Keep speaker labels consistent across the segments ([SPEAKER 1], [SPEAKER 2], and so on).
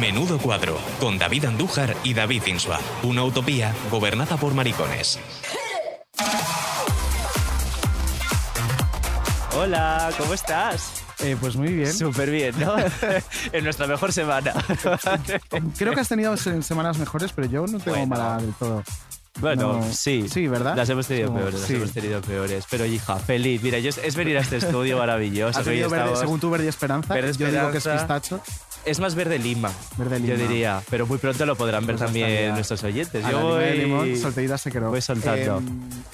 [SPEAKER 1] Menudo cuadro, con David Andújar y David Insua. Una utopía gobernada por maricones.
[SPEAKER 2] Hola, ¿cómo estás?
[SPEAKER 3] Eh, pues muy bien.
[SPEAKER 2] Súper bien, ¿no? en nuestra mejor semana.
[SPEAKER 3] Eh, Creo que has tenido se- semanas mejores, pero yo no tengo
[SPEAKER 2] Bueno.
[SPEAKER 3] mala del todo.
[SPEAKER 2] Bueno,
[SPEAKER 3] No.
[SPEAKER 2] sí.
[SPEAKER 3] Sí, ¿verdad?
[SPEAKER 2] Las hemos tenido
[SPEAKER 3] Como-
[SPEAKER 2] peores, las
[SPEAKER 3] sí.
[SPEAKER 2] hemos tenido peores. Pero hija, feliz. Mira, yo es, es venir a este estudio maravilloso.
[SPEAKER 3] Has
[SPEAKER 2] que hoy
[SPEAKER 3] tenido verde-
[SPEAKER 2] estamos-
[SPEAKER 3] según tu verde esperanza,
[SPEAKER 2] Verde
[SPEAKER 3] yo digo que es
[SPEAKER 2] Esperanza.
[SPEAKER 3] pistacho.
[SPEAKER 2] Es más verde lima,
[SPEAKER 3] Verde lima.
[SPEAKER 2] yo diría. Pero muy pronto lo podrán ver
[SPEAKER 3] Pues hasta
[SPEAKER 2] también
[SPEAKER 3] ya.
[SPEAKER 2] nuestros oyentes.
[SPEAKER 3] A la
[SPEAKER 2] Yo
[SPEAKER 3] lima de
[SPEAKER 2] voy...
[SPEAKER 3] limón, solterita se quedó.
[SPEAKER 2] voy soltando.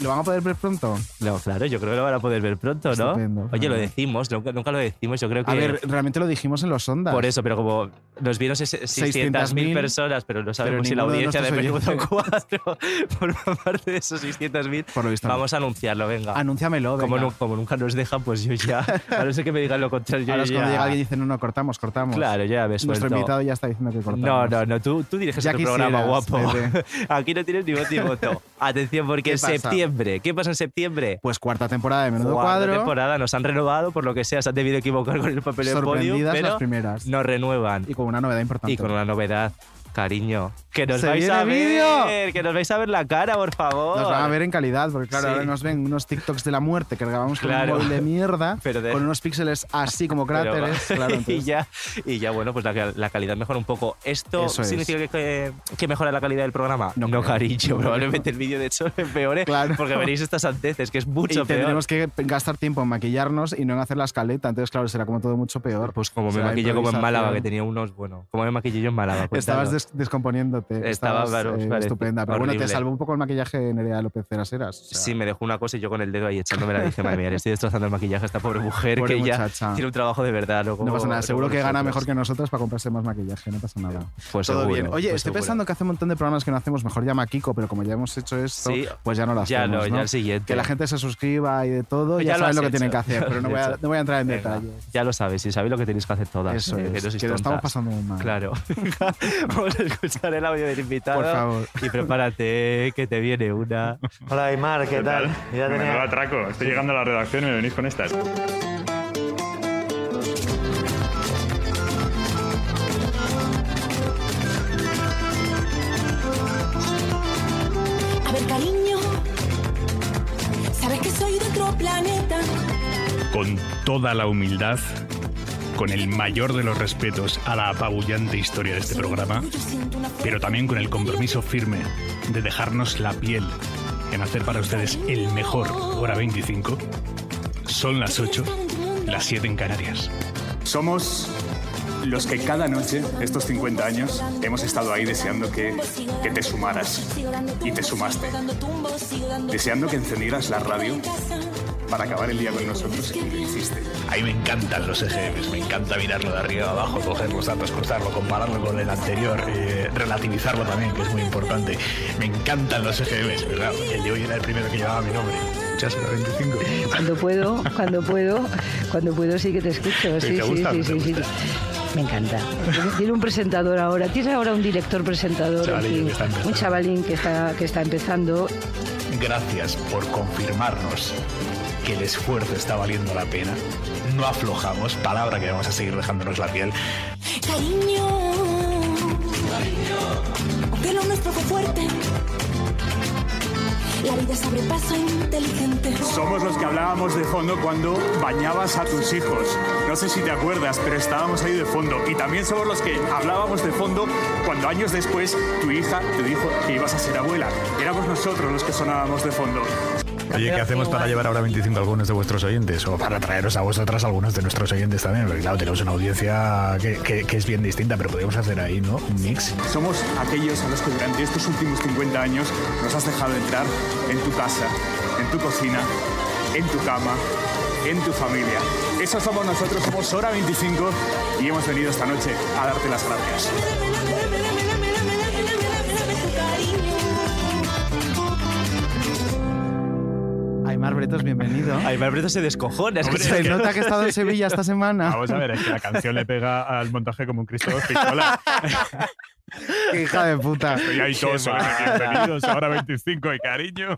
[SPEAKER 3] ¿Lo van a poder ver pronto?
[SPEAKER 2] No, claro, yo creo que lo van a poder ver pronto, ¿no?
[SPEAKER 3] Estupendo.
[SPEAKER 2] Oye, lo decimos, nunca, nunca lo decimos, yo creo que...
[SPEAKER 3] A ver, realmente lo dijimos en los ondas.
[SPEAKER 2] por eso, pero como nos vieron ses- 600.000
[SPEAKER 3] 600.000
[SPEAKER 2] personas, pero no sabemos si la
[SPEAKER 3] ninguno de
[SPEAKER 2] audiencia de
[SPEAKER 3] nuestros
[SPEAKER 2] Menudo
[SPEAKER 3] oyentes.
[SPEAKER 2] 4 forma parte de esos 600.000.
[SPEAKER 3] Por lo visto. no.
[SPEAKER 2] Vamos a anunciarlo, venga.
[SPEAKER 3] Anúnciamelo.
[SPEAKER 2] como,
[SPEAKER 3] venga.
[SPEAKER 2] nu- como nunca nos dejan, pues yo ya... A no ser que me digan lo contrario,
[SPEAKER 3] Ahora es
[SPEAKER 2] yo
[SPEAKER 3] cuando
[SPEAKER 2] ya-
[SPEAKER 3] llega alguien y dice, no, no, cortamos, cortamos.
[SPEAKER 2] Claro, yo ya me suelto.
[SPEAKER 3] Nuestro invitado ya está diciendo que
[SPEAKER 2] No,
[SPEAKER 3] cortamos.
[SPEAKER 2] no, no, tú, tú diriges
[SPEAKER 3] Ya
[SPEAKER 2] otro programa,
[SPEAKER 3] quisieras,
[SPEAKER 2] guapo.
[SPEAKER 3] Pepe.
[SPEAKER 2] Aquí no tienes ni voz ni voto. Atención, porque
[SPEAKER 3] ¿Qué
[SPEAKER 2] en
[SPEAKER 3] pasa?
[SPEAKER 2] septiembre. ¿Qué pasa en septiembre?
[SPEAKER 3] Pues cuarta temporada de Menudo
[SPEAKER 2] Cuarta
[SPEAKER 3] Cuadro.
[SPEAKER 2] temporada, nos han renovado, por lo que sea, se han debido equivocar con el papel de podio,
[SPEAKER 3] sorprendidas las
[SPEAKER 2] pero
[SPEAKER 3] primeras.
[SPEAKER 2] nos renuevan.
[SPEAKER 3] Y con una novedad importante.
[SPEAKER 2] Y con una novedad, cariño, que nos
[SPEAKER 3] ¡Se
[SPEAKER 2] vais
[SPEAKER 3] viene
[SPEAKER 2] a ver,
[SPEAKER 3] vídeo!
[SPEAKER 2] que nos vais a ver la cara, por favor.
[SPEAKER 3] Nos van a ver en calidad, porque claro,
[SPEAKER 2] Sí.
[SPEAKER 3] ahora nos ven unos TikToks de la muerte que grabamos
[SPEAKER 2] Claro.
[SPEAKER 3] con un móvil de mierda,
[SPEAKER 2] Pero de-
[SPEAKER 3] con unos píxeles así como
[SPEAKER 2] Pero-
[SPEAKER 3] cráteres. claro,
[SPEAKER 2] y,
[SPEAKER 3] entonces-
[SPEAKER 2] ya, y ya, bueno, pues la, la calidad mejora un poco. ¿Esto
[SPEAKER 3] Eso es.
[SPEAKER 2] significa que- que, que mejora la calidad del programa?
[SPEAKER 3] No creo.
[SPEAKER 2] cariño.
[SPEAKER 3] No
[SPEAKER 2] Probablemente el vídeo, de hecho, empeore
[SPEAKER 3] Claro.
[SPEAKER 2] porque veréis estas anteces, que es
[SPEAKER 3] Y
[SPEAKER 2] mucho peor.
[SPEAKER 3] tendremos que gastar tiempo en maquillarnos y no en hacer la escaleta, entonces claro, será como todo mucho peor.
[SPEAKER 2] Pues como me
[SPEAKER 3] Será
[SPEAKER 2] maquillé como en Málaga, que
[SPEAKER 3] improvisación.
[SPEAKER 2] tenía unos, bueno, como me maquillé yo en Málaga.
[SPEAKER 3] Estabas
[SPEAKER 2] cuéntalo.
[SPEAKER 3] des- descomponiéndote,
[SPEAKER 2] pues Estaba,
[SPEAKER 3] estabas
[SPEAKER 2] claro,
[SPEAKER 3] eh,
[SPEAKER 2] vale,
[SPEAKER 3] estupenda, pero bueno,
[SPEAKER 2] horrible.
[SPEAKER 3] te salvó un poco el maquillaje de Nerea López Ceraseras. o sea,
[SPEAKER 2] Sí, me dejó una cosa y yo con el dedo ahí echándome la dije, madre mía, le estoy destrozando el maquillaje a esta pobre mujer
[SPEAKER 3] pobre
[SPEAKER 2] que ya
[SPEAKER 3] muchacha.
[SPEAKER 2] tiene un trabajo de verdad. No,
[SPEAKER 3] No pasa nada, seguro que gana mejor
[SPEAKER 2] nosotros.
[SPEAKER 3] que nosotros para comprarse más maquillaje, no pasa nada.
[SPEAKER 2] Pues
[SPEAKER 3] Todo
[SPEAKER 2] seguro,
[SPEAKER 3] bien. Oye,
[SPEAKER 2] pues
[SPEAKER 3] estoy
[SPEAKER 2] seguro.
[SPEAKER 3] pensando que hace un montón de programas que no hacemos. Mejor llama a Kiko, pero como ya hemos hecho esto,
[SPEAKER 2] Sí.
[SPEAKER 3] pues ya no lo hacemos.
[SPEAKER 2] Ya no, ya
[SPEAKER 3] ¿no?
[SPEAKER 2] el siguiente.
[SPEAKER 3] Que la gente se suscriba y de todo,
[SPEAKER 2] Pues ya
[SPEAKER 3] ya,
[SPEAKER 2] lo has
[SPEAKER 3] saben lo que
[SPEAKER 2] hecho.
[SPEAKER 3] tienen que hacer, pero no voy a,
[SPEAKER 2] Hecho.
[SPEAKER 3] no voy a entrar en
[SPEAKER 2] Venga,
[SPEAKER 3] detalle.
[SPEAKER 2] Ya lo sabéis, y sabéis lo que tenéis que hacer todas.
[SPEAKER 3] Eso
[SPEAKER 2] eh,
[SPEAKER 3] es,
[SPEAKER 2] que no sois
[SPEAKER 3] que lo estamos
[SPEAKER 2] tontas.
[SPEAKER 3] pasando muy mal.
[SPEAKER 2] Claro. Vamos a escuchar el audio del invitado.
[SPEAKER 3] Por favor.
[SPEAKER 2] Y prepárate, que te viene una.
[SPEAKER 4] Hola Aymar, ¿qué tal? Ya
[SPEAKER 5] Me
[SPEAKER 4] tenía-
[SPEAKER 5] atraco. Estoy llegando a la redacción y me venís con estas.
[SPEAKER 6] A ver, cariño, sabes que soy de otro planeta.
[SPEAKER 7] con toda la humildad, con el mayor de los respetos a la apabullante historia de este programa, pero también con el compromiso firme de dejarnos la piel en hacer para ustedes el mejor Hora 25. Son las 8, las 7 en Canarias.
[SPEAKER 8] Somos los que cada noche, estos 50 años, hemos estado ahí deseando que, que te sumaras, Y te sumaste. deseando que encendieras la radio para acabar el día con nosotros y lo hiciste.
[SPEAKER 7] A mí me encantan los EGMs, me encanta mirarlo de arriba a abajo, coger los datos, cruzarlo, compararlo con el anterior, eh, relativizarlo también, que es muy importante. Me encantan los E EGMs, pero claro, el de hoy era el primero que llevaba mi nombre. Muchas gracias, 25.
[SPEAKER 9] Cuando puedo, cuando puedo, cuando puedo sí que te escucho. Sí,
[SPEAKER 7] te
[SPEAKER 9] sí,
[SPEAKER 7] gusta?
[SPEAKER 9] sí,
[SPEAKER 7] ¿Te
[SPEAKER 9] sí, sí.
[SPEAKER 7] gusta?
[SPEAKER 9] Me encanta. Tiene un presentador ahora, tiene ahora un director presentador, en
[SPEAKER 7] Chavalillo
[SPEAKER 9] fin,
[SPEAKER 7] que está empezando.
[SPEAKER 9] un chavalín que está, que está empezando.
[SPEAKER 7] Gracias por confirmarnos que el esfuerzo está valiendo la pena. No aflojamos, palabra que vamos a seguir dejándonos la piel.
[SPEAKER 6] Cariño, aunque lo nuestro fue fuerte, la vida sobre paso inteligente.
[SPEAKER 8] Somos los que hablábamos de fondo cuando bañabas a tus hijos. No sé si te acuerdas, pero estábamos ahí de fondo. Y también somos los que hablábamos de fondo cuando años después tu hija te dijo que ibas a ser abuela. Éramos nosotros los que sonábamos de fondo.
[SPEAKER 7] Oye, ¿qué hacemos para llevar ahora 25 a algunos de vuestros oyentes? O para traeros a vosotras algunos de nuestros oyentes también. Porque claro, tenemos una audiencia que, que- que es bien distinta, pero podríamos hacer ahí, ¿no? Un mix.
[SPEAKER 8] Somos aquellos a los que durante estos últimos 50 años nos has dejado entrar en tu casa, en tu cocina, en tu cama, en tu familia. Eso somos nosotros, somos Hora 25 y hemos venido esta noche a darte las gracias.
[SPEAKER 6] Dame, dame, dame, dame, dame, dame, dame, dame, dame, dame tu cara.
[SPEAKER 3] Aymar Bretos, bienvenido.
[SPEAKER 2] Aymar Bretos se descojona. es que
[SPEAKER 7] Hombre,
[SPEAKER 2] se-
[SPEAKER 3] Se nota que he estado en Sevilla esta
[SPEAKER 8] Ah,
[SPEAKER 3] semana.
[SPEAKER 7] Vamos a ver, es que la canción le pega al montaje como un Cristóbal Pichola.
[SPEAKER 3] Qué hija de puta.
[SPEAKER 7] Y ahí todos
[SPEAKER 2] Qué
[SPEAKER 7] son
[SPEAKER 2] mala.
[SPEAKER 7] bienvenidos, ahora 25 y cariño.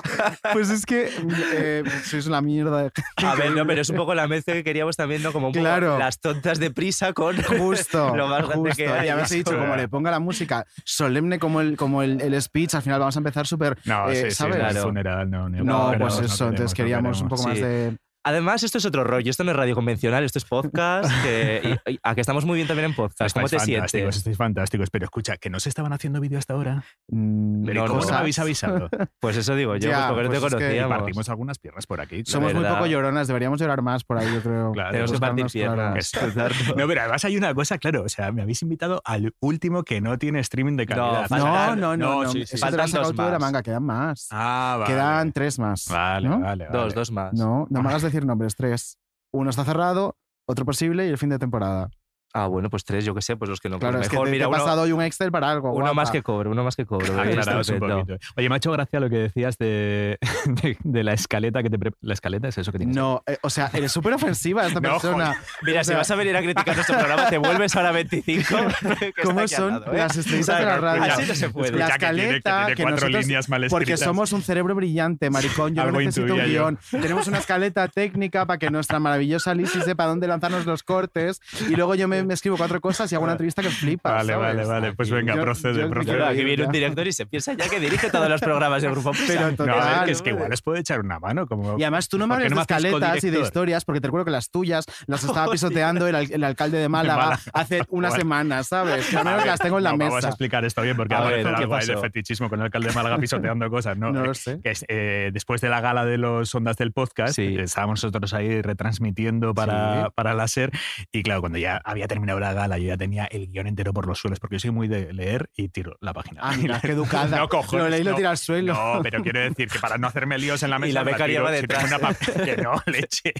[SPEAKER 3] Pues es que eh, sois una mierda de
[SPEAKER 2] A ver, no, pero es un poco la mezcla que queríamos también, ¿no? Como un poco
[SPEAKER 3] Claro.
[SPEAKER 2] las tontas de prisa con
[SPEAKER 3] Justo.
[SPEAKER 2] lo más grande
[SPEAKER 3] justo.
[SPEAKER 2] que hay.
[SPEAKER 3] Y habéis dicho, como le ponga la música solemne como el, como el, el speech, al final vamos a empezar súper.
[SPEAKER 7] No,
[SPEAKER 3] eh,
[SPEAKER 7] sí, sí,
[SPEAKER 3] ¿sabes?
[SPEAKER 7] no,
[SPEAKER 2] Claro.
[SPEAKER 7] funeral, no. ni-
[SPEAKER 3] No,
[SPEAKER 7] pero
[SPEAKER 3] pues eso.
[SPEAKER 7] tenemos,
[SPEAKER 3] entonces
[SPEAKER 7] no
[SPEAKER 3] queríamos un
[SPEAKER 7] tenemos.
[SPEAKER 3] poco más
[SPEAKER 2] Sí.
[SPEAKER 3] de.
[SPEAKER 2] Además, esto es otro rollo, esto no es radio convencional, esto es podcast, que, y- y- a que estamos muy bien también en podcast. ¿Cómo
[SPEAKER 7] Estáis
[SPEAKER 2] te
[SPEAKER 7] fantásticos,
[SPEAKER 2] sientes?
[SPEAKER 7] Estáis fantásticos, pero escucha, que no se estaban haciendo vídeo hasta ahora.
[SPEAKER 3] mm,
[SPEAKER 7] Pero
[SPEAKER 2] No,
[SPEAKER 7] ¿cómo no,
[SPEAKER 2] no.
[SPEAKER 7] me habéis avisado?
[SPEAKER 2] Pues eso digo yo,
[SPEAKER 3] Ya,
[SPEAKER 2] porque
[SPEAKER 3] pues
[SPEAKER 2] no
[SPEAKER 3] es
[SPEAKER 2] te
[SPEAKER 3] que
[SPEAKER 7] Y
[SPEAKER 2] conocíamos.
[SPEAKER 7] partimos algunas piernas por aquí. claro.
[SPEAKER 3] Somos muy
[SPEAKER 2] verdad.
[SPEAKER 3] poco lloronas, deberíamos llorar más por ahí, yo creo.
[SPEAKER 7] Claro.
[SPEAKER 2] Tenemos que partir
[SPEAKER 3] Buscarnos, claro.
[SPEAKER 2] piernas.
[SPEAKER 7] No, pero además hay una cosa, claro, o sea, me habéis invitado al último que no tiene streaming de calidad.
[SPEAKER 3] No,
[SPEAKER 2] Faltan-
[SPEAKER 3] no, no. no,
[SPEAKER 7] sí, sí.
[SPEAKER 3] Eso te lo
[SPEAKER 2] Faltan dos
[SPEAKER 3] has sacado tú de la
[SPEAKER 2] más.
[SPEAKER 3] manga, quedan más.
[SPEAKER 7] Ah, vale.
[SPEAKER 3] Quedan tres más.
[SPEAKER 7] Vale,
[SPEAKER 3] ¿no?
[SPEAKER 7] vale, vale.
[SPEAKER 2] Dos, dos más.
[SPEAKER 3] No, no me hagas decir nombres, tres. Uno está cerrado, otro posible y el fin de temporada.
[SPEAKER 2] Ah, bueno, pues tres, yo qué sé, pues los que no.
[SPEAKER 3] Claro,
[SPEAKER 2] pues
[SPEAKER 3] es que
[SPEAKER 2] mejor,
[SPEAKER 3] te,
[SPEAKER 2] mira,
[SPEAKER 3] te he
[SPEAKER 2] uno,
[SPEAKER 3] pasado hoy un Excel para algo.
[SPEAKER 2] uno más
[SPEAKER 3] guapa.
[SPEAKER 2] que cobro, uno más que cobro. bebé,
[SPEAKER 7] Aclaraos un
[SPEAKER 2] estupendo.
[SPEAKER 7] poquito. ¿eh? Oye, me ha hecho gracia lo que decías de, de, de la escaleta que te pre- ¿La escaleta es eso que tienes?
[SPEAKER 3] No, eh, o sea, eres súper ofensiva esta
[SPEAKER 7] No,
[SPEAKER 3] persona.
[SPEAKER 2] Mira,
[SPEAKER 3] O
[SPEAKER 2] si
[SPEAKER 3] sea,
[SPEAKER 2] vas a venir a criticar nuestro programa, te vuelves ahora 25. que está
[SPEAKER 3] ¿Cómo
[SPEAKER 2] aquí al
[SPEAKER 3] son
[SPEAKER 2] lado, ¿eh?
[SPEAKER 3] las estrellitas de la radio?
[SPEAKER 2] Así no se puede.
[SPEAKER 3] La
[SPEAKER 7] Escucha, que tiene- que
[SPEAKER 3] escaleta
[SPEAKER 7] tiene
[SPEAKER 3] que
[SPEAKER 7] cuatro
[SPEAKER 3] nosotros-
[SPEAKER 7] líneas mal
[SPEAKER 3] Porque
[SPEAKER 7] escritas.
[SPEAKER 3] somos un cerebro brillante, maricón. Yo no
[SPEAKER 7] Algo
[SPEAKER 3] necesito un
[SPEAKER 7] intuía yo.
[SPEAKER 3] guión. Tenemos una escaleta técnica para que nuestra maravillosa Lisi sepa dónde lanzarnos los cortes. Y luego yo me, me escribo cuatro cosas y hago una entrevista que flipas.
[SPEAKER 7] Vale,
[SPEAKER 3] ¿sabes?
[SPEAKER 7] vale, vale. Pues venga,
[SPEAKER 3] Yo-
[SPEAKER 7] procede,
[SPEAKER 3] yo-
[SPEAKER 7] procede.
[SPEAKER 2] Claro, aquí
[SPEAKER 3] yo-
[SPEAKER 2] viene un director y se piensa ya que dirige todos los programas de Grupo Prisa.
[SPEAKER 3] Pero
[SPEAKER 7] No, a ver,
[SPEAKER 3] total.
[SPEAKER 7] que es que igual os puedo echar una mano. Como...
[SPEAKER 3] Y además tú no me
[SPEAKER 7] ¿Por qué
[SPEAKER 3] hables de
[SPEAKER 7] me haces
[SPEAKER 3] escaletas y de
[SPEAKER 7] codirector?
[SPEAKER 3] historias, porque te recuerdo que las tuyas las estaba pisoteando el, al- el alcalde de Málaga,
[SPEAKER 7] Málaga.
[SPEAKER 3] hace una
[SPEAKER 7] Vale.
[SPEAKER 3] semana, ¿sabes? Que al
[SPEAKER 7] A
[SPEAKER 3] menos
[SPEAKER 7] ver,
[SPEAKER 3] las tengo en la
[SPEAKER 7] no, Vamos a
[SPEAKER 3] mesa.
[SPEAKER 7] explicar esto bien porque
[SPEAKER 2] A
[SPEAKER 7] va a
[SPEAKER 2] ver,
[SPEAKER 7] parecer
[SPEAKER 2] ¿qué
[SPEAKER 7] algo ahí de
[SPEAKER 2] pasó?
[SPEAKER 7] fetichismo con el alcalde de Málaga pisoteando cosas, ¿no?
[SPEAKER 3] No
[SPEAKER 7] Eh,
[SPEAKER 3] lo sé.
[SPEAKER 7] que es, eh, después de la gala de los Ondas del Podcast,
[SPEAKER 2] Sí.
[SPEAKER 7] eh, estábamos nosotros ahí retransmitiendo para,
[SPEAKER 3] Sí.
[SPEAKER 7] para la SER. Y claro, cuando ya había terminado la gala, yo ya tenía el guión entero por los suelos, porque yo soy muy de leer y tiro la página.
[SPEAKER 3] Ah, mira, qué educada.
[SPEAKER 7] No, cojones,
[SPEAKER 3] Lo leí y lo
[SPEAKER 7] no.
[SPEAKER 3] tira al suelo.
[SPEAKER 7] No, pero quiero decir que para no hacerme líos en la
[SPEAKER 2] Y
[SPEAKER 7] mesa.
[SPEAKER 2] la becaria
[SPEAKER 7] tiro,
[SPEAKER 2] va
[SPEAKER 7] si tengo
[SPEAKER 2] detrás.
[SPEAKER 7] una pa- que no, leche.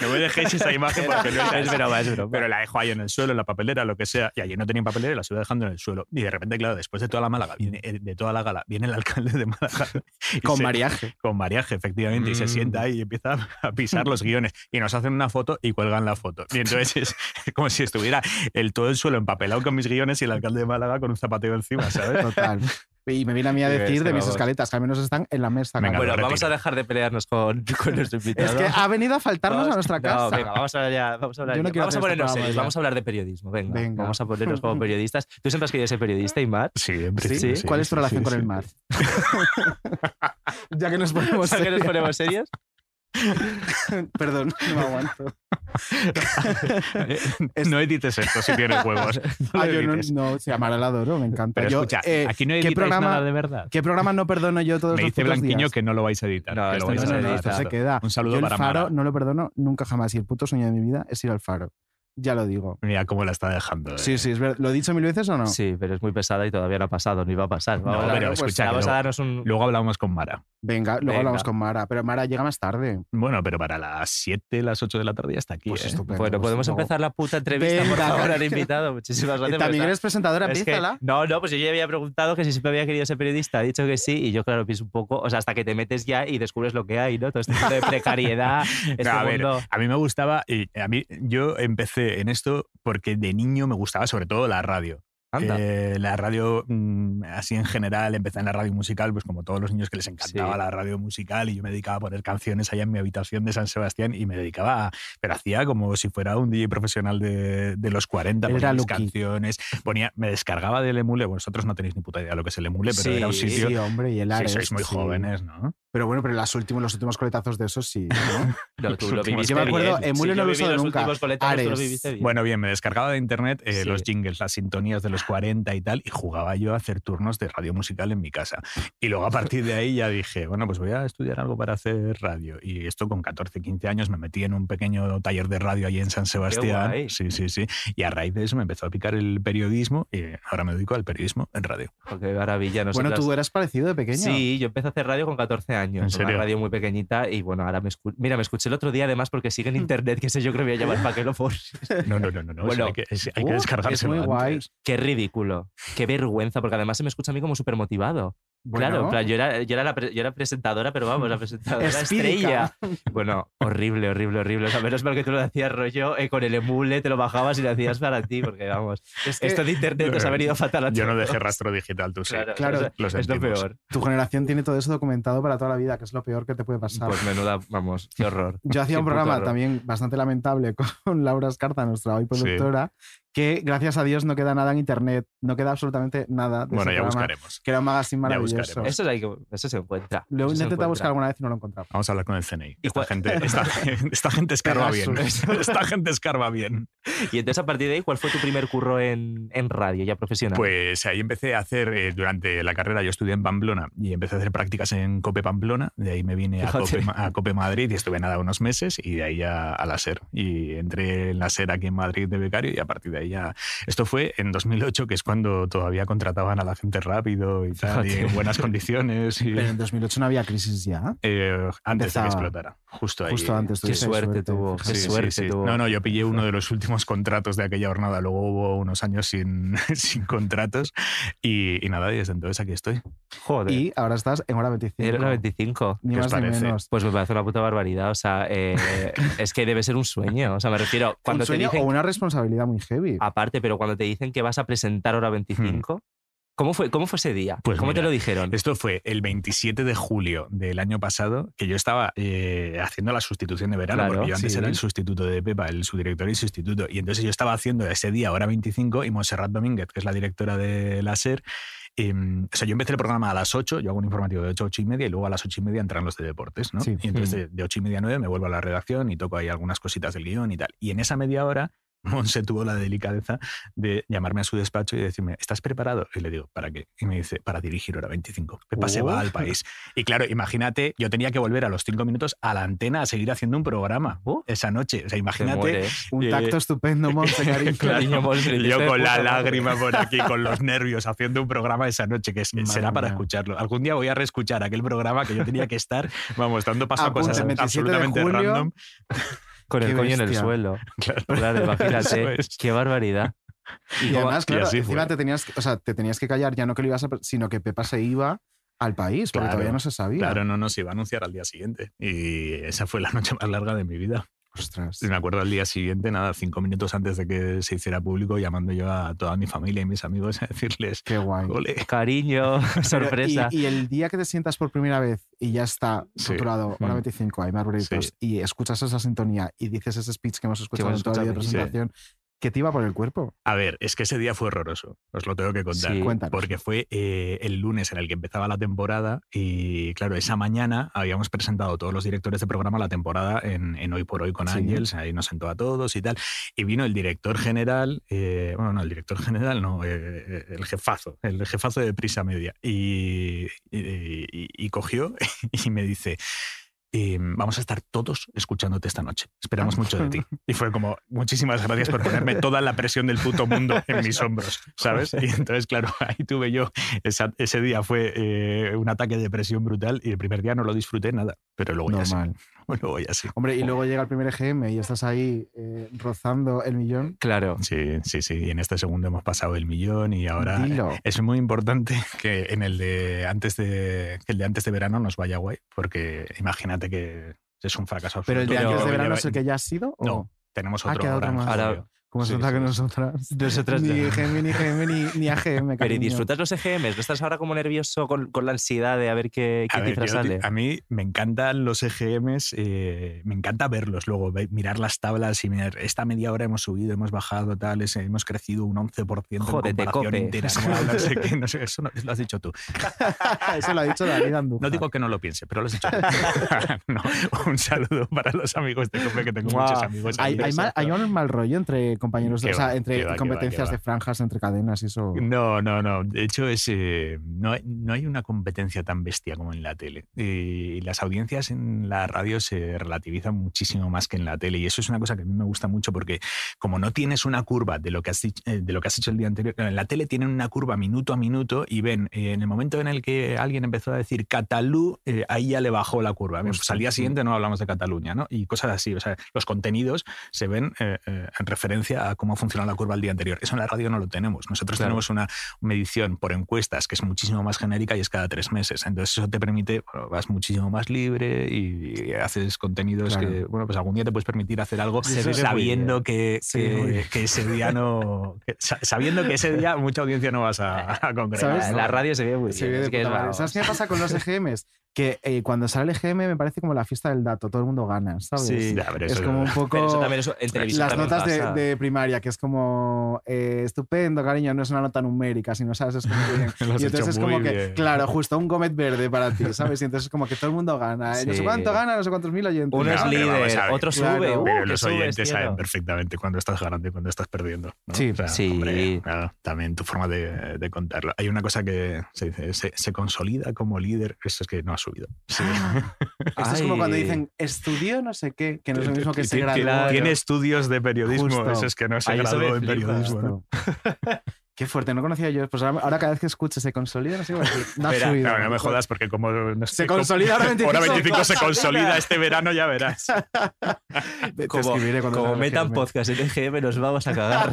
[SPEAKER 7] No me dejéis esa imagen porque no
[SPEAKER 2] Es broma, es broma.
[SPEAKER 7] Pero la dejo ahí en el suelo, en la papelera, lo que sea. Y allí no tenía papelera y la iba dejando en el suelo. Y de repente, claro, después de toda la Málaga, viene, eh, de toda la gala, viene el alcalde de Málaga. y
[SPEAKER 3] Con
[SPEAKER 7] se-
[SPEAKER 3] mariaje.
[SPEAKER 7] Con mariaje, efectivamente. Y se
[SPEAKER 2] Mm.
[SPEAKER 7] sienta ahí y empieza a pisar los guiones. Y nos hacen una foto y cuelgan la foto. Y entonces es como si estuviera el, todo el suelo empapelado con mis guiones y el alcalde de Málaga con un zapateo encima, ¿sabes?
[SPEAKER 3] Total. Y me viene a mí a
[SPEAKER 2] Sí,
[SPEAKER 3] decir
[SPEAKER 2] es
[SPEAKER 3] de
[SPEAKER 2] que
[SPEAKER 3] mis
[SPEAKER 2] vamos.
[SPEAKER 3] escaletas, que al menos están en la mesa.
[SPEAKER 7] Venga,
[SPEAKER 3] ¿no?
[SPEAKER 2] bueno,
[SPEAKER 7] lo
[SPEAKER 2] vamos
[SPEAKER 7] retiro.
[SPEAKER 2] a dejar de pelearnos con, con nuestro invitado.
[SPEAKER 3] es que ha venido a faltarnos
[SPEAKER 2] Vamos-
[SPEAKER 3] a nuestra
[SPEAKER 2] no,
[SPEAKER 3] casa.
[SPEAKER 2] venga, vamos a, ya, vamos a hablar.
[SPEAKER 3] Yo no
[SPEAKER 2] ya.
[SPEAKER 3] quiero
[SPEAKER 2] vamos a
[SPEAKER 3] hacer este
[SPEAKER 2] ponernos
[SPEAKER 3] programa
[SPEAKER 2] serios,
[SPEAKER 3] ya.
[SPEAKER 2] vamos a hablar de periodismo. Venga,
[SPEAKER 3] Venga.
[SPEAKER 2] vamos a ponernos como periodistas. Tú siempre has querido ser periodista, Imar.
[SPEAKER 7] Siempre.
[SPEAKER 2] Sí.
[SPEAKER 7] siempre,
[SPEAKER 3] ¿Cuál es tu
[SPEAKER 7] sí, sí,
[SPEAKER 3] relación con el
[SPEAKER 7] sí.
[SPEAKER 3] mar? ya que nos ponemos.
[SPEAKER 2] ¿Sabes que nos
[SPEAKER 3] serios.
[SPEAKER 2] ponemos serios?
[SPEAKER 3] Perdón, no me aguanto.
[SPEAKER 7] no edites esto si tienes huevos. No lo
[SPEAKER 3] Ah, yo no,
[SPEAKER 7] edites.
[SPEAKER 3] no, sí, a Mara la adoro, me encanta.
[SPEAKER 7] Pero
[SPEAKER 3] Yo,
[SPEAKER 7] escucha,
[SPEAKER 3] eh,
[SPEAKER 7] aquí no
[SPEAKER 3] ¿qué
[SPEAKER 7] editáis
[SPEAKER 3] programa-
[SPEAKER 7] nada de verdad.
[SPEAKER 3] ¿Qué programa no perdono yo todos
[SPEAKER 7] Me
[SPEAKER 3] los
[SPEAKER 7] dice
[SPEAKER 3] putos
[SPEAKER 7] Blanquiño
[SPEAKER 3] días?
[SPEAKER 7] que no lo vais a editar.
[SPEAKER 2] No,
[SPEAKER 7] que lo
[SPEAKER 2] esto
[SPEAKER 7] vais
[SPEAKER 2] no
[SPEAKER 7] a
[SPEAKER 2] se
[SPEAKER 3] No, no,
[SPEAKER 7] editar.
[SPEAKER 3] no,
[SPEAKER 2] edita,
[SPEAKER 3] esto se
[SPEAKER 2] Exacto.
[SPEAKER 3] queda.
[SPEAKER 7] Un saludo
[SPEAKER 3] Yo el
[SPEAKER 7] para
[SPEAKER 3] faro
[SPEAKER 7] Mara.
[SPEAKER 3] no lo perdono nunca jamás. Y el puto sueño de mi vida es ir al faro. Ya lo digo.
[SPEAKER 7] Mira cómo la está dejando. eh.
[SPEAKER 3] Sí, sí, es verdad. ¿Lo he dicho mil veces o no?
[SPEAKER 2] Sí, pero es muy pesada y todavía no ha pasado, ni va a pasar.
[SPEAKER 7] No,
[SPEAKER 2] Vamos, a,
[SPEAKER 7] pero
[SPEAKER 3] pues,
[SPEAKER 7] escucha, que
[SPEAKER 2] vamos a
[SPEAKER 7] luego,
[SPEAKER 2] darnos un...
[SPEAKER 7] luego hablamos con Mara.
[SPEAKER 3] Venga, luego
[SPEAKER 2] Venga. Pues
[SPEAKER 3] hablamos con Mara. Pero Mara llega más tarde. Eh,
[SPEAKER 7] Bueno, pero para las 7, las 8 de la tarde ya está aquí.
[SPEAKER 3] Pues
[SPEAKER 7] eh.
[SPEAKER 3] estupendo.
[SPEAKER 2] Bueno,
[SPEAKER 3] pues
[SPEAKER 2] podemos
[SPEAKER 3] luego.
[SPEAKER 2] empezar la puta entrevista, por
[SPEAKER 3] Venga.
[SPEAKER 2] favor, al invitado. Muchísimas gracias. por
[SPEAKER 3] También
[SPEAKER 2] estar-
[SPEAKER 3] eres presentadora,
[SPEAKER 2] Es que-
[SPEAKER 3] pízala.
[SPEAKER 2] no, no, pues yo ya había preguntado que si siempre había querido ser periodista, ha dicho que sí, y yo, claro, pienso un poco, o sea, hasta que te metes ya y descubres lo que hay, ¿no? Todo este mundo de precariedad, este
[SPEAKER 7] No, a ver,
[SPEAKER 2] mundo-
[SPEAKER 7] a mí me gustaba, y a mí yo empecé en esto porque de niño me gustaba sobre todo la radio.
[SPEAKER 2] Anda.
[SPEAKER 7] Eh, la radio, mm, así en general, empecé en la radio musical, pues como todos los niños que les encantaba
[SPEAKER 2] Sí.
[SPEAKER 7] la radio musical y yo me dedicaba a poner canciones allá en mi habitación de San Sebastián y me dedicaba a, pero hacía como si fuera un DJ profesional de, de los 40,
[SPEAKER 3] Él
[SPEAKER 7] ponía
[SPEAKER 3] era
[SPEAKER 7] mis
[SPEAKER 3] Lucky.
[SPEAKER 7] canciones, ponía, me descargaba del emule, vosotros no tenéis ni puta idea lo que es el emule, pero
[SPEAKER 2] Sí,
[SPEAKER 7] era un
[SPEAKER 2] sí,
[SPEAKER 7] sitio...
[SPEAKER 3] Sí, hombre, y el
[SPEAKER 7] Sí,
[SPEAKER 3] Ares.
[SPEAKER 7] sois muy
[SPEAKER 3] sí.
[SPEAKER 7] jóvenes, ¿no?
[SPEAKER 3] Pero bueno, pero las últimas, los últimos coletazos de eso sí. ¿no?
[SPEAKER 2] No, tú lo
[SPEAKER 7] últimos-
[SPEAKER 2] viviste
[SPEAKER 7] Yo me
[SPEAKER 3] acuerdo,
[SPEAKER 2] bien.
[SPEAKER 3] Emule
[SPEAKER 2] Sí,
[SPEAKER 3] no
[SPEAKER 2] yo
[SPEAKER 3] lo he
[SPEAKER 2] viví
[SPEAKER 3] usado
[SPEAKER 2] los
[SPEAKER 3] nunca.
[SPEAKER 2] últimos coletazos, tú lo
[SPEAKER 3] Ares.
[SPEAKER 2] viviste bien.
[SPEAKER 7] Bueno, bien, me descargaba de internet eh,
[SPEAKER 2] Sí.
[SPEAKER 7] los jingles, las sintonías de los 40 y tal, y jugaba yo a hacer turnos de radio musical en mi casa. Y luego a partir de ahí ya dije, bueno, pues voy a estudiar algo para hacer radio. Y esto con 14, 15 años me metí en un pequeño taller de radio allí en San Sebastián.
[SPEAKER 2] guay.
[SPEAKER 7] Sí, sí, sí. Y a raíz de eso me empezó a picar el periodismo y ahora me dedico al periodismo en radio.
[SPEAKER 2] Oh, qué maravilla.
[SPEAKER 3] bueno,
[SPEAKER 2] nosotras-
[SPEAKER 3] tú eras parecido de pequeño.
[SPEAKER 2] Sí, yo empecé a hacer radio con 14 años.
[SPEAKER 7] ¿En serio?
[SPEAKER 2] Una radio muy pequeñita y bueno, ahora me escu- Mira, me escuché el otro día además porque sigue en internet, que sé yo creo que voy a llamar para que lo forces.
[SPEAKER 7] No, no, no, no. no
[SPEAKER 2] Bueno,
[SPEAKER 7] eso hay que, es- hay
[SPEAKER 2] uh,
[SPEAKER 7] que
[SPEAKER 2] es
[SPEAKER 7] descargárselo
[SPEAKER 3] muy guay.
[SPEAKER 7] antes.
[SPEAKER 2] Qué ridículo, qué vergüenza, porque además se me escucha a mí como súper motivado.
[SPEAKER 3] Bueno.
[SPEAKER 2] Claro, en plan, yo era, yo, era la pre- yo era presentadora, pero vamos, la presentadora
[SPEAKER 3] Espírica.
[SPEAKER 2] estrella. Bueno, horrible, horrible, horrible. O sea, menos mal que tú lo hacías rollo eh, con el emule, te lo bajabas y lo hacías para ti, porque vamos,
[SPEAKER 3] Es que-
[SPEAKER 2] esto de internet nos ha venido fatal a
[SPEAKER 7] Yo no
[SPEAKER 2] todos.
[SPEAKER 7] dejé rastro digital, tú sí.
[SPEAKER 2] Claro,
[SPEAKER 3] Claro.
[SPEAKER 2] o sea,
[SPEAKER 7] Lo
[SPEAKER 2] es lo
[SPEAKER 7] sentimos.
[SPEAKER 2] peor.
[SPEAKER 3] Tu generación tiene todo eso documentado para toda la vida, que es lo peor que te puede pasar.
[SPEAKER 2] Pues menuda, vamos, qué horror.
[SPEAKER 3] Yo hacía
[SPEAKER 2] Qué
[SPEAKER 3] un
[SPEAKER 2] puto
[SPEAKER 3] programa
[SPEAKER 2] horror.
[SPEAKER 3] también bastante lamentable con Laura Escarza, nuestra hoy
[SPEAKER 7] Sí.
[SPEAKER 3] productora, que gracias a Dios no queda nada en internet, no queda absolutamente nada. De
[SPEAKER 7] Bueno,
[SPEAKER 3] ese
[SPEAKER 7] ya
[SPEAKER 3] programa,
[SPEAKER 7] buscaremos.
[SPEAKER 3] Que era un magazine
[SPEAKER 7] Ya
[SPEAKER 3] maravilloso.
[SPEAKER 7] buscaremos.
[SPEAKER 2] Eso, hay que- eso se encuentra.
[SPEAKER 3] Lo he
[SPEAKER 2] pues, eso se
[SPEAKER 3] intentado
[SPEAKER 2] encuentra.
[SPEAKER 3] buscar alguna vez y no lo encontraba.
[SPEAKER 7] Vamos a hablar con el CNI.
[SPEAKER 2] ¿Y
[SPEAKER 7] Esta
[SPEAKER 2] cuál-
[SPEAKER 7] gente, esta, esta gente escarba bien. Esta gente escarba bien.
[SPEAKER 2] Y entonces, a partir de ahí, ¿cuál fue tu primer curro en, en radio, ya profesional?
[SPEAKER 7] Pues ahí empecé a hacer, eh, durante la carrera yo estudié en Pamplona y empecé a hacer prácticas en Cope Pamplona, de ahí me vine a
[SPEAKER 2] Fíjate.
[SPEAKER 7] Cope, Ma- a Cope Madrid y estuve nada unos meses y de ahí ya a la SER. Y entré en la SER aquí en Madrid de becario y a partir de ahí ya... Esto fue en 2008, que es cuando todavía contrataban a la gente rápido y tal, y en
[SPEAKER 2] Fíjate.
[SPEAKER 7] buenas condiciones. Y,
[SPEAKER 3] Pero en 2008 no había crisis ya.
[SPEAKER 7] eh, antes de
[SPEAKER 3] Empezaba.
[SPEAKER 7] que explotara, justo ahí.
[SPEAKER 3] Justo antes.
[SPEAKER 2] Qué
[SPEAKER 3] tuvisteis
[SPEAKER 2] suerte tuvo.
[SPEAKER 3] fíjate.
[SPEAKER 2] Qué suerte tuvo.
[SPEAKER 7] No, no, yo pillé uno de los últimos contratos de aquella jornada. Luego hubo unos años sin, sin contratos y, y nada, y desde entonces aquí estoy.
[SPEAKER 2] Joder.
[SPEAKER 3] Y ahora estás en hora 25.
[SPEAKER 2] Era la 25.
[SPEAKER 3] Ni
[SPEAKER 7] ¿Qué os
[SPEAKER 3] más ni
[SPEAKER 7] parece?
[SPEAKER 3] menos.
[SPEAKER 2] Pues me parece una puta barbaridad. O sea, eh, es que debe ser un sueño. O sea, me refiero, cuando
[SPEAKER 3] un sueño
[SPEAKER 2] te Ah, dicen.
[SPEAKER 3] o una responsabilidad muy heavy.
[SPEAKER 2] Aparte, pero cuando te dicen que vas a presentar hora 25, ¿cómo, fue, ¿cómo fue ese día?
[SPEAKER 7] Hmm. Pues
[SPEAKER 2] ¿Cómo te
[SPEAKER 7] mira,
[SPEAKER 2] lo dijeron?
[SPEAKER 7] Esto fue el 27 de julio del año pasado que yo estaba eh, haciendo la sustitución de verano,
[SPEAKER 2] Claro,
[SPEAKER 7] porque yo antes
[SPEAKER 2] sí.
[SPEAKER 7] era el sustituto de Pepa, el subdirector y sustituto. Y entonces yo estaba haciendo ese día, hora 25, y Montserrat Domínguez, que es la directora de la SER, em, o sea, yo empecé el programa a las 8, yo hago un informativo de 8 a 8 y media y luego a las 8 y media entran los de deportes, ¿no?
[SPEAKER 3] Sí.
[SPEAKER 7] Y entonces de, de 8 y media a 9 me vuelvo a la redacción y toco ahí algunas cositas del guión y tal. Y en esa media hora Monse tuvo la delicadeza de llamarme a su despacho y decirme, ¿estás preparado? Y le digo, ¿para qué? Y me dice, para dirigir hora 25. Pepa se va al país. Y claro, imagínate, yo tenía que volver a los 5 minutos a la antena a seguir haciendo un programa
[SPEAKER 2] Uh,
[SPEAKER 7] esa noche. O sea,
[SPEAKER 2] Te
[SPEAKER 7] imagínate
[SPEAKER 2] mueres.
[SPEAKER 3] Un
[SPEAKER 7] eh,
[SPEAKER 3] tacto estupendo, Monse, cariño.
[SPEAKER 2] Cariño, Monse,
[SPEAKER 7] yo
[SPEAKER 2] dices,
[SPEAKER 7] con
[SPEAKER 2] puta
[SPEAKER 7] la
[SPEAKER 2] madre.
[SPEAKER 7] lágrima por aquí, con los nervios, haciendo un programa esa noche, que es-
[SPEAKER 3] Madre
[SPEAKER 7] será para
[SPEAKER 3] mía.
[SPEAKER 7] escucharlo. Algún día voy a reescuchar aquel programa que yo tenía que estar, vamos, dando paso a
[SPEAKER 3] Apunte,
[SPEAKER 7] cosas
[SPEAKER 3] 27 de
[SPEAKER 7] absolutamente
[SPEAKER 3] julio.
[SPEAKER 7] random.
[SPEAKER 2] Con el
[SPEAKER 3] Qué
[SPEAKER 2] coño en el
[SPEAKER 3] bestia.
[SPEAKER 2] suelo.
[SPEAKER 7] Claro.
[SPEAKER 2] Claro,
[SPEAKER 7] Eso
[SPEAKER 2] imagínate.
[SPEAKER 7] es.
[SPEAKER 2] Qué barbaridad.
[SPEAKER 3] Y
[SPEAKER 2] cómo-
[SPEAKER 3] además,
[SPEAKER 7] y
[SPEAKER 3] claro,
[SPEAKER 7] así
[SPEAKER 3] encima
[SPEAKER 7] fue.
[SPEAKER 3] te tenías, que- o sea, te tenías que callar, ya no que lo ibas a, pre- sino que Pepa se iba al país, porque
[SPEAKER 7] Claro,
[SPEAKER 3] todavía no se sabía.
[SPEAKER 7] Claro, no, no, se iba a anunciar al día siguiente. Y esa fue la noche más larga de mi vida.
[SPEAKER 3] Ostras.
[SPEAKER 7] Y me acuerdo al día siguiente, nada, cinco minutos antes de que se hiciera público, llamando yo a toda mi familia y mis amigos a decirles,
[SPEAKER 3] Qué guay.
[SPEAKER 7] ole,
[SPEAKER 2] Cariño,
[SPEAKER 3] Pero,
[SPEAKER 2] sorpresa.
[SPEAKER 3] Y, y el día que te sientas por primera vez y ya está
[SPEAKER 7] Sí.
[SPEAKER 3] titulado hora
[SPEAKER 2] Mm.
[SPEAKER 3] 25, hay arbolitos,
[SPEAKER 7] Sí.
[SPEAKER 3] y escuchas esa sintonía y dices ese speech que hemos escuchado
[SPEAKER 2] hemos
[SPEAKER 3] en toda la
[SPEAKER 2] escuchado,
[SPEAKER 7] sí.
[SPEAKER 3] presentación, que te iba por el cuerpo.
[SPEAKER 7] A ver, es que ese día fue horroroso, os lo tengo que contar.
[SPEAKER 2] Sí.
[SPEAKER 3] Cuéntanos.
[SPEAKER 7] Porque fue eh, el lunes en el que empezaba la temporada y, claro, esa mañana habíamos presentado todos los directores de programa la temporada en, en Hoy por Hoy con
[SPEAKER 3] Sí.
[SPEAKER 7] Ángels, ahí nos sentó a todos y tal. Y vino el director general, eh, bueno, no, el director general no, eh, eh, el jefazo, el jefazo de Prisa Media. Y, y- y- y cogió y me dice... "Eh, vamos a estar todos escuchándote esta noche.
[SPEAKER 3] Ah,
[SPEAKER 7] Esperamos mucho de ti. Y fue como, muchísimas gracias por ponerme toda la presión del puto mundo en mis hombros, ¿sabes? Y entonces, claro, ahí tuve yo, esa- ese día fue eh, un ataque de presión brutal y el primer día no lo disfruté nada, pero luego ya sí.
[SPEAKER 3] Normal.
[SPEAKER 7] Luego ya sí.
[SPEAKER 3] Hombre, y luego llega el primer EGM y estás ahí eh, rozando el millón.
[SPEAKER 2] Claro.
[SPEAKER 7] Sí, sí, sí. Y en este segundo hemos pasado el millón y ahora eh,
[SPEAKER 3] Dilo.
[SPEAKER 7] es muy importante que en el de antes de, que el de antes de verano nos vaya guay, porque imagínate que es un fracaso.
[SPEAKER 3] Pero el de
[SPEAKER 7] absoluto.
[SPEAKER 3] antes de
[SPEAKER 7] Yo-
[SPEAKER 3] verano
[SPEAKER 7] yo-
[SPEAKER 3] es el que ya has sido. ¿o?
[SPEAKER 7] No, tenemos
[SPEAKER 3] Ah,
[SPEAKER 7] otro
[SPEAKER 3] queda
[SPEAKER 7] ahora
[SPEAKER 3] otro
[SPEAKER 7] en
[SPEAKER 3] más.
[SPEAKER 2] Ahora-
[SPEAKER 7] julio.
[SPEAKER 3] ¿Cómo se
[SPEAKER 7] Sí,
[SPEAKER 3] nota
[SPEAKER 7] sí,
[SPEAKER 3] que
[SPEAKER 7] sí.
[SPEAKER 3] nosotras?
[SPEAKER 2] Nosotras
[SPEAKER 3] ni
[SPEAKER 2] no.
[SPEAKER 3] EGM, ni EGM, ni, ni AGM.
[SPEAKER 2] Pero ¿y
[SPEAKER 3] cariño.
[SPEAKER 2] disfrutas los EGMs? ¿No estás ahora como nervioso con, con la ansiedad de a ver qué, qué
[SPEAKER 7] A, ver,
[SPEAKER 2] cifra
[SPEAKER 7] yo,
[SPEAKER 2] sale?
[SPEAKER 7] a mí me encantan los EGMs, eh, me encanta verlos luego, ve- mirar las tablas y mirar, esta media hora hemos subido, hemos bajado, tales, eh, hemos crecido un 11%
[SPEAKER 2] Jódete,
[SPEAKER 7] en
[SPEAKER 2] cope.
[SPEAKER 7] comparación interanual, no sé qué, no sé, eso no- lo has dicho tú.
[SPEAKER 3] Eso lo ha dicho David Andújar.
[SPEAKER 7] No digo que no lo piense, pero lo has dicho tú. No, un saludo para los amigos de cope, que tengo
[SPEAKER 2] Guau.
[SPEAKER 7] muchos amigos.
[SPEAKER 3] Hay, hay,
[SPEAKER 7] amigos,
[SPEAKER 3] mal, hay
[SPEAKER 7] pero-
[SPEAKER 3] un mal rollo entre compañeros, de,
[SPEAKER 7] Qué
[SPEAKER 3] o sea,
[SPEAKER 7] va, qué
[SPEAKER 3] entre
[SPEAKER 7] va, qué va,
[SPEAKER 3] competencias
[SPEAKER 7] qué va. Mm,
[SPEAKER 3] de franjas, entre cadenas y eso.
[SPEAKER 7] No, no, no. De hecho, es, eh, no, hay- no hay una competencia tan bestia como en la tele. Y las audiencias en la radio se relativizan muchísimo más que en la tele. Y eso es una cosa que a mí me gusta mucho porque como no tienes una curva de lo que has, dich- eh, de lo que has hecho el día anterior, claro, en la tele tienen una curva minuto a minuto y ven, eh, en el momento en el que alguien empezó a decir Catalú, eh, ahí ya le bajó la curva. Bien, pues al día siguiente no hablamos de Cataluña, ¿no? Y cosas así. O sea, los contenidos se ven eh, eh, en referencia a cómo ha funcionado la curva el día anterior. Eso en la radio no lo tenemos. Nosotros
[SPEAKER 2] Claro.
[SPEAKER 7] tenemos una medición por encuestas que es muchísimo más genérica y es cada tres meses. Entonces eso te permite, bueno, vas muchísimo más libre y, y haces contenidos
[SPEAKER 3] Claro.
[SPEAKER 7] que, bueno, pues algún día te puedes permitir hacer algo
[SPEAKER 2] Se vive muy
[SPEAKER 7] sabiendo que,
[SPEAKER 2] Se
[SPEAKER 7] que-
[SPEAKER 2] vive muy bien.
[SPEAKER 7] que ese día no... que- sa- sabiendo que ese día mucha audiencia no vas a, a congregar.
[SPEAKER 3] ¿Sabes?
[SPEAKER 7] ¿no?
[SPEAKER 2] La radio se ve muy bien.
[SPEAKER 3] Se vive
[SPEAKER 2] es
[SPEAKER 3] de
[SPEAKER 2] que es
[SPEAKER 3] puta madre.
[SPEAKER 2] bravo.
[SPEAKER 3] ¿Sabes qué me pasa con los EGMs? Que eh, cuando sale el EGM me parece como la fiesta del dato, todo el mundo gana, ¿sabes?
[SPEAKER 7] Sí, ya, pero
[SPEAKER 3] es
[SPEAKER 7] eso-
[SPEAKER 3] como un poco
[SPEAKER 2] Pero eso también es en televisión.
[SPEAKER 3] las
[SPEAKER 2] también
[SPEAKER 3] notas de,
[SPEAKER 2] pasa.
[SPEAKER 3] de primaria, que es como eh, estupendo, cariño, no es una nota numérica, sino sabes, es como que-
[SPEAKER 7] Lo has
[SPEAKER 3] y entonces
[SPEAKER 7] hecho
[SPEAKER 3] es como
[SPEAKER 7] muy
[SPEAKER 3] que,
[SPEAKER 7] bien.
[SPEAKER 3] claro, justo un gomet verde para ti, ¿sabes? Y entonces es como que todo el mundo gana, eh, no sé
[SPEAKER 2] Sí.
[SPEAKER 3] cuánto gana, no sé cuántos mil oyentes.
[SPEAKER 2] Uno
[SPEAKER 7] No,
[SPEAKER 2] es
[SPEAKER 7] pero vamos a
[SPEAKER 2] líder,
[SPEAKER 7] ver.
[SPEAKER 2] otro
[SPEAKER 3] Claro.
[SPEAKER 2] sube. uh,
[SPEAKER 7] Pero
[SPEAKER 2] que
[SPEAKER 7] los
[SPEAKER 2] subes,
[SPEAKER 7] oyentes
[SPEAKER 2] cielo.
[SPEAKER 7] saben perfectamente cuando estás ganando y cuando estás perdiendo. ¿no?
[SPEAKER 3] Sí.
[SPEAKER 7] O sea,
[SPEAKER 2] Sí.
[SPEAKER 7] hombre, claro, también tu forma de, de contarlo. Hay una cosa que se dice, se, se consolida como líder, eso es que no ha subido. Sí.
[SPEAKER 3] Esto es como
[SPEAKER 2] Ay.
[SPEAKER 3] cuando dicen, estudió no sé qué, Ah, que no es lo mismo que se
[SPEAKER 7] Tiene-
[SPEAKER 3] graduó.
[SPEAKER 7] Tiene estudios de periodismo,
[SPEAKER 3] Justo.
[SPEAKER 7] eso es que no se
[SPEAKER 2] Ahí eso me
[SPEAKER 7] graduó en
[SPEAKER 2] flipa.
[SPEAKER 7] periodismo. ¿no?
[SPEAKER 3] Justo. Qué fuerte, no conocía yo. Pues ahora, ahora cada vez que escucho se consolida, no sé, bueno, no ha
[SPEAKER 7] Espera,
[SPEAKER 3] subido.
[SPEAKER 7] no, no me jodas porque como no sé,
[SPEAKER 3] Se
[SPEAKER 7] como-
[SPEAKER 3] consolida ahora 25.
[SPEAKER 7] ahora 25 se consolida este verano, ya verás.
[SPEAKER 3] Te
[SPEAKER 2] Como,
[SPEAKER 3] escribiré cuando
[SPEAKER 2] como
[SPEAKER 3] salga el
[SPEAKER 2] metan
[SPEAKER 3] GM.
[SPEAKER 2] podcast en EGM, nos vamos a cagar.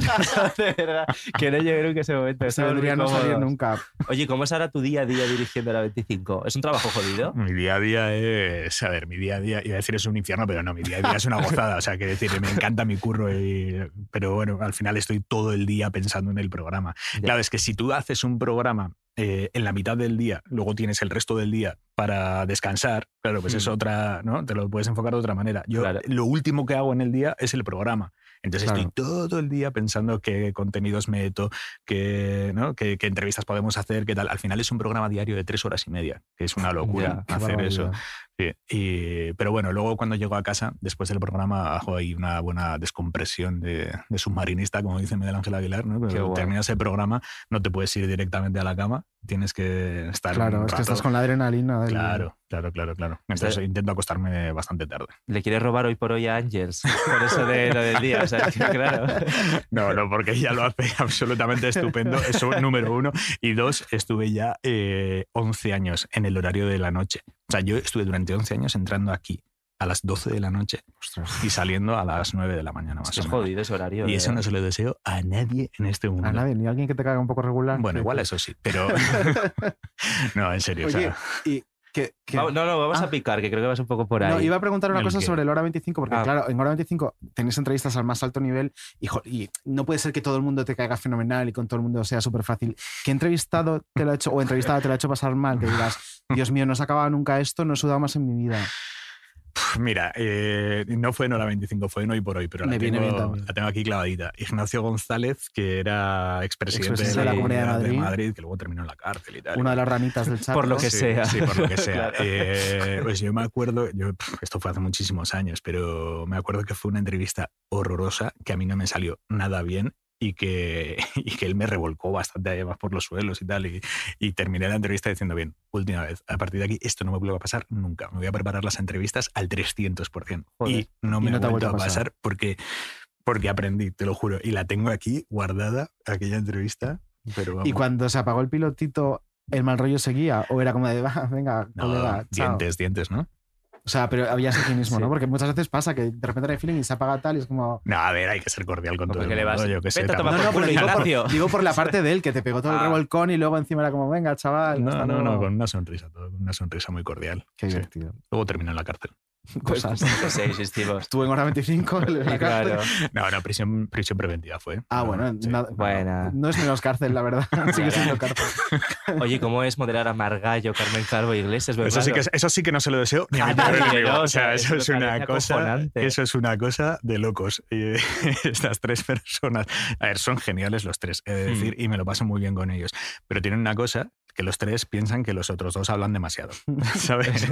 [SPEAKER 2] de verdad, que no llegue nunca ese momento.
[SPEAKER 3] Se
[SPEAKER 2] estamos muy
[SPEAKER 3] Este vendría a no salir
[SPEAKER 2] cómodos.
[SPEAKER 3] nunca.
[SPEAKER 2] Oye, ¿cómo es ahora tu día a día dirigiendo la 25? ¿Es un trabajo jodido?
[SPEAKER 7] Mi día a día es, a ver, mi día a día, iba a decir es un infierno, pero no, mi día a día es una gozada, o sea, que decir, me encanta mi curro, y- pero bueno, al final estoy todo el día pensando en el programa.
[SPEAKER 2] Ya.
[SPEAKER 7] Claro, es que si tú haces un programa eh, en la mitad del día, luego tienes el resto del día para descansar, claro, pues
[SPEAKER 2] Hmm.
[SPEAKER 7] es otra, ¿no? Te lo puedes enfocar de otra manera. Yo
[SPEAKER 2] Claro.
[SPEAKER 7] lo último que hago en el día es el programa. Entonces
[SPEAKER 3] Claro.
[SPEAKER 7] estoy todo el día pensando qué contenidos meto, qué, ¿no? qué, qué entrevistas podemos hacer, qué tal. Al final es un programa diario de tres horas y media, que es una locura
[SPEAKER 3] Qué
[SPEAKER 7] hacer eso.
[SPEAKER 3] barbaridad.
[SPEAKER 7] Sí, y- pero bueno, luego cuando llego a casa, después del programa, hago ahí una buena descompresión de, de submarinista, como dice Miguel Ángel Aguilar. ¿no?
[SPEAKER 2] Qué guay.
[SPEAKER 7] Cuando terminas el programa, no te puedes ir directamente a la cama, tienes que estar.
[SPEAKER 3] Claro,
[SPEAKER 7] un
[SPEAKER 3] es que
[SPEAKER 7] rato.
[SPEAKER 3] estás con Este la adrenalina. del-
[SPEAKER 7] Claro, claro, claro, claro. Entonces
[SPEAKER 2] Claro.
[SPEAKER 7] intento acostarme bastante tarde.
[SPEAKER 2] Le quieres robar hoy por hoy a Ángels. Por eso de lo del día. O sea, que claro.
[SPEAKER 7] No, no, porque ella lo hace absolutamente estupendo. Eso, número uno. Y dos, estuve ya eh, 11 años en el horario de la noche. O sea, yo estuve durante 11 años entrando aquí a las 12 de la noche y saliendo a las 9 de la mañana
[SPEAKER 2] Es
[SPEAKER 7] más
[SPEAKER 2] que es
[SPEAKER 7] o menos.
[SPEAKER 2] jodido eh. ese horario.
[SPEAKER 7] Y
[SPEAKER 2] de-
[SPEAKER 7] eso no se lo deseo a nadie en este mundo.
[SPEAKER 3] A nadie, ni a alguien que te caiga un poco regular.
[SPEAKER 7] Bueno, igual eso sí, pero... no, en serio. o sea,
[SPEAKER 3] Oye, y que. que-
[SPEAKER 2] Vamos- no, no, vamos
[SPEAKER 3] Ah.
[SPEAKER 2] a picar, que creo que vas un poco por ahí.
[SPEAKER 3] No, iba a preguntar una
[SPEAKER 7] ¿El
[SPEAKER 3] cosa
[SPEAKER 7] qué?
[SPEAKER 3] sobre el Hora 25, porque
[SPEAKER 2] Ah.
[SPEAKER 3] claro, en Hora 25 tenéis entrevistas al más alto nivel y, jo- y no puede ser que todo el mundo te caiga fenomenal y con todo el mundo sea súper fácil. ¿Qué entrevistado te lo ha hecho o entrevistada te lo ha hecho pasar mal? Que digas, Dios mío, no se acaba nunca esto, no he sudado más en mi vida.
[SPEAKER 7] Mira, eh, no fue en hora 25, fue en hoy por hoy, pero
[SPEAKER 3] Me
[SPEAKER 7] la
[SPEAKER 3] viene bien
[SPEAKER 7] tengo,
[SPEAKER 3] también.
[SPEAKER 7] la tengo aquí clavadita. Ignacio González, que era expresidente
[SPEAKER 3] Expresidente
[SPEAKER 7] de la Comunidad de Madrid. que luego terminó en la cárcel y tal.
[SPEAKER 3] Una de las ranitas del chat.
[SPEAKER 2] Por lo que
[SPEAKER 7] Sí,
[SPEAKER 2] sea.
[SPEAKER 7] Sí, por lo que sea.
[SPEAKER 2] Claro.
[SPEAKER 7] Eh, pues yo me acuerdo, yo, pf, esto fue hace muchísimos años, pero me acuerdo que fue una entrevista horrorosa que a mí no me salió nada bien y que, y que él me revolcó bastante además por los suelos y tal. Y, y terminé la entrevista diciendo, bien, última vez, a partir de aquí esto no me vuelve a pasar nunca. Me voy a preparar las entrevistas al 300%.
[SPEAKER 2] Joder.
[SPEAKER 7] Y no me
[SPEAKER 3] no te
[SPEAKER 7] ha vuelto a
[SPEAKER 3] pasar.
[SPEAKER 7] pasar porque... Porque aprendí, te lo juro. Y la tengo aquí guardada, aquella entrevista. Pero
[SPEAKER 3] Y
[SPEAKER 7] vamos.
[SPEAKER 3] cuando se apagó el pilotito, ¿el mal rollo seguía? ¿O era como de, "Va, venga,
[SPEAKER 7] No,
[SPEAKER 3] colega, chao"?
[SPEAKER 7] dientes, dientes, ¿no?
[SPEAKER 3] O sea, pero había ese cinismo,
[SPEAKER 2] Sí.
[SPEAKER 3] ¿no? Porque muchas veces pasa que de repente hay feeling y se apaga tal y es como...
[SPEAKER 7] No, a ver, hay que ser cordial con
[SPEAKER 2] Hombre,
[SPEAKER 7] todo el
[SPEAKER 2] ¿qué le
[SPEAKER 7] mundo,
[SPEAKER 2] vas?
[SPEAKER 7] yo que sé.
[SPEAKER 2] Vete a tomar
[SPEAKER 7] tampoco-
[SPEAKER 2] por culo,
[SPEAKER 3] pero digo,
[SPEAKER 2] Ignacio.
[SPEAKER 3] por, digo por la parte de él, que te pegó todo el
[SPEAKER 2] Ah.
[SPEAKER 3] revolcón y luego encima era como, venga, chaval. hasta
[SPEAKER 7] No, no, no,
[SPEAKER 3] luego".
[SPEAKER 7] con una sonrisa, todo, con una sonrisa muy cordial.
[SPEAKER 3] Qué
[SPEAKER 7] Sí.
[SPEAKER 3] divertido.
[SPEAKER 7] Luego terminó en la cárcel.
[SPEAKER 3] Cosas.
[SPEAKER 2] Que sí, existimos.
[SPEAKER 3] Estuve en hora 25. en la cárcel.
[SPEAKER 2] Pues- Claro.
[SPEAKER 7] No, no, prisión, prisión preventiva fue.
[SPEAKER 3] Ah,
[SPEAKER 7] No,
[SPEAKER 3] bueno,
[SPEAKER 7] sí.
[SPEAKER 3] nada-
[SPEAKER 2] Buena.
[SPEAKER 3] no es menos cárcel, la verdad. Sigue siendo cárcel.
[SPEAKER 2] Oye, ¿cómo es moderar a Margallo, Carmen Calvo e Iglesias?
[SPEAKER 7] Eso sí, que,
[SPEAKER 2] es...
[SPEAKER 7] eso sí que no se lo deseo ni a mi
[SPEAKER 2] A nadie,
[SPEAKER 7] peor enemigo.
[SPEAKER 2] Ah, ¿no?
[SPEAKER 7] O sea, eso
[SPEAKER 2] me
[SPEAKER 7] es una
[SPEAKER 2] parece
[SPEAKER 7] cosa.
[SPEAKER 2] acojonante.
[SPEAKER 7] Eso es una cosa de locos. Y, Estas tres personas. A ver, son geniales los tres, he de
[SPEAKER 2] Hmm.
[SPEAKER 7] decir, y me lo paso muy bien con ellos. Pero tienen una cosa que los tres piensan que los otros dos hablan demasiado. ¿Sabes?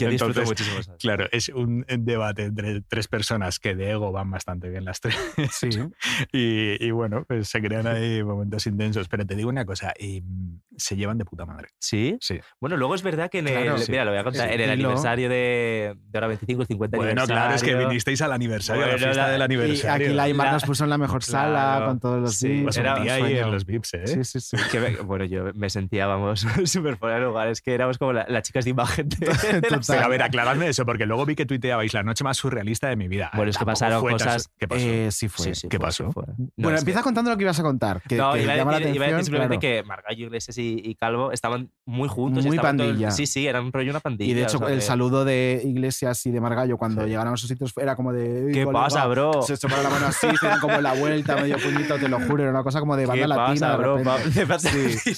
[SPEAKER 2] Yo disfruto
[SPEAKER 7] Entonces,
[SPEAKER 2] muchísimo. ¿sabes?
[SPEAKER 7] Claro, es un debate entre tres personas que de ego van bastante bien las tres.
[SPEAKER 3] Sí.
[SPEAKER 7] Y, y bueno, pues se crean ahí momentos intensos. Pero te digo una cosa, y, mm, se llevan de puta madre.
[SPEAKER 2] Sí.
[SPEAKER 7] Sí.
[SPEAKER 2] Bueno, luego es verdad que en
[SPEAKER 3] Claro,
[SPEAKER 2] el.
[SPEAKER 3] sí.
[SPEAKER 2] Mira, lo voy a contar.
[SPEAKER 3] Sí,
[SPEAKER 2] en el
[SPEAKER 3] dilo.
[SPEAKER 2] aniversario de, de Hora 25, el 50
[SPEAKER 7] Bueno,
[SPEAKER 2] aniversario.
[SPEAKER 7] claro, es que vinisteis al aniversario, a
[SPEAKER 2] Bueno,
[SPEAKER 7] la fiesta
[SPEAKER 2] la-
[SPEAKER 7] del
[SPEAKER 2] y
[SPEAKER 3] Y
[SPEAKER 7] aniversario.
[SPEAKER 3] aquí la Imar
[SPEAKER 2] La-
[SPEAKER 3] nos puso en la mejor sala
[SPEAKER 2] Claro.
[SPEAKER 3] con todos los
[SPEAKER 2] Sí,
[SPEAKER 3] sí,
[SPEAKER 7] Pues
[SPEAKER 2] era
[SPEAKER 7] un
[SPEAKER 2] un
[SPEAKER 7] día ahí en los VIPs, ¿eh?
[SPEAKER 3] Sí, sí, sí.
[SPEAKER 2] Que me- bueno, yo me sentía, éramos súper fuera de lugar, es que éramos como la- las chicas de imagen. de- de la
[SPEAKER 7] Pero a
[SPEAKER 2] serie.
[SPEAKER 7] ver, aclaradme eso, porque luego vi que tuiteabais la noche más surrealista de mi vida.
[SPEAKER 2] Bueno, es que
[SPEAKER 7] Tampoco
[SPEAKER 2] pasaron
[SPEAKER 7] fue tan
[SPEAKER 2] cosas-
[SPEAKER 7] sur- ¿Qué pasó?
[SPEAKER 3] Eh, sí fue.
[SPEAKER 2] Sí, sí,
[SPEAKER 7] ¿Qué
[SPEAKER 2] fue,
[SPEAKER 7] pasó?
[SPEAKER 2] sí fue. No,
[SPEAKER 3] bueno,
[SPEAKER 2] es que-
[SPEAKER 3] empieza contando lo que ibas a contar. Que,
[SPEAKER 2] no,
[SPEAKER 3] que
[SPEAKER 2] iba, a
[SPEAKER 3] llama la
[SPEAKER 2] decir, iba a decir
[SPEAKER 3] atención,
[SPEAKER 2] simplemente
[SPEAKER 3] claro.
[SPEAKER 2] que Margallo Iglesias y, y Calvo estaban muy juntos. y
[SPEAKER 3] Muy
[SPEAKER 2] estaban todo el-
[SPEAKER 3] pandilla.
[SPEAKER 2] sí, sí, eran un rollo una pandilla.
[SPEAKER 3] Y de
[SPEAKER 2] o
[SPEAKER 3] hecho,
[SPEAKER 2] sea
[SPEAKER 3] el
[SPEAKER 2] que-
[SPEAKER 3] saludo de Iglesias y de Margallo cuando llegaron a esos sitios era como de. "Ey,
[SPEAKER 2] ¿Qué
[SPEAKER 3] colega".
[SPEAKER 2] pasa, bro?
[SPEAKER 3] Se echaron la mano así, se dieron como la vuelta, medio puñito, te lo juro. Era una cosa como de
[SPEAKER 2] ¿Qué
[SPEAKER 3] banda
[SPEAKER 2] pasa,
[SPEAKER 3] latina. de
[SPEAKER 2] bro?
[SPEAKER 3] repente.
[SPEAKER 2] Pa- ¿Qué pasa?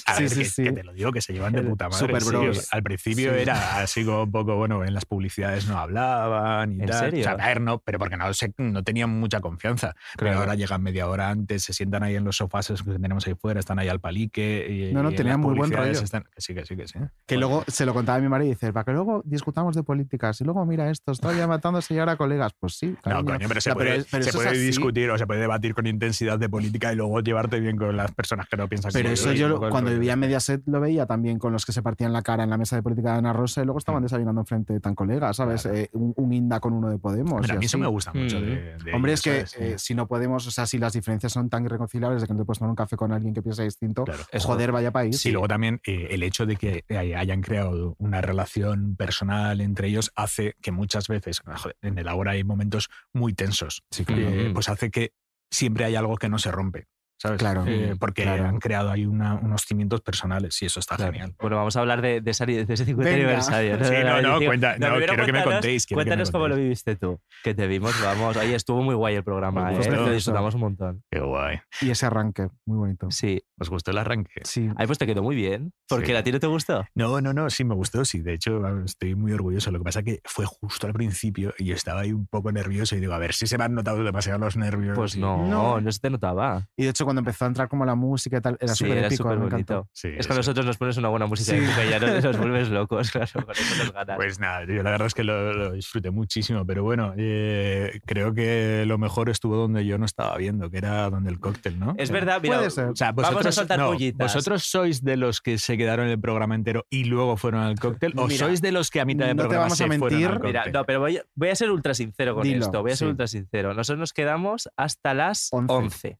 [SPEAKER 7] A
[SPEAKER 3] Sí,
[SPEAKER 7] ver,
[SPEAKER 3] sí,
[SPEAKER 7] que,
[SPEAKER 3] sí.
[SPEAKER 7] que te lo digo, que se llevan de
[SPEAKER 3] El
[SPEAKER 7] puta madre.
[SPEAKER 3] Super
[SPEAKER 7] en serio.
[SPEAKER 3] Bros.
[SPEAKER 7] Al principio
[SPEAKER 3] Sí.
[SPEAKER 7] era así como un poco, bueno, en las publicidades no hablaban y
[SPEAKER 2] ¿En
[SPEAKER 7] tal.
[SPEAKER 2] serio?
[SPEAKER 7] O sea, a ver, no, pero porque no, se- no tenían mucha confianza.
[SPEAKER 2] Claro.
[SPEAKER 7] Pero ahora llegan media hora antes, se sientan ahí en los sofás esos que tenemos ahí fuera, están ahí al palique. Y,
[SPEAKER 3] No, no,
[SPEAKER 7] y en
[SPEAKER 3] tenían
[SPEAKER 7] las
[SPEAKER 3] muy buen
[SPEAKER 7] publicidades
[SPEAKER 3] rollo.
[SPEAKER 7] están- que sí, que sí, que sí.
[SPEAKER 3] Que luego se lo contaba a mi marido y dice, para que luego discutamos de políticas. Y luego, mira, estos todavía matándose y ahora colegas. Pues sí.
[SPEAKER 7] No,
[SPEAKER 3] cariño.
[SPEAKER 7] coño, pero se
[SPEAKER 3] No,
[SPEAKER 7] puede,
[SPEAKER 3] es- pero
[SPEAKER 7] se
[SPEAKER 3] eso es
[SPEAKER 7] puede
[SPEAKER 3] así.
[SPEAKER 7] discutir o se puede debatir con intensidad de política y luego llevarte bien con las personas que no piensan como
[SPEAKER 3] Pero eso
[SPEAKER 7] y pues
[SPEAKER 3] yo
[SPEAKER 7] un
[SPEAKER 3] lo-
[SPEAKER 7] poco el
[SPEAKER 3] cuando
[SPEAKER 7] rollo.
[SPEAKER 3] vivía en Mediaset lo veía también con los que se partían la cara en la mesa de política de Ana Rosa y luego
[SPEAKER 7] Mm.
[SPEAKER 3] estaban desayunando enfrente tan colegas, ¿sabes? Eh, un, un inda con uno de Podemos.
[SPEAKER 7] Mira,
[SPEAKER 3] y
[SPEAKER 7] a mí eso
[SPEAKER 3] así.
[SPEAKER 7] me gusta mucho.
[SPEAKER 2] Mm.
[SPEAKER 7] de- de
[SPEAKER 3] Hombre,
[SPEAKER 7] ellos,
[SPEAKER 3] es que
[SPEAKER 7] ¿sabes?
[SPEAKER 3] eh, si no podemos, o sea, si las diferencias son tan irreconciliables de que no te puedes tomar un café con alguien que piensa distinto,
[SPEAKER 7] Claro.
[SPEAKER 3] joder, vaya país.
[SPEAKER 7] Sí, luego también eh, el hecho de que eh, hayan creado una relación personal entre ellos hace que muchas veces, joder, en el ahora hay momentos muy tensos,
[SPEAKER 3] Sí,
[SPEAKER 7] eh,
[SPEAKER 2] Mm.
[SPEAKER 7] pues hace que siempre hay algo que no se rompe, ¿sabes?
[SPEAKER 3] Claro,
[SPEAKER 7] Eh, porque
[SPEAKER 3] claro.
[SPEAKER 7] han creado ahí una- unos cimientos personales y eso está
[SPEAKER 2] Claro.
[SPEAKER 7] genial.
[SPEAKER 2] Bueno, vamos a hablar de, de, esa- de ese 50
[SPEAKER 3] Venga.
[SPEAKER 2] aniversario.
[SPEAKER 7] Sí, no, no, cuenta- no,
[SPEAKER 2] primero
[SPEAKER 7] quiero que me
[SPEAKER 2] cuéntanos-
[SPEAKER 7] contéis, quiero que me
[SPEAKER 2] Cuéntanos cómo lo
[SPEAKER 7] contéis.
[SPEAKER 2] viviste tú. Que te vimos, vamos. Oye, estuvo muy guay el programa,
[SPEAKER 7] Por
[SPEAKER 2] ¿eh?
[SPEAKER 7] supuesto.
[SPEAKER 2] Lo disfrutamos un montón.
[SPEAKER 7] Qué guay.
[SPEAKER 3] Y ese arranque, muy bonito.
[SPEAKER 2] Sí.
[SPEAKER 7] ¿Os gustó el arranque?
[SPEAKER 3] Sí.
[SPEAKER 2] Ay, pues te quedó muy bien. Porque
[SPEAKER 7] Sí.
[SPEAKER 2] la tiro te gustó.
[SPEAKER 7] No, no, no, sí me gustó, sí. De hecho, a ver, estoy muy orgulloso. Lo que pasa que fue justo al principio y yo estaba ahí un poco nervioso y digo, a ver si se me han notado demasiado los nervios.
[SPEAKER 2] Pues
[SPEAKER 7] Y-
[SPEAKER 2] no, no,
[SPEAKER 3] No.
[SPEAKER 2] se te notaba.
[SPEAKER 3] Y de hecho, cuando empezó a entrar como la música y tal, era
[SPEAKER 2] sí,
[SPEAKER 3] súper
[SPEAKER 2] era
[SPEAKER 3] épico.
[SPEAKER 2] súper
[SPEAKER 3] me encantó.
[SPEAKER 2] bonito.
[SPEAKER 7] Sí,
[SPEAKER 2] Es que a
[SPEAKER 7] eso.
[SPEAKER 2] nosotros nos pones una buena música
[SPEAKER 3] Sí.
[SPEAKER 2] de época y ya nos, nos vuelves locos, claro, con eso nos ganas.
[SPEAKER 7] Pues nada, yo la verdad es que lo, lo disfruté muchísimo, pero bueno, eh, creo que lo mejor estuvo donde yo no estaba viendo, que era donde el cóctel, ¿no?
[SPEAKER 2] es verdad, mira.
[SPEAKER 3] Puede ser.
[SPEAKER 7] O sea,
[SPEAKER 2] Vamos a
[SPEAKER 7] vosotros,
[SPEAKER 2] soltar pullitas.
[SPEAKER 7] ¿Vosotros sois de los que se quedaron en el programa entero y luego fueron al cóctel? ¿O
[SPEAKER 3] Mira,
[SPEAKER 7] sois de los que a mitad de
[SPEAKER 3] no te
[SPEAKER 7] programa
[SPEAKER 3] vamos
[SPEAKER 7] se
[SPEAKER 3] a
[SPEAKER 7] fueron
[SPEAKER 3] mentir.
[SPEAKER 7] al
[SPEAKER 2] Mira,
[SPEAKER 7] cóctel?
[SPEAKER 2] no, pero voy, voy a ser ultra sincero con
[SPEAKER 3] Dilo,
[SPEAKER 2] esto. Voy a ser
[SPEAKER 3] sí.
[SPEAKER 2] ultra sincero. Nosotros nos quedamos hasta las 11.
[SPEAKER 3] Once.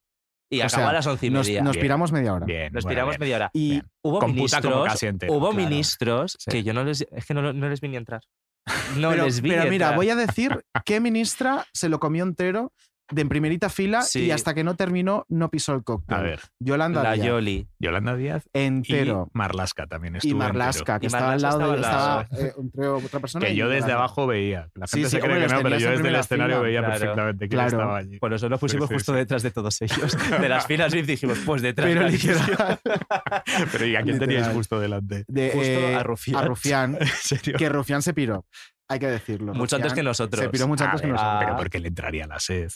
[SPEAKER 2] Y
[SPEAKER 3] O
[SPEAKER 2] acabó
[SPEAKER 3] sea,
[SPEAKER 2] a las 11 y
[SPEAKER 3] Nos,
[SPEAKER 2] media.
[SPEAKER 3] nos
[SPEAKER 7] Bien.
[SPEAKER 3] piramos media hora.
[SPEAKER 7] Bien,
[SPEAKER 2] Nos
[SPEAKER 7] bueno,
[SPEAKER 2] tiramos
[SPEAKER 7] bien.
[SPEAKER 2] media hora.
[SPEAKER 3] Y
[SPEAKER 7] Bien.
[SPEAKER 2] Hubo
[SPEAKER 7] Computa como
[SPEAKER 2] ministros,
[SPEAKER 7] casi entero,
[SPEAKER 2] hubo
[SPEAKER 7] claro.
[SPEAKER 2] ministros
[SPEAKER 7] Sí.
[SPEAKER 2] que yo no les. Es que no, no les vi ni entrar. No
[SPEAKER 3] pero,
[SPEAKER 2] les vi.
[SPEAKER 3] pero
[SPEAKER 2] ni
[SPEAKER 3] mira,
[SPEAKER 2] entrar.
[SPEAKER 3] voy a decir qué ministra se lo comió entero de en primerita fila
[SPEAKER 2] Sí.
[SPEAKER 3] y hasta que no terminó no pisó el cóctel.
[SPEAKER 7] A ver,
[SPEAKER 3] Yolanda
[SPEAKER 2] La
[SPEAKER 3] Díaz,
[SPEAKER 2] Yoli.
[SPEAKER 7] Yolanda Díaz
[SPEAKER 3] entero.
[SPEAKER 7] y Marlaska también
[SPEAKER 3] Y,
[SPEAKER 7] estuvo
[SPEAKER 3] Marlaska, que
[SPEAKER 2] Y
[SPEAKER 3] estaba al
[SPEAKER 2] Marlaska
[SPEAKER 3] lado de
[SPEAKER 2] estaba al
[SPEAKER 3] estaba, eh, entre otra
[SPEAKER 7] entero.
[SPEAKER 3] persona.
[SPEAKER 7] Que
[SPEAKER 3] y
[SPEAKER 7] yo desde
[SPEAKER 3] Yolanda.
[SPEAKER 7] abajo veía. La
[SPEAKER 3] Sí,
[SPEAKER 7] gente
[SPEAKER 3] sí,
[SPEAKER 7] se cree
[SPEAKER 3] hombre,
[SPEAKER 7] que
[SPEAKER 3] los
[SPEAKER 7] no, pero
[SPEAKER 3] tenías
[SPEAKER 7] yo
[SPEAKER 3] en
[SPEAKER 7] desde el
[SPEAKER 3] primera
[SPEAKER 7] escenario
[SPEAKER 3] fila.
[SPEAKER 7] veía
[SPEAKER 2] Claro,
[SPEAKER 7] perfectamente que
[SPEAKER 3] claro.
[SPEAKER 7] estaba allí.
[SPEAKER 2] Pues nosotros nos pusimos
[SPEAKER 7] Sí, sí,
[SPEAKER 2] justo
[SPEAKER 7] sí.
[SPEAKER 2] detrás de todos ellos. De las filas VIP dijimos, pues detrás.
[SPEAKER 3] Pero
[SPEAKER 2] de aquí.
[SPEAKER 3] literal,
[SPEAKER 7] Pero ¿y a quién teníais
[SPEAKER 3] Literal.
[SPEAKER 7] justo delante?
[SPEAKER 3] de,
[SPEAKER 2] Justo
[SPEAKER 3] eh,
[SPEAKER 2] a Rufián.
[SPEAKER 3] a Rufián,
[SPEAKER 7] ¿En serio?
[SPEAKER 3] que Rufián se piró. Hay que decirlo.
[SPEAKER 2] Mucho
[SPEAKER 3] Rufián
[SPEAKER 2] antes que nosotros.
[SPEAKER 3] Se piró mucho
[SPEAKER 7] A
[SPEAKER 3] antes que
[SPEAKER 7] ver,
[SPEAKER 3] nosotros.
[SPEAKER 2] ah,
[SPEAKER 7] Pero porque le entraría la sed.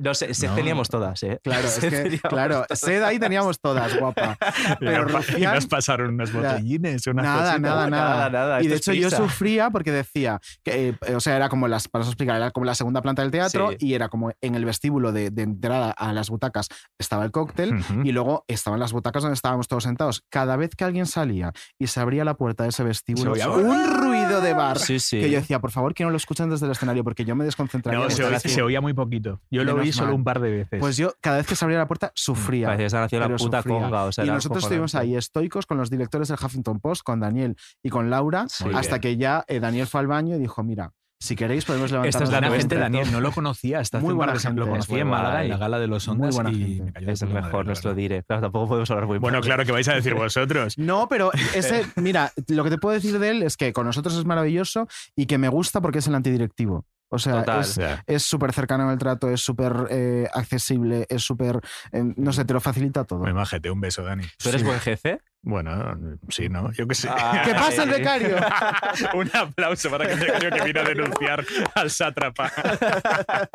[SPEAKER 2] No sé, se
[SPEAKER 7] No.
[SPEAKER 2] teníamos todas, ¿eh?
[SPEAKER 3] Claro, es
[SPEAKER 2] Se
[SPEAKER 3] que,
[SPEAKER 2] teníamos
[SPEAKER 3] claro,
[SPEAKER 2] todas.
[SPEAKER 3] sed ahí teníamos todas, guapa. Pero
[SPEAKER 7] Y nos pa- y
[SPEAKER 3] Rufián-
[SPEAKER 7] nos pasaron unos
[SPEAKER 3] Mira,
[SPEAKER 7] botellines, unas
[SPEAKER 3] Ah, Nada,
[SPEAKER 7] cositas.
[SPEAKER 3] nada,
[SPEAKER 2] Nada,
[SPEAKER 3] nada,
[SPEAKER 7] Ah,
[SPEAKER 2] nada,
[SPEAKER 3] Y
[SPEAKER 2] esto
[SPEAKER 3] de
[SPEAKER 2] es
[SPEAKER 3] hecho
[SPEAKER 2] prisa.
[SPEAKER 3] yo sufría porque decía que, eh, o sea, era como las, para os explicar, era como la segunda planta del teatro
[SPEAKER 2] Sí.
[SPEAKER 3] y era como en el vestíbulo de, de entrada a las butacas estaba el cóctel
[SPEAKER 7] Ujú.
[SPEAKER 3] y luego estaban las butacas donde estábamos todos sentados. Cada vez que alguien salía y se abría la puerta de ese vestíbulo,
[SPEAKER 7] Se oía- ¡Ah!
[SPEAKER 3] un ruido de bar.
[SPEAKER 2] Sí, sí.
[SPEAKER 3] Que yo decía, por favor, que no lo escuchen desde el escenario porque yo me desconcentraría.
[SPEAKER 7] No,
[SPEAKER 3] de
[SPEAKER 7] se,
[SPEAKER 3] estar
[SPEAKER 7] oía,
[SPEAKER 3] así.
[SPEAKER 7] se oía muy poquito. Yo lo
[SPEAKER 3] Menos
[SPEAKER 7] vi solo
[SPEAKER 3] mal.
[SPEAKER 7] un par de veces.
[SPEAKER 3] Pues yo, cada vez que se abría la
[SPEAKER 7] Mm,
[SPEAKER 3] puerta, sufría.
[SPEAKER 2] Parecía que se han nacido la
[SPEAKER 3] Pero
[SPEAKER 2] puta
[SPEAKER 3] sufría.
[SPEAKER 2] conga. O sea,
[SPEAKER 3] y
[SPEAKER 2] era
[SPEAKER 3] nosotros estuvimos
[SPEAKER 2] acojonante.
[SPEAKER 3] ahí estoicos con los directores del Huffington Post, con Daniel y con Laura,
[SPEAKER 7] Muy
[SPEAKER 3] hasta
[SPEAKER 7] bien.
[SPEAKER 3] que ya eh, Daniel fue al baño y dijo, mira, si queréis podemos levantar
[SPEAKER 2] Esta es la
[SPEAKER 7] buena
[SPEAKER 2] nuestra,
[SPEAKER 7] gente, Daniel, no lo conocía hasta hace
[SPEAKER 3] Muy
[SPEAKER 7] un par
[SPEAKER 3] buena
[SPEAKER 7] de semanas.
[SPEAKER 3] gente.
[SPEAKER 7] Lo
[SPEAKER 2] Es muy
[SPEAKER 7] conocí en Málaga,
[SPEAKER 2] guay.
[SPEAKER 7] en la gala de los
[SPEAKER 3] Muy
[SPEAKER 7] ondas.
[SPEAKER 3] buena
[SPEAKER 7] y
[SPEAKER 3] gente.
[SPEAKER 7] me cayó de
[SPEAKER 2] Es el
[SPEAKER 7] puta madre,
[SPEAKER 2] mejor
[SPEAKER 7] la
[SPEAKER 2] nuestro
[SPEAKER 7] verdad.
[SPEAKER 2] dire. Claro, tampoco podemos hablar muy
[SPEAKER 7] Bueno,
[SPEAKER 2] mal.
[SPEAKER 7] claro que vais a decir vosotros.
[SPEAKER 3] No, pero ese, mira, lo que te puedo decir de él es que con nosotros es maravilloso y que me gusta porque es el antidirectivo. O sea,
[SPEAKER 2] Total.
[SPEAKER 3] es- es súper cercano en el trato, es súper eh, accesible, es súper, eh, no sé, te lo facilita todo.
[SPEAKER 7] Me majete, un beso, Dani.
[SPEAKER 2] ¿Tú eres
[SPEAKER 7] Sí.
[SPEAKER 2] buen jefe? Ah,
[SPEAKER 7] Bueno, sí, ¿no? Yo qué sé.
[SPEAKER 3] ¿Qué pasa el becario?
[SPEAKER 7] Un aplauso para que becario que vino a denunciar al sátrapa.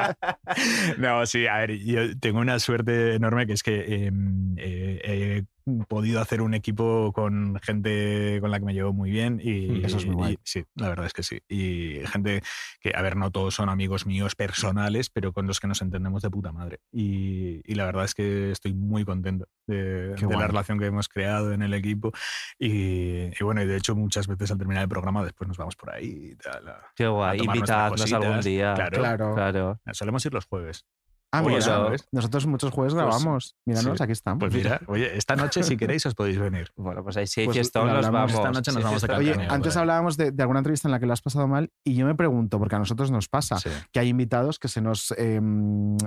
[SPEAKER 7] no, sí, a ver, yo tengo una suerte enorme que es que eh, eh, he podido hacer un equipo con gente con la que me llevo muy bien y
[SPEAKER 3] Mm, Eso es muy guay.
[SPEAKER 7] y- sí, la verdad es que sí. Y gente que, a ver, no todos son amigos míos personales, pero con los que nos entendemos de puta madre. Y, y la verdad es que estoy muy contento de,
[SPEAKER 3] Qué
[SPEAKER 7] de la
[SPEAKER 3] guay.
[SPEAKER 7] relación que hemos creado en el equipo. Y, y bueno, y de hecho muchas veces al terminar el programa después nos vamos por ahí y tal. a-
[SPEAKER 2] Qué
[SPEAKER 7] a
[SPEAKER 2] guay.
[SPEAKER 7] tomar nuestras
[SPEAKER 2] Invitadnos algún
[SPEAKER 7] cositas.
[SPEAKER 2] día.
[SPEAKER 7] Claro,
[SPEAKER 3] Claro.
[SPEAKER 2] Claro.
[SPEAKER 7] Solemos ir los jueves.
[SPEAKER 3] Ah,
[SPEAKER 7] Oye,
[SPEAKER 3] mira,
[SPEAKER 7] ¿sabes?
[SPEAKER 3] nosotros muchos jueves
[SPEAKER 7] Pues-
[SPEAKER 3] grabamos. Míranos,
[SPEAKER 7] sí.
[SPEAKER 3] aquí estamos.
[SPEAKER 7] Pues mira, oye, esta noche si queréis os podéis venir.
[SPEAKER 2] Bueno, pues ahí sí,
[SPEAKER 3] Pues
[SPEAKER 2] fiestón,
[SPEAKER 3] lo
[SPEAKER 2] nos vamos.
[SPEAKER 3] hablamos
[SPEAKER 7] esta noche, nos
[SPEAKER 2] Sí,
[SPEAKER 7] vamos a
[SPEAKER 2] fiestón.
[SPEAKER 7] Oye,
[SPEAKER 3] Oye,
[SPEAKER 7] Antonio,
[SPEAKER 3] antes
[SPEAKER 7] bueno.
[SPEAKER 3] hablábamos de, de alguna entrevista en la que lo has pasado mal y yo me pregunto, porque a nosotros nos pasa,
[SPEAKER 7] Sí.
[SPEAKER 3] que hay invitados que se nos eh,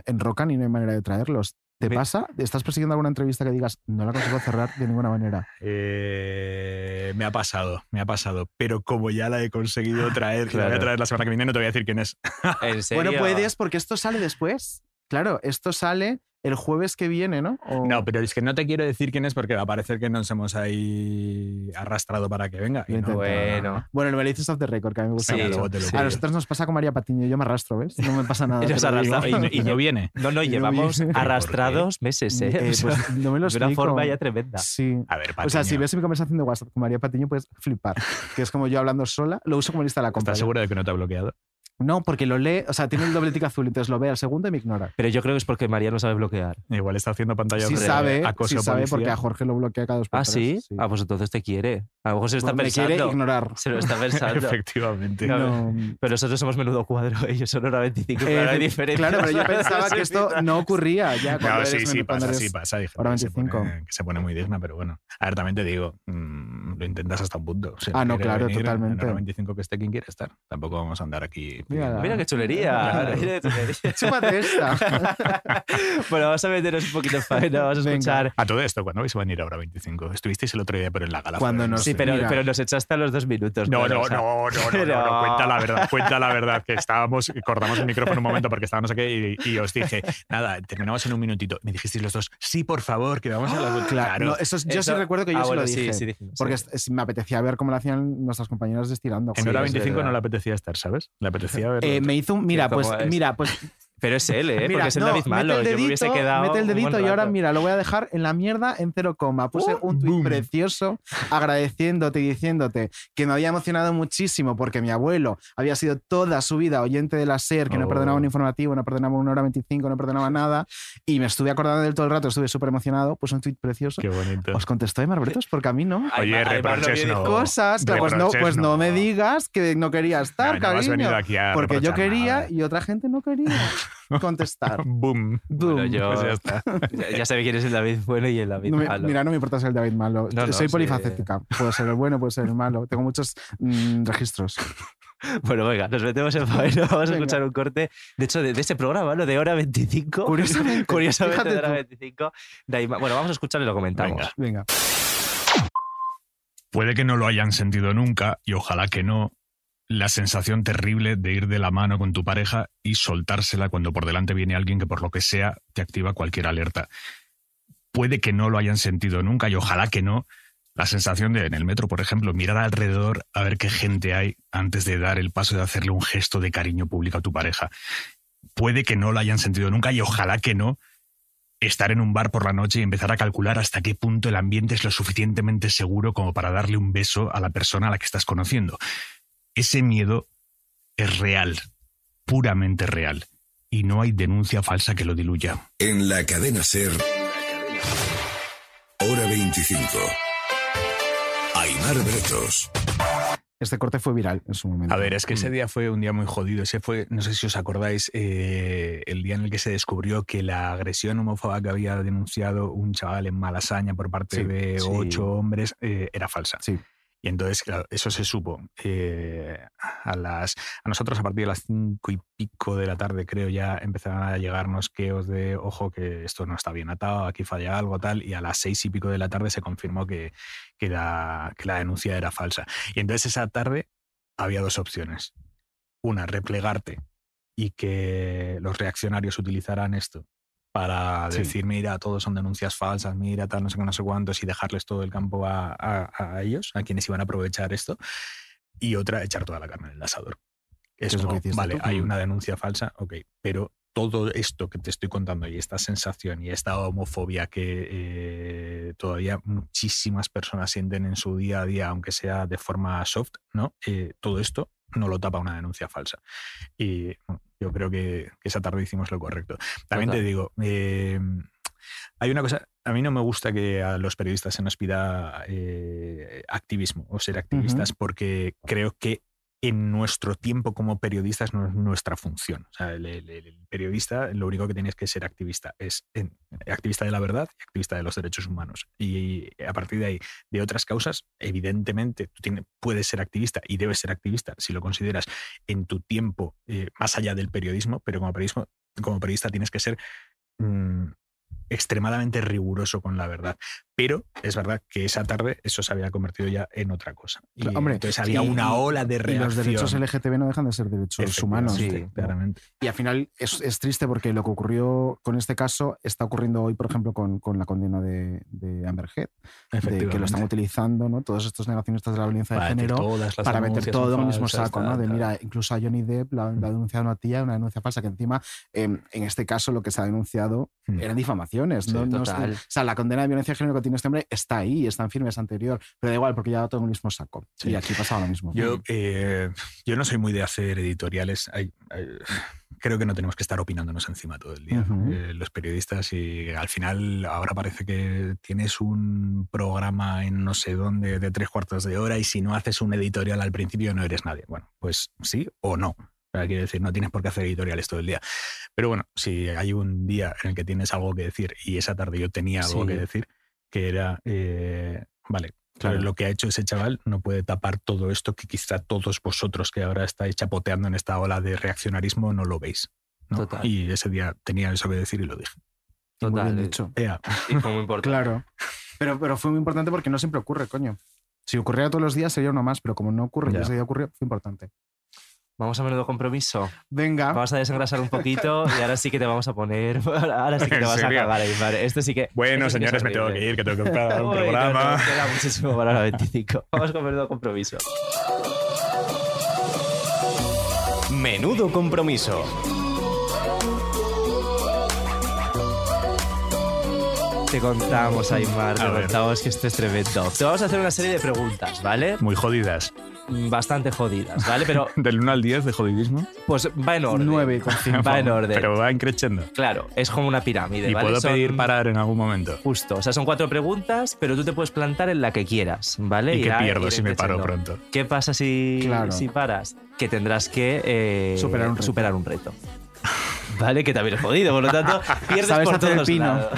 [SPEAKER 3] enrocan y no hay manera de traerlos. ¿Te
[SPEAKER 2] Me-
[SPEAKER 3] pasa? ¿Estás persiguiendo alguna entrevista que digas, no la consigo cerrar de ninguna manera?
[SPEAKER 7] Eh, me ha pasado, me ha pasado. Pero como ya la he conseguido traer, la voy a
[SPEAKER 2] Claro.
[SPEAKER 7] traer la semana que viene, no te voy a decir quién es.
[SPEAKER 2] ¿En serio?
[SPEAKER 3] Bueno, puedes, porque esto sale después. Claro, esto sale el jueves que viene, ¿no? O-
[SPEAKER 7] No, pero es que no te quiero decir quién es porque va a parecer que nos hemos ahí arrastrado para que venga. Y
[SPEAKER 3] Lo
[SPEAKER 7] no,
[SPEAKER 2] Bueno.
[SPEAKER 3] Bueno, me lo dices off the record, que a mí me gusta.
[SPEAKER 2] Sí,
[SPEAKER 7] venga,
[SPEAKER 3] mucho.
[SPEAKER 7] luego te lo
[SPEAKER 2] sí.
[SPEAKER 3] A
[SPEAKER 7] pido.
[SPEAKER 3] nosotros nos pasa con María Patiño, yo me arrastro, ¿ves? No me pasa nada.
[SPEAKER 2] Ella
[SPEAKER 3] te
[SPEAKER 2] se
[SPEAKER 3] lo digo.
[SPEAKER 2] arrastra
[SPEAKER 7] Y no- y no viene.
[SPEAKER 2] No, no,
[SPEAKER 3] Y no
[SPEAKER 2] llevamos
[SPEAKER 3] viene.
[SPEAKER 2] arrastrados meses, ¿eh?
[SPEAKER 3] Eh,
[SPEAKER 2] O sea,
[SPEAKER 3] pues no me lo
[SPEAKER 2] de una
[SPEAKER 3] explico.
[SPEAKER 2] forma ya tremenda.
[SPEAKER 3] Sí.
[SPEAKER 7] A ver,
[SPEAKER 3] O sea, si
[SPEAKER 7] Patiño,
[SPEAKER 3] ves mi conversación de WhatsApp con María Patiño, puedes flipar. Que es como yo hablando sola, lo uso como lista de la compra.
[SPEAKER 7] ¿Estás segura de que no te ha bloqueado?
[SPEAKER 3] No, porque lo lee, o sea, tiene el doble tic azul, entonces lo ve al segundo y me ignora.
[SPEAKER 2] Pero yo creo que es porque María no sabe bloquear.
[SPEAKER 7] Igual está haciendo pantalla
[SPEAKER 3] Sí
[SPEAKER 7] de
[SPEAKER 3] sabe,
[SPEAKER 7] acoso
[SPEAKER 3] sí sabe,
[SPEAKER 7] policial.
[SPEAKER 3] porque a Jorge lo bloquea cada dos por
[SPEAKER 2] eh, Ah,
[SPEAKER 3] tres,
[SPEAKER 2] ¿sí? Ah, pues entonces te quiere. A lo mejor se lo está
[SPEAKER 3] Bueno, Pues me quiere
[SPEAKER 2] pensando.
[SPEAKER 3] ignorar.
[SPEAKER 2] Se lo está pensando.
[SPEAKER 7] Efectivamente.
[SPEAKER 2] No,
[SPEAKER 3] No.
[SPEAKER 2] Pero nosotros somos menudo cuadro, ellos son hora 25,
[SPEAKER 3] Eh,
[SPEAKER 2] claro, hay diferencias.
[SPEAKER 3] claro, pero yo pensaba que esto no ocurría ya cuando
[SPEAKER 7] No, sí,
[SPEAKER 3] eres
[SPEAKER 7] sí,
[SPEAKER 3] cuando
[SPEAKER 7] pasa,
[SPEAKER 3] eres-
[SPEAKER 7] sí, pasa. Hay gente
[SPEAKER 3] ahora
[SPEAKER 7] que se
[SPEAKER 3] 25.
[SPEAKER 7] pone- que se pone muy digna, pero bueno. A ver, también te digo, mm, lo intentas hasta un punto. Si
[SPEAKER 3] Ah, no,
[SPEAKER 7] quiere
[SPEAKER 3] claro,
[SPEAKER 7] venir, en el
[SPEAKER 3] totalmente.
[SPEAKER 7] 25 que esté quien quiera estar. Tampoco vamos a andar aquí.
[SPEAKER 3] Mira,
[SPEAKER 2] Mira qué chulería.
[SPEAKER 7] Claro.
[SPEAKER 2] mira qué chulería.
[SPEAKER 3] Chúpate esta.
[SPEAKER 2] bueno, vamos a meternos un poquito en faena, vamos a
[SPEAKER 3] Venga.
[SPEAKER 2] escuchar.
[SPEAKER 7] A todo esto, ¿cuándo vais a venir ahora 25? Estuvisteis el otro día, pero en la gala.
[SPEAKER 3] Cuando
[SPEAKER 7] joder,
[SPEAKER 3] nos-
[SPEAKER 7] sé.
[SPEAKER 2] Sí, pero,
[SPEAKER 3] Mira.
[SPEAKER 2] pero nos echaste a los dos minutos.
[SPEAKER 7] No,
[SPEAKER 2] claro,
[SPEAKER 7] no,
[SPEAKER 2] o sea,
[SPEAKER 7] no, no, no, no,
[SPEAKER 2] Pero-
[SPEAKER 7] no, cuenta la verdad, cuenta la verdad, que estábamos, cortamos el micrófono un momento porque estábamos aquí y, y os dije, nada, terminamos en un minutito. Me dijisteis los dos, sí, por favor, que vamos a la...
[SPEAKER 3] Claro, no, eso es- yo sí
[SPEAKER 2] eso-
[SPEAKER 3] recuerdo que yo
[SPEAKER 2] ah,
[SPEAKER 3] se
[SPEAKER 2] bueno,
[SPEAKER 3] lo
[SPEAKER 2] sí,
[SPEAKER 3] dije.
[SPEAKER 2] sí dijimos,
[SPEAKER 3] porque
[SPEAKER 2] sí.
[SPEAKER 3] es- es- me apetecía ver cómo lo hacían nuestras compañeras de estirando.
[SPEAKER 7] En
[SPEAKER 2] Sí,
[SPEAKER 7] hora
[SPEAKER 2] es
[SPEAKER 7] 25
[SPEAKER 2] verdad.
[SPEAKER 7] no le apetecía estar, ¿sabes? Le apetecía ver...
[SPEAKER 3] Eh, me hizo un. Mira,
[SPEAKER 2] Que
[SPEAKER 3] pues,
[SPEAKER 2] como es-
[SPEAKER 3] mira, pues.
[SPEAKER 2] Pero es él, ¿eh?
[SPEAKER 3] mira,
[SPEAKER 2] Porque es el
[SPEAKER 3] no,
[SPEAKER 2] David
[SPEAKER 3] mete
[SPEAKER 2] Malo.
[SPEAKER 3] el
[SPEAKER 2] yo me hubiese
[SPEAKER 3] dedito,
[SPEAKER 2] quedado.
[SPEAKER 3] Mete el
[SPEAKER 2] un buen
[SPEAKER 3] dedito y ahora,
[SPEAKER 2] rato.
[SPEAKER 3] mira, lo voy a dejar en la mierda en cero coma. Puse
[SPEAKER 7] Oh,
[SPEAKER 3] un tuit
[SPEAKER 7] boom.
[SPEAKER 3] precioso agradeciéndote y diciéndote que me había emocionado muchísimo porque mi abuelo había sido toda su vida oyente de la SER, que no
[SPEAKER 7] Oh.
[SPEAKER 3] perdonaba un informativo, no perdonaba una hora 25, no perdonaba nada. Y me estuve acordando de él todo el rato, estuve súper emocionado. Puse un tuit precioso.
[SPEAKER 7] Qué bonito.
[SPEAKER 3] Os contestó de Marbretos porque a mí no.
[SPEAKER 2] Ay,
[SPEAKER 7] Oye,
[SPEAKER 2] ma- ay, Pablo,
[SPEAKER 7] reproches
[SPEAKER 2] ¿qué
[SPEAKER 7] no.
[SPEAKER 3] cosas. Claro, pues no,
[SPEAKER 7] Reproches
[SPEAKER 3] pues no me digas que no quería
[SPEAKER 7] No,
[SPEAKER 3] estar,
[SPEAKER 7] no has
[SPEAKER 3] cariño.
[SPEAKER 7] venido aquí a
[SPEAKER 3] porque yo
[SPEAKER 7] reprochar
[SPEAKER 3] quería
[SPEAKER 7] nada.
[SPEAKER 3] y otra gente no quería contestar.
[SPEAKER 7] Boom.
[SPEAKER 2] Bueno,
[SPEAKER 3] Boom.
[SPEAKER 2] yo-
[SPEAKER 7] Pues ya está.
[SPEAKER 2] ya, ya sabe quién es el David bueno y el David
[SPEAKER 3] No me-
[SPEAKER 2] malo.
[SPEAKER 3] mira, no me importa ser el David malo.
[SPEAKER 2] No, no,
[SPEAKER 3] Soy
[SPEAKER 2] sí.
[SPEAKER 3] polifacética. Puedo ser el bueno, puedo ser el malo. Tengo muchos mm, registros.
[SPEAKER 2] Bueno, venga, nos metemos en faena, vamos a
[SPEAKER 3] Venga.
[SPEAKER 2] escuchar un corte. De hecho, de, de ese programa, ¿no? De hora 25.
[SPEAKER 3] Curiosamente,
[SPEAKER 2] Curiosamente, de
[SPEAKER 3] fíjate
[SPEAKER 2] hora
[SPEAKER 3] tú.
[SPEAKER 2] 25. de ahí ma- bueno, vamos a escuchar y lo comentamos.
[SPEAKER 7] Venga.
[SPEAKER 3] Venga.
[SPEAKER 7] Puede que no lo hayan sentido nunca, y ojalá que no, la sensación terrible de ir de la mano con tu pareja y soltársela cuando por delante viene alguien que por lo que sea te activa cualquier alerta. Puede que no lo hayan sentido nunca, y ojalá que no, la sensación de en el metro, por ejemplo, mirar alrededor a ver qué gente hay antes de dar el paso de hacerle un gesto de cariño público a tu pareja. Puede que no lo hayan sentido nunca, y ojalá que no, estar en un bar por la noche y empezar a calcular hasta qué punto el ambiente es lo suficientemente seguro como para darle un beso a la persona a la que estás conociendo. Ese miedo es real, puramente real, y no hay denuncia falsa que lo diluya.
[SPEAKER 10] En la cadena Ser. Hora 25. Aymar Bretos.
[SPEAKER 3] Este corte fue viral en su momento.
[SPEAKER 7] A ver, es que ese día fue un día muy jodido. Ese fue, no sé si os acordáis, eh, el día en el que se descubrió que la agresión homófoba que había denunciado un chaval en Malasaña por parte
[SPEAKER 3] Sí,
[SPEAKER 7] de
[SPEAKER 2] sí.
[SPEAKER 7] ocho hombres eh, era falsa.
[SPEAKER 3] Sí.
[SPEAKER 7] Y entonces, claro, eso se supo. eh, a, las, a nosotros, a partir de las cinco y pico de la tarde, creo, ya empezaron a llegarnos queos de, ojo, que esto no está bien atado, aquí falla algo, tal. Y a las seis y pico de la tarde se confirmó que, que, la, que la denuncia era falsa. Y entonces, esa tarde había dos opciones. Una, replegarte y que los reaccionarios utilizaran esto para
[SPEAKER 3] Sí.
[SPEAKER 7] decir, mira, todos son denuncias falsas, mira, tal, no sé qué, no sé cuántos, y dejarles todo el campo a, a- a ellos, a quienes iban a aprovechar esto. Y otra, echar toda la carne en el asador. Es
[SPEAKER 3] es lo
[SPEAKER 7] como,
[SPEAKER 3] que hiciste
[SPEAKER 7] vale,
[SPEAKER 3] tú?
[SPEAKER 7] hay una denuncia falsa, ok, pero todo esto que te estoy contando y esta sensación y esta homofobia que eh, todavía muchísimas personas sienten en su día a día, aunque sea de forma soft, ¿no? Eh, todo esto no lo tapa una denuncia falsa. Y bueno, yo creo que, que esa tarde hicimos lo correcto. También te
[SPEAKER 2] Total.
[SPEAKER 7] digo, eh, hay una cosa, a mí no me gusta que a los periodistas se nos pida eh, activismo o ser activistas porque creo que en nuestro tiempo como periodistas no es nuestra función. O sea, el, el- el periodista lo único que tiene es que ser activista, es en- activista de la verdad y activista de los derechos humanos. Y, a partir de ahí, de otras causas, evidentemente tú tienes- puedes ser activista y debes ser activista si lo consideras en tu tiempo eh, más allá del periodismo, pero como, periodismo, como periodista tienes que ser mm, extremadamente riguroso con la verdad. Pero es verdad que esa tarde eso se había convertido ya en otra cosa. Y
[SPEAKER 3] Claro, hombre,
[SPEAKER 7] entonces había
[SPEAKER 3] y-
[SPEAKER 7] una
[SPEAKER 3] y-
[SPEAKER 7] ola de
[SPEAKER 3] Y
[SPEAKER 7] reacción.
[SPEAKER 3] los derechos LGTB no dejan de ser derechos humanos.
[SPEAKER 7] Efectivamente,
[SPEAKER 3] ¿no?
[SPEAKER 7] claramente.
[SPEAKER 3] Y al final es, es triste porque lo que ocurrió con este caso está ocurriendo hoy, por ejemplo, con, con la condena de, de Amber Heard, de que lo
[SPEAKER 7] Efectivamente.
[SPEAKER 3] están utilizando, ¿no? Todos estos negacionistas de la violencia
[SPEAKER 7] Para
[SPEAKER 3] de
[SPEAKER 7] meter
[SPEAKER 3] género
[SPEAKER 7] todas las
[SPEAKER 3] para meter
[SPEAKER 7] denuncias
[SPEAKER 3] todo en el
[SPEAKER 7] falsas,
[SPEAKER 3] mismo saco, ¿no?
[SPEAKER 7] tal, Mm.
[SPEAKER 3] De
[SPEAKER 7] tal.
[SPEAKER 3] mira, incluso a Johnny Depp la, la ha denunciado una tía, una denuncia falsa, que encima, eh, en este caso, lo que se ha denunciado
[SPEAKER 7] Mm.
[SPEAKER 3] eran difamaciones. ¿no?
[SPEAKER 7] Sí,
[SPEAKER 3] No es-
[SPEAKER 7] total.
[SPEAKER 3] o sea, la condena de violencia de género que tiene este hombre está ahí, está en firme, es anterior, pero da igual porque ya va todo en el mismo saco.
[SPEAKER 7] Sí.
[SPEAKER 3] Y aquí pasaba lo mismo.
[SPEAKER 7] Yo, eh, yo no soy muy de hacer editoriales. Hay- hay- creo que no tenemos que estar opinándonos encima todo el día.
[SPEAKER 3] Ujú.
[SPEAKER 7] eh, los periodistas y al final ahora parece que tienes un programa en no sé dónde de tres cuartos de hora y si no haces un editorial al principio no eres nadie. Bueno, pues sí o no. O sea, Quiero decir, no tienes por qué hacer editoriales todo el día. Pero bueno, si hay un día en el que tienes algo que decir y esa tarde yo tenía algo
[SPEAKER 3] Sí.
[SPEAKER 7] que decir, que era, eh, vale,
[SPEAKER 3] Claro.
[SPEAKER 7] claro, lo que ha hecho ese chaval no puede tapar todo esto que quizá todos vosotros que ahora estáis chapoteando en esta ola de reaccionarismo no lo veis. ¿no?
[SPEAKER 2] Total.
[SPEAKER 7] Y ese día tenía eso que decir y lo dije.
[SPEAKER 3] Y muy bien
[SPEAKER 2] Total. eh.
[SPEAKER 3] dicho.
[SPEAKER 7] Ea,
[SPEAKER 2] Y fue muy importante.
[SPEAKER 3] Claro. Pero, pero fue muy importante porque no siempre ocurre, coño. Si ocurriera todos los días sería uno más, pero como no ocurre,
[SPEAKER 7] Ya.
[SPEAKER 3] y ese día ocurrió, fue importante.
[SPEAKER 2] Vamos a menudo compromiso.
[SPEAKER 3] Venga.
[SPEAKER 2] Vamos a desengrasar un poquito y ahora sí que te vamos a poner. Ahora sí que
[SPEAKER 7] ¿En
[SPEAKER 2] te vas a
[SPEAKER 7] serio?
[SPEAKER 2] acabar, Aymar. Esto sí que.
[SPEAKER 7] Bueno,
[SPEAKER 2] esto sí que es
[SPEAKER 7] señores, me tengo
[SPEAKER 2] horrible.
[SPEAKER 7] que ir, que tengo que preparar un
[SPEAKER 2] Uy, no,
[SPEAKER 7] programa.
[SPEAKER 2] no, queda muchísimo para la 25. Vamos con menudo compromiso.
[SPEAKER 1] Menudo compromiso.
[SPEAKER 2] Te contamos, Aymar, te
[SPEAKER 7] A ver.
[SPEAKER 2] contamos que esto es tremendo. Te vamos a hacer una serie de preguntas, ¿vale?
[SPEAKER 7] Muy jodidas.
[SPEAKER 2] Mm, Bastante jodidas, ¿vale? Pero
[SPEAKER 7] Del 1 al 10 de jodidismo.
[SPEAKER 2] pues va en orden.
[SPEAKER 3] Nueve con cinco.
[SPEAKER 2] Va en orden.
[SPEAKER 7] Pero va creciendo.
[SPEAKER 2] Claro, es como una pirámide,
[SPEAKER 7] Y
[SPEAKER 2] ¿vale?
[SPEAKER 7] puedo
[SPEAKER 2] Son-
[SPEAKER 7] pedir parar en algún momento.
[SPEAKER 2] Justo, o sea, son cuatro preguntas, pero tú te puedes plantar en la que quieras, ¿vale?
[SPEAKER 7] Y que
[SPEAKER 2] ya
[SPEAKER 7] pierdo
[SPEAKER 2] ir
[SPEAKER 7] si me paro
[SPEAKER 2] creciendo.
[SPEAKER 7] pronto.
[SPEAKER 2] ¿Qué pasa si,
[SPEAKER 3] Claro.
[SPEAKER 2] si paras? Que tendrás que eh,
[SPEAKER 3] Superar un reto.
[SPEAKER 2] superar un reto. ¿Vale? Que también es jodido, por lo tanto, pierdes
[SPEAKER 3] Sabes
[SPEAKER 2] por
[SPEAKER 3] hacer
[SPEAKER 2] todos
[SPEAKER 3] el
[SPEAKER 2] los
[SPEAKER 3] pino.
[SPEAKER 2] lados.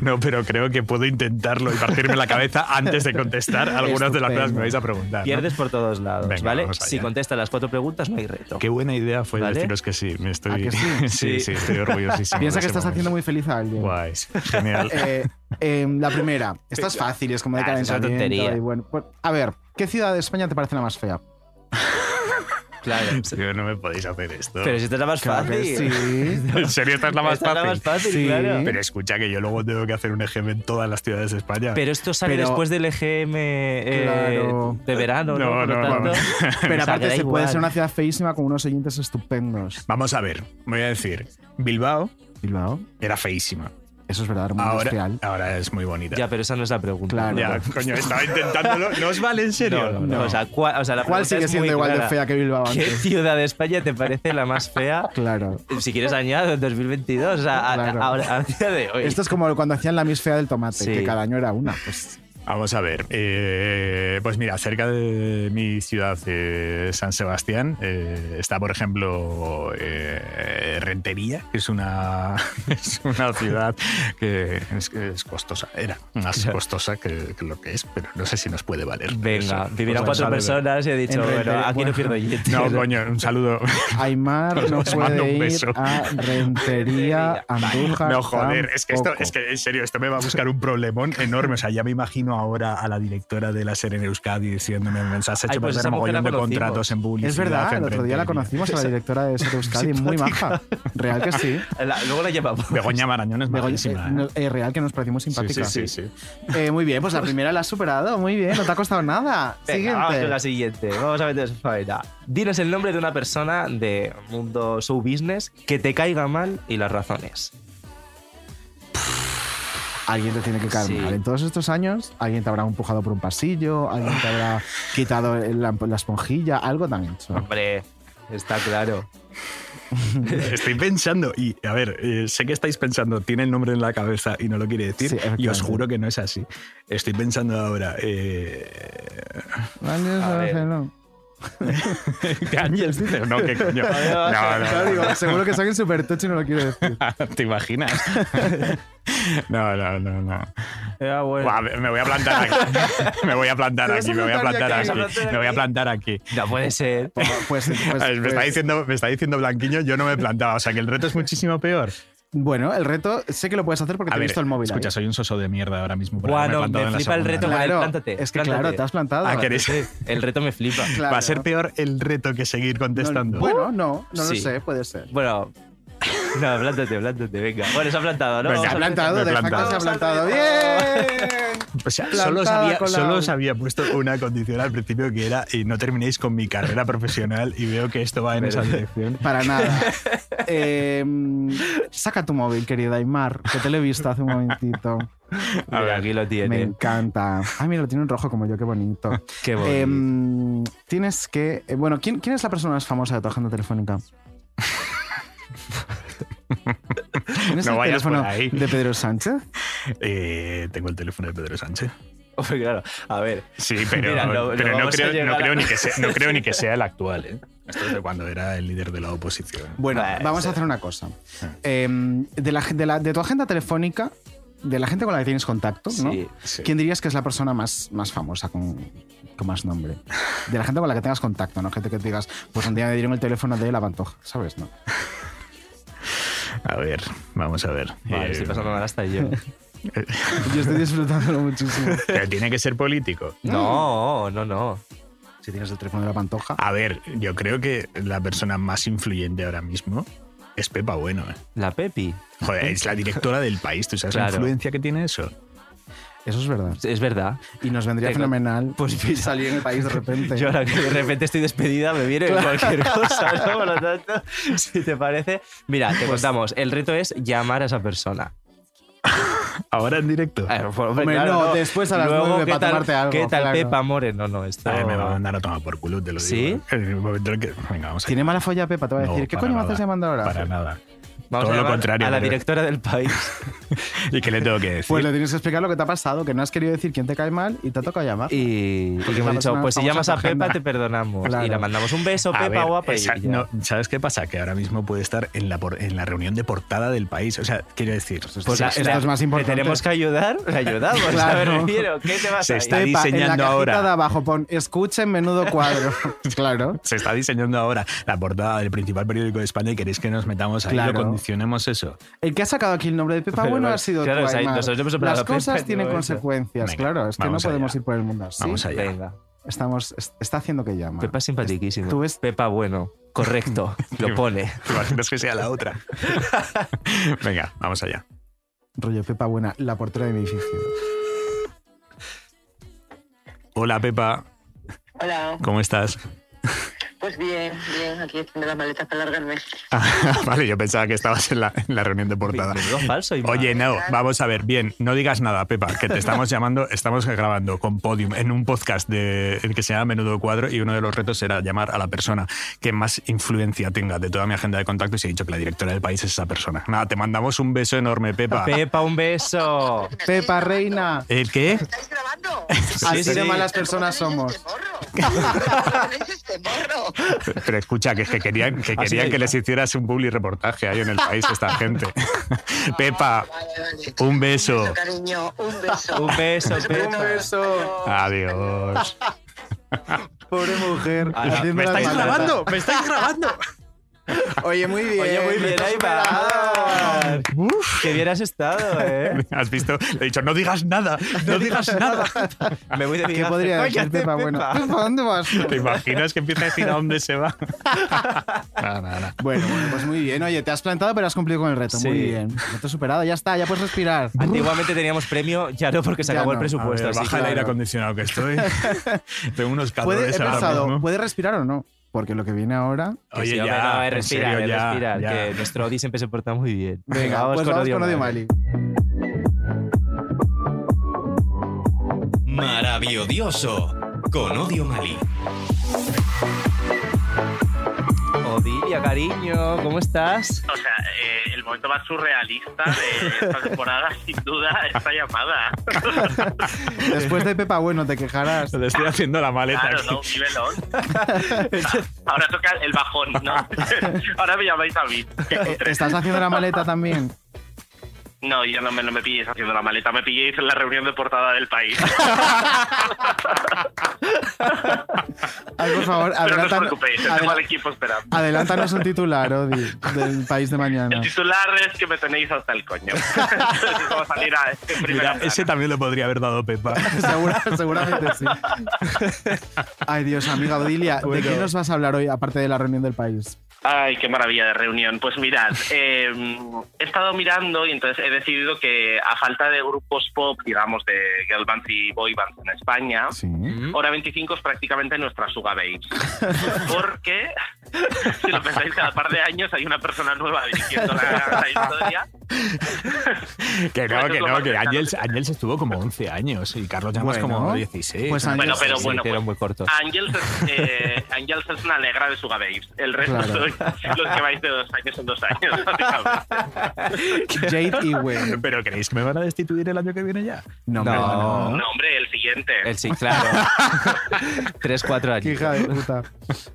[SPEAKER 7] No, pero creo que puedo intentarlo y partirme la cabeza antes de contestar algunas de las cosas que me vais a preguntar. ¿no?
[SPEAKER 2] Pierdes por todos lados,
[SPEAKER 7] Venga,
[SPEAKER 2] ¿vale?
[SPEAKER 7] vamos allá.
[SPEAKER 2] Si contestas las cuatro preguntas, no hay reto.
[SPEAKER 7] Qué buena idea fue
[SPEAKER 2] ¿Vale?
[SPEAKER 7] deciros que sí. Me estoy...
[SPEAKER 3] ¿A que sí?
[SPEAKER 7] sí,
[SPEAKER 2] Sí.
[SPEAKER 7] sí, estoy orgullosísimo.
[SPEAKER 3] Piensa
[SPEAKER 7] de ese
[SPEAKER 3] que estás
[SPEAKER 7] momento.
[SPEAKER 3] haciendo muy feliz a alguien.
[SPEAKER 7] Guay, genial.
[SPEAKER 3] Eh, eh, la primera. Esta es fácil, es como de
[SPEAKER 2] Ah, esa es una
[SPEAKER 3] calentamiento.
[SPEAKER 2] tontería.
[SPEAKER 3] y bueno, pues, a ver, ¿qué ciudad de España te parece la más fea?
[SPEAKER 2] Claro.
[SPEAKER 7] Tío, no me podéis hacer esto.
[SPEAKER 2] Pero si esta es la más
[SPEAKER 3] Claro que
[SPEAKER 2] fácil.
[SPEAKER 3] sí.
[SPEAKER 7] ¿En serio esta es la más
[SPEAKER 2] Esta es la más
[SPEAKER 7] fácil?
[SPEAKER 2] fácil,
[SPEAKER 3] Sí.
[SPEAKER 2] claro.
[SPEAKER 7] Pero escucha que yo luego tengo que hacer un ejemplo en todas las ciudades de España.
[SPEAKER 2] Pero esto sale
[SPEAKER 3] Pero-
[SPEAKER 2] después del EGM eh,
[SPEAKER 3] Claro.
[SPEAKER 2] de verano, ¿no?
[SPEAKER 7] No,
[SPEAKER 2] Por lo
[SPEAKER 7] no,
[SPEAKER 2] tanto,
[SPEAKER 7] vamos.
[SPEAKER 2] o
[SPEAKER 3] Pero
[SPEAKER 2] sea, que
[SPEAKER 3] aparte
[SPEAKER 2] da
[SPEAKER 3] se puede
[SPEAKER 2] igual.
[SPEAKER 3] ser una ciudad feísima con unos oyentes estupendos.
[SPEAKER 7] Vamos a ver, voy a decir, Bilbao
[SPEAKER 3] Bilbao.
[SPEAKER 7] era feísima.
[SPEAKER 3] Eso es verdad, era muy
[SPEAKER 7] Ahora,
[SPEAKER 3] industrial.
[SPEAKER 7] ahora es muy bonita.
[SPEAKER 2] Ya, pero esa no es la pregunta.
[SPEAKER 3] Claro.
[SPEAKER 7] Ya, coño, estaba intentándolo. ¿No os vale en serio?
[SPEAKER 2] No, no, no. O sea, ¿cuál, o sea, la
[SPEAKER 3] ¿Cuál
[SPEAKER 2] pregunta
[SPEAKER 3] sigue
[SPEAKER 2] es
[SPEAKER 3] siendo
[SPEAKER 2] muy
[SPEAKER 3] igual de
[SPEAKER 2] clara.
[SPEAKER 3] fea que Bilbao
[SPEAKER 2] ¿Qué
[SPEAKER 3] antes?
[SPEAKER 2] ciudad de España te parece la más fea?
[SPEAKER 3] Claro.
[SPEAKER 2] Si quieres añado en 2022, o sea, a-
[SPEAKER 3] Claro.
[SPEAKER 2] ahora- a día de hoy.
[SPEAKER 3] Esto es como cuando hacían la misfea del tomate,
[SPEAKER 2] Sí.
[SPEAKER 3] que cada año era una. Pues,
[SPEAKER 7] Vamos a ver. eh, pues mira, cerca de mi ciudad, eh, San Sebastián, eh, está, por ejemplo, eh, Rentería, que es una, es una ciudad que es, que es costosa. Era más costosa que, que lo que es, pero no sé si nos puede valer.
[SPEAKER 2] Venga,
[SPEAKER 7] Eso.
[SPEAKER 2] vivirán
[SPEAKER 7] Pues
[SPEAKER 2] cuatro
[SPEAKER 7] vamos a ver.
[SPEAKER 2] personas y he dicho,
[SPEAKER 3] En
[SPEAKER 2] bueno,
[SPEAKER 3] realidad,
[SPEAKER 2] aquí no
[SPEAKER 3] bueno.
[SPEAKER 2] pierdo oyentes.
[SPEAKER 7] No, coño, un saludo.
[SPEAKER 3] Aymar no
[SPEAKER 7] Os mando un
[SPEAKER 3] puede ir
[SPEAKER 7] beso.
[SPEAKER 3] a Rentería, Andújar.
[SPEAKER 7] No, joder, es que esto,
[SPEAKER 3] tampoco.
[SPEAKER 7] es que en serio, esto me va a buscar un problemón enorme. O sea, ya me imagino ahora a la directora de la Serena Euskadi diciéndome, me has hecho
[SPEAKER 2] Ay, pues
[SPEAKER 7] perder
[SPEAKER 2] esa mujer la
[SPEAKER 7] mogollón de
[SPEAKER 2] conocimos.
[SPEAKER 7] contratos en publicidad.
[SPEAKER 3] Es verdad,
[SPEAKER 7] en
[SPEAKER 3] el otro día la
[SPEAKER 7] rentería".
[SPEAKER 3] conocimos a la directora de Ser Euskadi, muy maja. Real que sí.
[SPEAKER 2] La- luego la llevamos.
[SPEAKER 7] Begoña Marañón es
[SPEAKER 3] Begoña,
[SPEAKER 7] majísima,
[SPEAKER 3] eh,
[SPEAKER 7] ¿eh?
[SPEAKER 3] no, eh, real que nos pareció muy
[SPEAKER 7] Sí,
[SPEAKER 3] simpática.
[SPEAKER 7] sí, sí, sí.
[SPEAKER 3] Eh, muy bien, pues la primera la has superado, muy bien, no te ha costado nada.
[SPEAKER 2] Venga, vamos
[SPEAKER 3] Siguiente.
[SPEAKER 2] con la siguiente. Vamos a meterse en faena. Dinos el nombre de una persona de mundo show business que te caiga mal y las razones.
[SPEAKER 3] Alguien te tiene que
[SPEAKER 2] Sí.
[SPEAKER 3] calmar. En todos estos años, alguien te habrá empujado por un pasillo, alguien te habrá quitado el- la, la esponjilla, algo tan hecho.
[SPEAKER 2] Hombre, está claro.
[SPEAKER 7] Estoy pensando, y a ver, eh, sé que estáis pensando, tiene el nombre en la cabeza y no lo quiere decir,
[SPEAKER 3] Sí,
[SPEAKER 7] y os
[SPEAKER 3] efectivamente.
[SPEAKER 7] juro que no es así. Estoy pensando ahora, eh,
[SPEAKER 3] Vale,
[SPEAKER 2] A ver.
[SPEAKER 3] Ángel, no.
[SPEAKER 7] ¿Qué Ángels dices? No, qué coño.
[SPEAKER 3] Claro,
[SPEAKER 7] No, no, no.
[SPEAKER 3] digo, seguro que saquen super tocho y no lo quiero decir.
[SPEAKER 7] ¿Te imaginas? No, no, no, no. Buah, me- me voy a plantar aquí. Me voy a plantar
[SPEAKER 3] Te vas
[SPEAKER 7] aquí,
[SPEAKER 3] a
[SPEAKER 7] me voy a
[SPEAKER 3] plantar
[SPEAKER 7] plantar
[SPEAKER 3] aquí,
[SPEAKER 7] aquí.
[SPEAKER 3] te vas a plantar
[SPEAKER 7] Me voy a plantar aquí.
[SPEAKER 2] No puede ser.
[SPEAKER 3] Pues, pues-
[SPEAKER 7] Ay, Me está
[SPEAKER 3] pues-
[SPEAKER 7] diciendo, me está diciendo Blanquiño, yo no me plantaba. O sea que el reto es muchísimo peor.
[SPEAKER 3] Bueno, el reto sé que lo puedes hacer porque
[SPEAKER 7] A
[SPEAKER 3] te he
[SPEAKER 7] ver,
[SPEAKER 3] visto el móvil.
[SPEAKER 7] Escucha, soy un soso de mierda ahora mismo. por
[SPEAKER 2] Buah,
[SPEAKER 7] haberme
[SPEAKER 2] no,
[SPEAKER 7] plantado
[SPEAKER 2] me
[SPEAKER 7] en la
[SPEAKER 2] flipa el
[SPEAKER 7] segunda.
[SPEAKER 2] reto,
[SPEAKER 3] ahí. Claro,
[SPEAKER 2] Vale, plántate,
[SPEAKER 3] es que
[SPEAKER 2] plántate.
[SPEAKER 3] claro, te has plantado.
[SPEAKER 7] Ah, ¿queréis?
[SPEAKER 2] El reto me flipa.
[SPEAKER 3] Claro.
[SPEAKER 7] Va a ser peor el reto que seguir contestando.
[SPEAKER 3] No, bueno, no, no
[SPEAKER 2] Sí.
[SPEAKER 3] lo sé, puede ser.
[SPEAKER 2] Bueno. No, plántate, plántate, venga. Bueno, se ha plantado, ¿no?
[SPEAKER 7] Venga,
[SPEAKER 3] Se ha
[SPEAKER 2] Vamos a-
[SPEAKER 3] plantado,
[SPEAKER 7] me
[SPEAKER 3] de
[SPEAKER 7] plantado.
[SPEAKER 3] facto se ha plantado. ¡Bien!
[SPEAKER 7] O sea, solo os,
[SPEAKER 3] Plantada
[SPEAKER 7] había,
[SPEAKER 3] con la
[SPEAKER 7] solo
[SPEAKER 3] U.
[SPEAKER 7] os había puesto una condición al principio que era y no terminéis con mi carrera profesional y veo que esto va en esa dirección.
[SPEAKER 3] Para nada. Eh, saca tu móvil, querida Aymar, que te lo he visto hace un momentito.
[SPEAKER 2] Mira, aquí lo
[SPEAKER 3] Me
[SPEAKER 2] tiene.
[SPEAKER 3] encanta. Ay, mira, lo tiene un rojo como yo, qué bonito.
[SPEAKER 2] Qué bonito.
[SPEAKER 3] Em, tienes que. eh, bueno, ¿quién, quién es la persona más famosa de tu agenda telefónica? ¿Tienes
[SPEAKER 7] No
[SPEAKER 3] el
[SPEAKER 7] vayas por
[SPEAKER 3] teléfono
[SPEAKER 7] ahí.
[SPEAKER 3] de Pedro Sánchez?
[SPEAKER 7] Eh, tengo el teléfono de Pedro Sánchez.
[SPEAKER 2] Hombre, claro. A ver,
[SPEAKER 7] Sí, pero,
[SPEAKER 2] Mira, no- no
[SPEAKER 7] pero no,
[SPEAKER 2] vamos a
[SPEAKER 7] creo, no
[SPEAKER 2] llegar a-
[SPEAKER 7] creo ni que sea, no creo ni que sea el actual. ¿eh? Esto es de cuando era el líder de la oposición.
[SPEAKER 3] Bueno,
[SPEAKER 2] Vale,
[SPEAKER 3] vamos
[SPEAKER 2] Ah, sí.
[SPEAKER 3] a hacer una cosa. Em, de, la, de, la- de tu agenda telefónica, de la gente con la que tienes contacto, ¿no?
[SPEAKER 2] sí.
[SPEAKER 7] Sí.
[SPEAKER 3] ¿Quién dirías que es la persona más, más famosa con, con más nombre? De la gente con la que tengas contacto, ¿no? Gente que te digas, pues un día me dieron el teléfono de la pantoja, ¿sabes? No.
[SPEAKER 7] A ver, vamos a ver.
[SPEAKER 2] Vale,
[SPEAKER 7] Eh,
[SPEAKER 2] estoy pasando mal hasta yo.
[SPEAKER 3] Yo estoy disfrutándolo muchísimo.
[SPEAKER 7] pero tiene que ser político.
[SPEAKER 2] No, no, no.
[SPEAKER 3] Si tienes el teléfono de la pantoja.
[SPEAKER 7] A ver, yo creo que la persona más influyente ahora mismo es Pepa Bueno. ¿eh?
[SPEAKER 2] La Pepi.
[SPEAKER 7] Joder, es la directora del país. ¿Tú sabes la
[SPEAKER 2] Claro.
[SPEAKER 7] influencia que tiene eso?
[SPEAKER 3] Eso es verdad.
[SPEAKER 2] Es verdad.
[SPEAKER 3] Y nos vendría
[SPEAKER 2] Tengo-
[SPEAKER 3] fenomenal
[SPEAKER 2] Pues mira.
[SPEAKER 3] salir en el país de repente.
[SPEAKER 2] Yo ahora que de repente estoy despedida, me viene cualquier cosa, ¿no? Por lo tanto, si te parece. Mira,
[SPEAKER 3] Pues
[SPEAKER 2] te contamos. El reto es llamar a esa persona. Eh, pues,
[SPEAKER 7] Ahora en directo.
[SPEAKER 2] A ver, por-
[SPEAKER 3] Hombre, no, después a las
[SPEAKER 2] Luego,
[SPEAKER 3] nueve
[SPEAKER 2] ¿qué
[SPEAKER 3] para
[SPEAKER 2] tal-
[SPEAKER 3] tomarte algo,
[SPEAKER 2] ¿Qué tal,
[SPEAKER 3] claro.
[SPEAKER 2] Pepa More? No, no, esto.
[SPEAKER 7] A ver, me va a mandar a tomar por culo, te lo
[SPEAKER 2] oh. ¿Sí?
[SPEAKER 7] digo. ¿eh? En el momento en el que- Venga, vamos a
[SPEAKER 3] Tiene mala folla Pepa, te va a decir, ¿qué coño me estás llamando ahora?
[SPEAKER 7] Para nada.
[SPEAKER 2] Vamos
[SPEAKER 7] Todo
[SPEAKER 2] a
[SPEAKER 7] lo
[SPEAKER 2] llamar
[SPEAKER 7] contrario,
[SPEAKER 2] A la
[SPEAKER 7] creo.
[SPEAKER 2] directora del país.
[SPEAKER 7] ¿Y qué le tengo que decir?
[SPEAKER 3] Pues le tienes que explicar lo que te ha pasado, que no has querido decir quién te cae mal y te ha tocado llamar.
[SPEAKER 2] Y, y que
[SPEAKER 3] Porque
[SPEAKER 2] hemos dicho,
[SPEAKER 3] la persona
[SPEAKER 2] pues si
[SPEAKER 3] famosa
[SPEAKER 2] llamas a
[SPEAKER 3] agenda.
[SPEAKER 2] Pepa, te perdonamos.
[SPEAKER 3] Claro.
[SPEAKER 2] Y la mandamos un beso,
[SPEAKER 7] A
[SPEAKER 2] Pepa,
[SPEAKER 7] ver,
[SPEAKER 2] guapa. y
[SPEAKER 7] esa-
[SPEAKER 2] ya.
[SPEAKER 7] no, ¿Sabes qué pasa? Que ahora mismo puede estar en la, por- en la reunión de portada del país. O sea, quiero decir,
[SPEAKER 2] Pues
[SPEAKER 3] Sí,
[SPEAKER 2] la-
[SPEAKER 3] esto
[SPEAKER 2] la-
[SPEAKER 3] es más importante.
[SPEAKER 2] ¿Te tenemos que ayudar? Le ayudamos.
[SPEAKER 3] Claro.
[SPEAKER 2] A ver, refiero, ¿qué te vas
[SPEAKER 7] Se
[SPEAKER 2] a
[SPEAKER 7] está
[SPEAKER 2] ir?
[SPEAKER 3] Pepa, en la
[SPEAKER 7] diseñando
[SPEAKER 3] cajita
[SPEAKER 7] ahora.
[SPEAKER 3] de abajo pon, escuchen menudo cuadro. claro.
[SPEAKER 7] se está diseñando ahora la portada del principal periódico de España y queréis que nos metamos ahí y lo
[SPEAKER 3] Claro.
[SPEAKER 7] condicionemos eso.
[SPEAKER 3] El que ha sacado aquí el nombre de
[SPEAKER 2] Pero
[SPEAKER 3] Pepa Bueno
[SPEAKER 2] bueno,
[SPEAKER 3] ha sido
[SPEAKER 2] claro,
[SPEAKER 3] tú,
[SPEAKER 2] o sea,
[SPEAKER 3] Aymar.
[SPEAKER 2] nosotros hemos hablado
[SPEAKER 3] Las
[SPEAKER 2] de Pepa
[SPEAKER 3] cosas
[SPEAKER 2] en
[SPEAKER 3] tienen
[SPEAKER 2] todo eso.
[SPEAKER 3] consecuencias,
[SPEAKER 7] Venga,
[SPEAKER 3] claro. Es que no
[SPEAKER 7] vamos
[SPEAKER 3] podemos
[SPEAKER 7] allá.
[SPEAKER 3] ir por el mundo así.
[SPEAKER 7] Vamos allá.
[SPEAKER 2] Venga.
[SPEAKER 3] Estamos, es- está haciendo que llama.
[SPEAKER 2] Pepa es simpaticísimo.
[SPEAKER 3] Tú ves-
[SPEAKER 2] Pepa bueno. Correcto. lo pone.
[SPEAKER 7] ¿Te imaginas que sea la otra? Venga, vamos allá.
[SPEAKER 3] Rollo Pepa Buena, la portera de mi edificio.
[SPEAKER 7] Hola, Pepa.
[SPEAKER 11] Hola,
[SPEAKER 7] ¿Cómo estás?
[SPEAKER 11] pues bien, bien, aquí haciendo las maletas para largarme.
[SPEAKER 7] Ah, vale, yo pensaba que estabas en la, en la reunión de portada.
[SPEAKER 2] Menudo falso. Ima.
[SPEAKER 7] Oye, no, vamos a ver, bien, no digas nada, Pepa, que te estamos llamando, estamos grabando con Podium en un podcast de, el que se llama Menudo Cuadro y uno de los retos era llamar a la persona que más influencia tenga de toda mi agenda de contactos y he dicho que la directora del país es esa persona. Nada, te mandamos un beso enorme, Pepa.
[SPEAKER 2] Pepa, un beso.
[SPEAKER 3] Pepa Reina,
[SPEAKER 7] ¿El qué?
[SPEAKER 11] ¿Estáis grabando?
[SPEAKER 3] así
[SPEAKER 2] sí.
[SPEAKER 3] de malas personas somos.
[SPEAKER 11] este ¿Cómo tenéis este morro?
[SPEAKER 7] Pero escucha, que, es que querían que,
[SPEAKER 2] Así
[SPEAKER 7] querían
[SPEAKER 2] es.
[SPEAKER 7] que les hicieras un publi reportaje ahí en el país esta gente. Pepa,
[SPEAKER 11] Vale, vale.
[SPEAKER 7] un beso.
[SPEAKER 11] beso, cariño, un beso.
[SPEAKER 2] Un beso, Pepa.
[SPEAKER 3] beso.
[SPEAKER 7] Adiós.
[SPEAKER 3] Pobre mujer. haciendo
[SPEAKER 7] ¿Me
[SPEAKER 3] las
[SPEAKER 7] estáis
[SPEAKER 3] maletas.
[SPEAKER 7] grabando? ¿Me estáis grabando?
[SPEAKER 3] Oye, muy bien.
[SPEAKER 2] Oye, muy bien, ahí va. Que hubieras estado, ¿eh?
[SPEAKER 7] ¿Has visto? Le he dicho, no digas nada, no digas nada.
[SPEAKER 2] Me voy de
[SPEAKER 3] ¿Qué
[SPEAKER 2] viaje.
[SPEAKER 3] podría
[SPEAKER 2] Cállate,
[SPEAKER 3] decir Pepa Buena?
[SPEAKER 2] Pepa.
[SPEAKER 3] Pepa, ¿dónde vas?
[SPEAKER 7] ¿Te imaginas que empieza a decir a dónde se va? Nada, nada, nada.
[SPEAKER 3] Bueno, bueno, pues muy bien. Oye, te has plantado, pero has cumplido con el reto.
[SPEAKER 2] Sí.
[SPEAKER 3] Muy bien. Reto superado, ya está, ya puedes respirar.
[SPEAKER 2] Antiguamente teníamos premio, ya no porque se
[SPEAKER 3] Ya
[SPEAKER 2] acabó el
[SPEAKER 3] no.
[SPEAKER 7] A ver,
[SPEAKER 2] presupuesto. así
[SPEAKER 7] baja el
[SPEAKER 2] que-
[SPEAKER 7] aire acondicionado que estoy. Tengo unos
[SPEAKER 3] Puede, he
[SPEAKER 7] calores ahora
[SPEAKER 3] pensado,
[SPEAKER 7] mismo.
[SPEAKER 3] ¿puede respirar o no? Porque lo que viene ahora.
[SPEAKER 2] Que sí, hombre, no, eh,
[SPEAKER 7] en
[SPEAKER 2] respira,
[SPEAKER 7] serio,
[SPEAKER 2] eh,
[SPEAKER 7] ya,
[SPEAKER 2] respira,
[SPEAKER 7] ya.
[SPEAKER 2] que nuestro Odi siempre se porta muy bien.
[SPEAKER 3] Venga, pues vamos con Odio Mali.
[SPEAKER 1] Maravilloso con Odio Mali.
[SPEAKER 2] Odilia, cariño, ¿cómo estás?
[SPEAKER 12] O sea, eh, el momento más surrealista de esta temporada, sin duda, esta llamada.
[SPEAKER 3] Después de Pepa Bueno, te quejarás.
[SPEAKER 7] Le estoy haciendo la maleta.
[SPEAKER 12] Claro,
[SPEAKER 7] aquí.
[SPEAKER 12] no, un nivelón. Ahora toca el bajón, ¿no? Ahora me llamáis a mí.
[SPEAKER 3] Eh, ¿Estás haciendo la maleta también?
[SPEAKER 12] No, yo no me, no me pilléis haciendo la maleta, me pilléis en la reunión de portada del país.
[SPEAKER 3] Ay, por favor,
[SPEAKER 12] Pero no os
[SPEAKER 3] adelántanos,
[SPEAKER 12] preocupéis,
[SPEAKER 3] adela-
[SPEAKER 12] tengo al equipo esperando.
[SPEAKER 3] adelántanos un titular, Odi, del país de mañana.
[SPEAKER 12] El titular es que me tenéis hasta el coño. Vamos a salir a este en primera
[SPEAKER 7] Mira, ese también lo podría haber dado Pepa.
[SPEAKER 3] Segura- seguramente sí. Ay, Dios, amiga Odilia, ¿de
[SPEAKER 12] Bueno.
[SPEAKER 3] qué nos vas a hablar hoy, aparte de la reunión del país?
[SPEAKER 12] Ay, qué maravilla de reunión. Pues mirad, eh, he estado mirando y entonces he decidido que a falta de grupos pop, digamos, de girl bands y boy bands en España, Hora 25 es prácticamente nuestra Suga Babes. Porque, si lo pensáis, cada par de años hay una persona nueva dirigiendo la, la historia.
[SPEAKER 7] Que
[SPEAKER 12] Pues
[SPEAKER 7] no,
[SPEAKER 12] es
[SPEAKER 7] que
[SPEAKER 12] lo
[SPEAKER 7] no,
[SPEAKER 12] más
[SPEAKER 7] que
[SPEAKER 12] cercano
[SPEAKER 7] Ángels, Ángels estuvo como 11 años y Carlos Llamas
[SPEAKER 3] Bueno,
[SPEAKER 7] como 16.
[SPEAKER 3] pues
[SPEAKER 12] Bueno,
[SPEAKER 7] Ángels-
[SPEAKER 12] pero
[SPEAKER 7] sí,
[SPEAKER 12] bueno,
[SPEAKER 7] sí, era
[SPEAKER 12] pues,
[SPEAKER 7] muy corto.
[SPEAKER 12] Angels, es, eh, Angels es una negra de Suga Babes. El resto
[SPEAKER 7] Claro.
[SPEAKER 12] sois los que vais de dos años en dos años, básicamente.
[SPEAKER 3] Jade y Wayne.
[SPEAKER 7] ¿Pero creéis que me van a destituir el año que viene ya?
[SPEAKER 3] No,
[SPEAKER 2] No.
[SPEAKER 7] no,
[SPEAKER 12] No, hombre, el siguiente.
[SPEAKER 2] El sí, claro. Tres, cuatro años.
[SPEAKER 3] Hija de puta.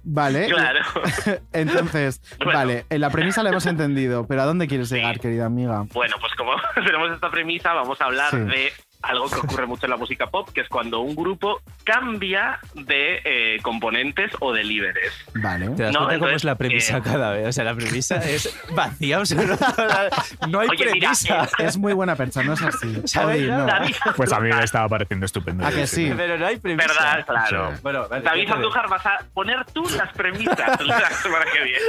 [SPEAKER 3] Vale.
[SPEAKER 12] Claro.
[SPEAKER 3] Entonces, vale, en la premisa la hemos entendido, pero ¿a dónde quieres llegar, querida amiga?
[SPEAKER 12] Bueno, pues como tenemos esta premisa, vamos a hablar
[SPEAKER 3] Sí.
[SPEAKER 12] de algo que ocurre mucho en la música pop, que es cuando un grupo cambia de eh, componentes o de líderes.
[SPEAKER 3] Vale.
[SPEAKER 2] ¿Te das cuenta
[SPEAKER 12] No,
[SPEAKER 2] cómo
[SPEAKER 12] entonces,
[SPEAKER 2] es la premisa
[SPEAKER 12] eh,
[SPEAKER 2] cada vez? O sea, la premisa es vacía, o sea, no, no hay
[SPEAKER 12] Oye, mira, eh,
[SPEAKER 2] premisa.
[SPEAKER 3] Es muy buena persona, no es así.
[SPEAKER 2] ¿Sabes?
[SPEAKER 3] Odi, no.
[SPEAKER 12] David,
[SPEAKER 7] Pues a mí me estaba pareciendo estupendo.
[SPEAKER 3] ¿A que sí?
[SPEAKER 2] Pero no hay premisa.
[SPEAKER 12] ¿Verdad? Claro.
[SPEAKER 2] Sí. Bueno, vale,
[SPEAKER 12] David
[SPEAKER 2] cuéntame.
[SPEAKER 12] Andújar, vas a poner tú las premisas la semana que viene.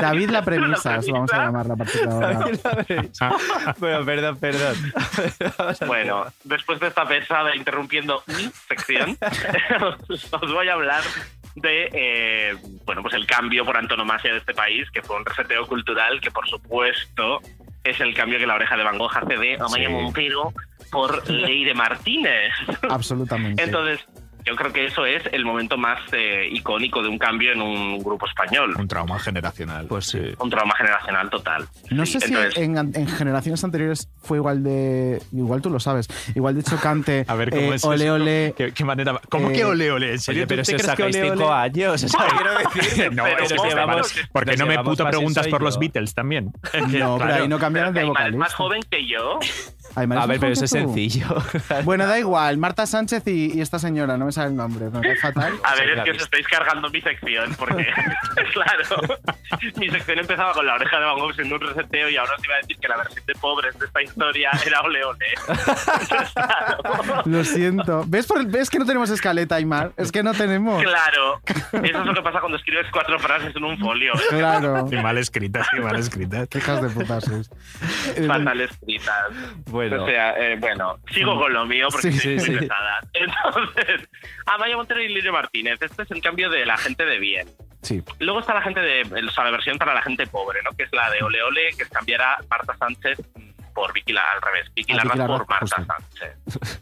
[SPEAKER 3] David la premisa,
[SPEAKER 12] premisa.
[SPEAKER 3] vamos a llamarla a partir de ahora.
[SPEAKER 2] bueno, perdón, perdón.
[SPEAKER 12] Bueno, después de esta pesada interrumpiendo mi sección, os os voy a hablar de eh, bueno pues el cambio por antonomasia de este país, que fue un reseteo cultural, que por supuesto es el cambio que la oreja de Van Gogh hace de Amaya
[SPEAKER 3] Sí.
[SPEAKER 12] Montero por Leire Martínez.
[SPEAKER 3] Absolutamente.
[SPEAKER 12] Entonces, yo creo que eso es el momento más eh, icónico de un cambio en un grupo español.
[SPEAKER 7] Un trauma generacional. Pues sí.
[SPEAKER 12] Un trauma generacional total.
[SPEAKER 3] No
[SPEAKER 12] Sí,
[SPEAKER 3] sé si
[SPEAKER 12] entonces-
[SPEAKER 3] en, en generaciones anteriores fue igual de. Igual tú lo sabes. Igual de chocante.
[SPEAKER 7] A ver, ¿cómo
[SPEAKER 3] eh,
[SPEAKER 7] es
[SPEAKER 3] ole,
[SPEAKER 7] eso?
[SPEAKER 3] ole.
[SPEAKER 7] ¿Qué, qué manera? ¿Cómo
[SPEAKER 3] Eh,
[SPEAKER 7] que ole ole? ¿En serio?
[SPEAKER 2] Oye,
[SPEAKER 7] ¿Tú
[SPEAKER 2] pero
[SPEAKER 7] te
[SPEAKER 2] si os
[SPEAKER 7] crees que
[SPEAKER 2] sacáis
[SPEAKER 7] ole,
[SPEAKER 2] cinco
[SPEAKER 7] ole?
[SPEAKER 2] años, o sea, quiero decir...
[SPEAKER 7] no,
[SPEAKER 2] pero
[SPEAKER 7] eso
[SPEAKER 2] nos
[SPEAKER 7] está mal.
[SPEAKER 2] llevamos-
[SPEAKER 7] ¿Por qué
[SPEAKER 2] nos
[SPEAKER 7] no me
[SPEAKER 2] llevamos
[SPEAKER 7] puta
[SPEAKER 2] más
[SPEAKER 7] preguntas
[SPEAKER 2] eso y
[SPEAKER 7] por los
[SPEAKER 2] yo.
[SPEAKER 7] Beatles también?
[SPEAKER 3] No, pero ahí no cambiaron de
[SPEAKER 12] Aymar es
[SPEAKER 3] vocalista.
[SPEAKER 12] más joven que yo.
[SPEAKER 3] Además,
[SPEAKER 2] A ver, pero
[SPEAKER 3] mejor
[SPEAKER 2] eso
[SPEAKER 3] que
[SPEAKER 2] es
[SPEAKER 3] tú.
[SPEAKER 2] sencillo.
[SPEAKER 3] Bueno, da igual. Marta Sánchez y, y esta señora, no me sabe el nombre. Me cae fatal.
[SPEAKER 12] A ver, es que os estáis cargando mi sección, porque, claro, mi sección empezaba con la oreja de Van Gogh siendo un reseteo y ahora os iba a decir que la versión de pobres de esta historia era ole ole.
[SPEAKER 3] Lo siento. ¿Ves, por- ¿Ves que no tenemos escaleta, Aymar? Es que no tenemos.
[SPEAKER 12] Claro, eso es lo que pasa cuando escribes cuatro frases en un folio. ¿eh?
[SPEAKER 3] Claro.
[SPEAKER 7] Y mal escritas, y mal escritas.
[SPEAKER 3] Qué hijas de puta sois. Eh,
[SPEAKER 12] Fatal escritas.
[SPEAKER 2] Bueno.
[SPEAKER 12] O sea, eh, bueno, sigo con lo mío porque
[SPEAKER 2] Sí,
[SPEAKER 12] estoy
[SPEAKER 2] sí,
[SPEAKER 12] muy
[SPEAKER 2] sí.
[SPEAKER 12] pesada. Entonces, Amaya Montero y Lirio Martínez. Este es el cambio de la gente de bien.
[SPEAKER 3] Sí.
[SPEAKER 12] Luego está la gente de, o sea, la versión para la gente pobre, ¿no? Que es la de Ole Ole, que cambiará Marta Sánchez por Vicky Lar- al revés, Vicky
[SPEAKER 3] Ah, Vicky
[SPEAKER 12] Larraz
[SPEAKER 3] Larraz,
[SPEAKER 12] por Marta
[SPEAKER 3] justo.
[SPEAKER 12] Sánchez.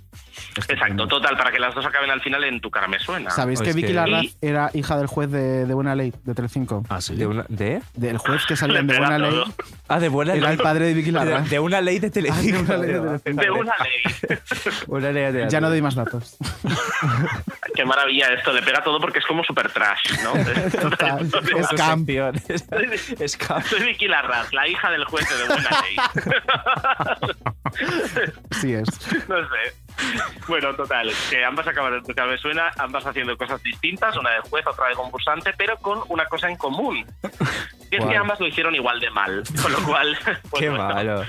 [SPEAKER 12] Exacto, total, para que las dos acaben al final en tu cara me suena.
[SPEAKER 3] ¿Sabéis que Vicky Larraz era hija del juez de, de Buena Ley, de Telecinco?
[SPEAKER 7] Ah, sí.
[SPEAKER 2] ¿De? Una, ¿de?
[SPEAKER 3] Del juez que salía en
[SPEAKER 12] Le
[SPEAKER 3] de Buena
[SPEAKER 12] pega
[SPEAKER 3] Ley.
[SPEAKER 12] todo.
[SPEAKER 2] Ah, de buena
[SPEAKER 3] Era
[SPEAKER 2] ley.
[SPEAKER 3] el padre de Vicky
[SPEAKER 2] de,
[SPEAKER 3] Larraz.
[SPEAKER 2] de una ley de Telecinco.
[SPEAKER 3] Ah, de una ley de Telecinco.
[SPEAKER 12] De una ley.
[SPEAKER 2] Una ley de
[SPEAKER 3] Ya no doy más datos.
[SPEAKER 12] Qué maravilla esto, le pega todo porque es como super trash, ¿no?
[SPEAKER 3] Total. Es
[SPEAKER 2] Sus
[SPEAKER 3] camp.
[SPEAKER 2] secciones. Es camp.
[SPEAKER 12] Soy Vicky Larraz, la hija del juez de Buena Ley.
[SPEAKER 3] Sí es.
[SPEAKER 12] No sé. Bueno, total, que ambas acaban de tocar me suena, ambas haciendo cosas distintas, una de juez, otra de concursante, pero con una cosa en común. Y es que
[SPEAKER 2] Guau.
[SPEAKER 12] ambas lo hicieron igual de mal, con lo cual... pues
[SPEAKER 2] Qué
[SPEAKER 12] bueno.
[SPEAKER 2] malo.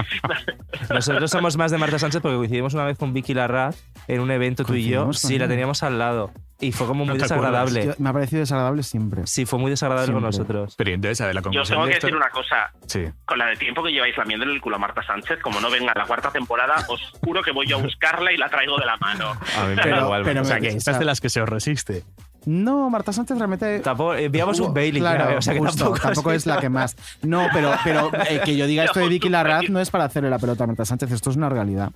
[SPEAKER 2] Nosotros somos más de Marta Sánchez porque coincidimos una vez con Vicky Larraz en un evento tú y yo.
[SPEAKER 3] Coincidimos con
[SPEAKER 2] Sí, la
[SPEAKER 3] ella.
[SPEAKER 2] teníamos al lado. Y fue como muy
[SPEAKER 7] te
[SPEAKER 2] desagradable.
[SPEAKER 3] Yo- me ha parecido desagradable siempre.
[SPEAKER 2] Sí, fue muy desagradable con
[SPEAKER 3] Siempre.
[SPEAKER 2] nosotros.
[SPEAKER 7] Pero entonces, a ver, la
[SPEAKER 12] Yo os
[SPEAKER 2] Pues
[SPEAKER 7] conclusión
[SPEAKER 12] tengo
[SPEAKER 7] de
[SPEAKER 12] que
[SPEAKER 7] esto-
[SPEAKER 12] decir una cosa,
[SPEAKER 7] Sí.
[SPEAKER 12] con la de tiempo que lleváis lamiéndole el culo a Marta Sánchez, como no venga la cuarta temporada, os juro que voy yo a buscarla y la traigo de la mano.
[SPEAKER 2] Ah,
[SPEAKER 7] A mí me
[SPEAKER 3] Pero-
[SPEAKER 7] da igual.
[SPEAKER 3] pero
[SPEAKER 7] o sea,
[SPEAKER 3] me-
[SPEAKER 7] que
[SPEAKER 3] o
[SPEAKER 7] esta
[SPEAKER 3] sea-
[SPEAKER 7] es de las que se os resiste.
[SPEAKER 3] No, Marta Sánchez realmente.
[SPEAKER 2] Tampoco, enviamos un Bailey,
[SPEAKER 3] Claro,
[SPEAKER 2] ya, o sea que
[SPEAKER 3] justo,
[SPEAKER 2] tampoco,
[SPEAKER 3] tampoco, es la que más. No, pero, pero eh, que yo diga esto de Vicky Larraz no es para hacerle la pelota a Marta Sánchez, esto es una realidad.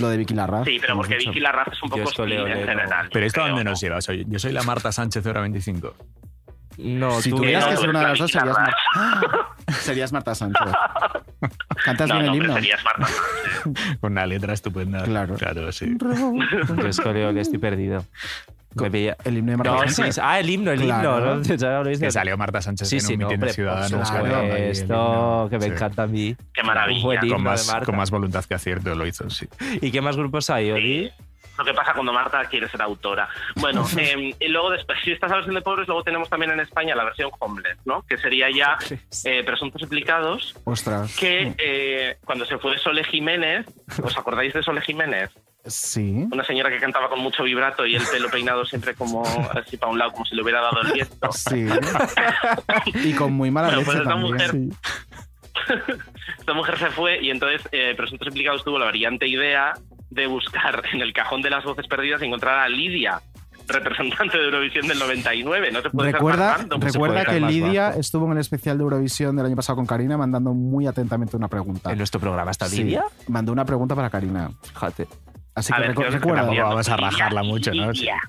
[SPEAKER 3] Lo de Vicky Larraz.
[SPEAKER 12] Sí, pero
[SPEAKER 3] como
[SPEAKER 12] porque
[SPEAKER 3] hemos dicho.
[SPEAKER 12] Vicky Larraz es un
[SPEAKER 2] Yo
[SPEAKER 12] poco
[SPEAKER 2] esto
[SPEAKER 12] hostil
[SPEAKER 2] leo, leo,
[SPEAKER 12] en
[SPEAKER 2] no.
[SPEAKER 12] general.
[SPEAKER 7] Pero esto a
[SPEAKER 12] creo.
[SPEAKER 7] dónde nos lleva. O sea, yo soy la Marta Sánchez de hora 25.
[SPEAKER 2] No,
[SPEAKER 3] Si
[SPEAKER 2] tú
[SPEAKER 3] tuvieras
[SPEAKER 12] no,
[SPEAKER 3] que
[SPEAKER 12] tú
[SPEAKER 3] ser
[SPEAKER 12] eres
[SPEAKER 3] una de
[SPEAKER 12] la
[SPEAKER 3] las dos
[SPEAKER 12] Vicky
[SPEAKER 3] serías
[SPEAKER 12] Larraz.
[SPEAKER 3] Marta. Serías Marta Sánchez. Cantas
[SPEAKER 12] no,
[SPEAKER 3] bien
[SPEAKER 12] no,
[SPEAKER 3] el
[SPEAKER 12] pero
[SPEAKER 3] himno.
[SPEAKER 12] serías Marta Sánchez.
[SPEAKER 7] Con una letra estupenda. Claro. Claro, sí.
[SPEAKER 2] Yo es que digo que estoy perdido. Me pilla-
[SPEAKER 3] El himno de Marta
[SPEAKER 2] No, sí,
[SPEAKER 3] Sánchez.
[SPEAKER 2] ah, el himno, el
[SPEAKER 3] Claro.
[SPEAKER 2] himno. ¿no? Ya lo habéis
[SPEAKER 7] Que
[SPEAKER 2] dicho.
[SPEAKER 7] salió Marta Sánchez
[SPEAKER 2] Sí,
[SPEAKER 7] en un
[SPEAKER 2] sí, no,
[SPEAKER 7] mitin
[SPEAKER 2] hombre,
[SPEAKER 7] de Ciudadanos.
[SPEAKER 2] por
[SPEAKER 7] claro, ahí el himno.
[SPEAKER 2] Esto que me
[SPEAKER 7] Sí.
[SPEAKER 2] encanta a mí.
[SPEAKER 12] Qué maravilla.
[SPEAKER 2] Un buen himno
[SPEAKER 7] Con más,
[SPEAKER 2] de Marta.
[SPEAKER 7] con más voluntad que acierto lo hizo, sí.
[SPEAKER 2] ¿Y qué más grupos hay, Oli?
[SPEAKER 12] Lo que pasa cuando Marta quiere ser autora. Bueno, eh, y luego después, si estás a la versión de pobres, luego tenemos también en España la versión homeless, ¿no? Que sería ya eh, presuntos implicados,
[SPEAKER 3] Ostras.
[SPEAKER 12] que eh, cuando se fue Sole Jiménez, ¿os acordáis de Sole Jiménez?
[SPEAKER 3] Sí.
[SPEAKER 12] Una señora que cantaba con mucho vibrato y el pelo peinado siempre como así para un lado, como si le hubiera dado el viento.
[SPEAKER 3] Sí. Y con muy mala
[SPEAKER 12] Bueno,
[SPEAKER 3] leche
[SPEAKER 12] pues esta
[SPEAKER 3] también.
[SPEAKER 12] mujer-
[SPEAKER 3] Sí.
[SPEAKER 12] Esta mujer se fue y entonces eh, Presuntos Implicados tuvo la brillante idea de buscar en el cajón de las voces perdidas y encontrar a Lidia, representante de Eurovisión del 99. No se puede ser más
[SPEAKER 3] Recuerda,
[SPEAKER 12] random.
[SPEAKER 3] recuerda
[SPEAKER 2] puede
[SPEAKER 3] que
[SPEAKER 2] dar más
[SPEAKER 3] Lidia estuvo en el especial de Eurovisión del año pasado con Karina mandando muy atentamente una pregunta.
[SPEAKER 2] ¿En nuestro programa está
[SPEAKER 3] Sí,
[SPEAKER 2] Lidia?
[SPEAKER 3] mandó una pregunta para Karina.
[SPEAKER 2] Fíjate.
[SPEAKER 3] Así
[SPEAKER 12] A
[SPEAKER 3] que
[SPEAKER 12] ver,
[SPEAKER 3] recu-
[SPEAKER 12] creo que
[SPEAKER 3] recuerda.
[SPEAKER 12] cambiamos.
[SPEAKER 7] Vamos a rajarla mucho, ¿no? Sí.
[SPEAKER 12] Lidia.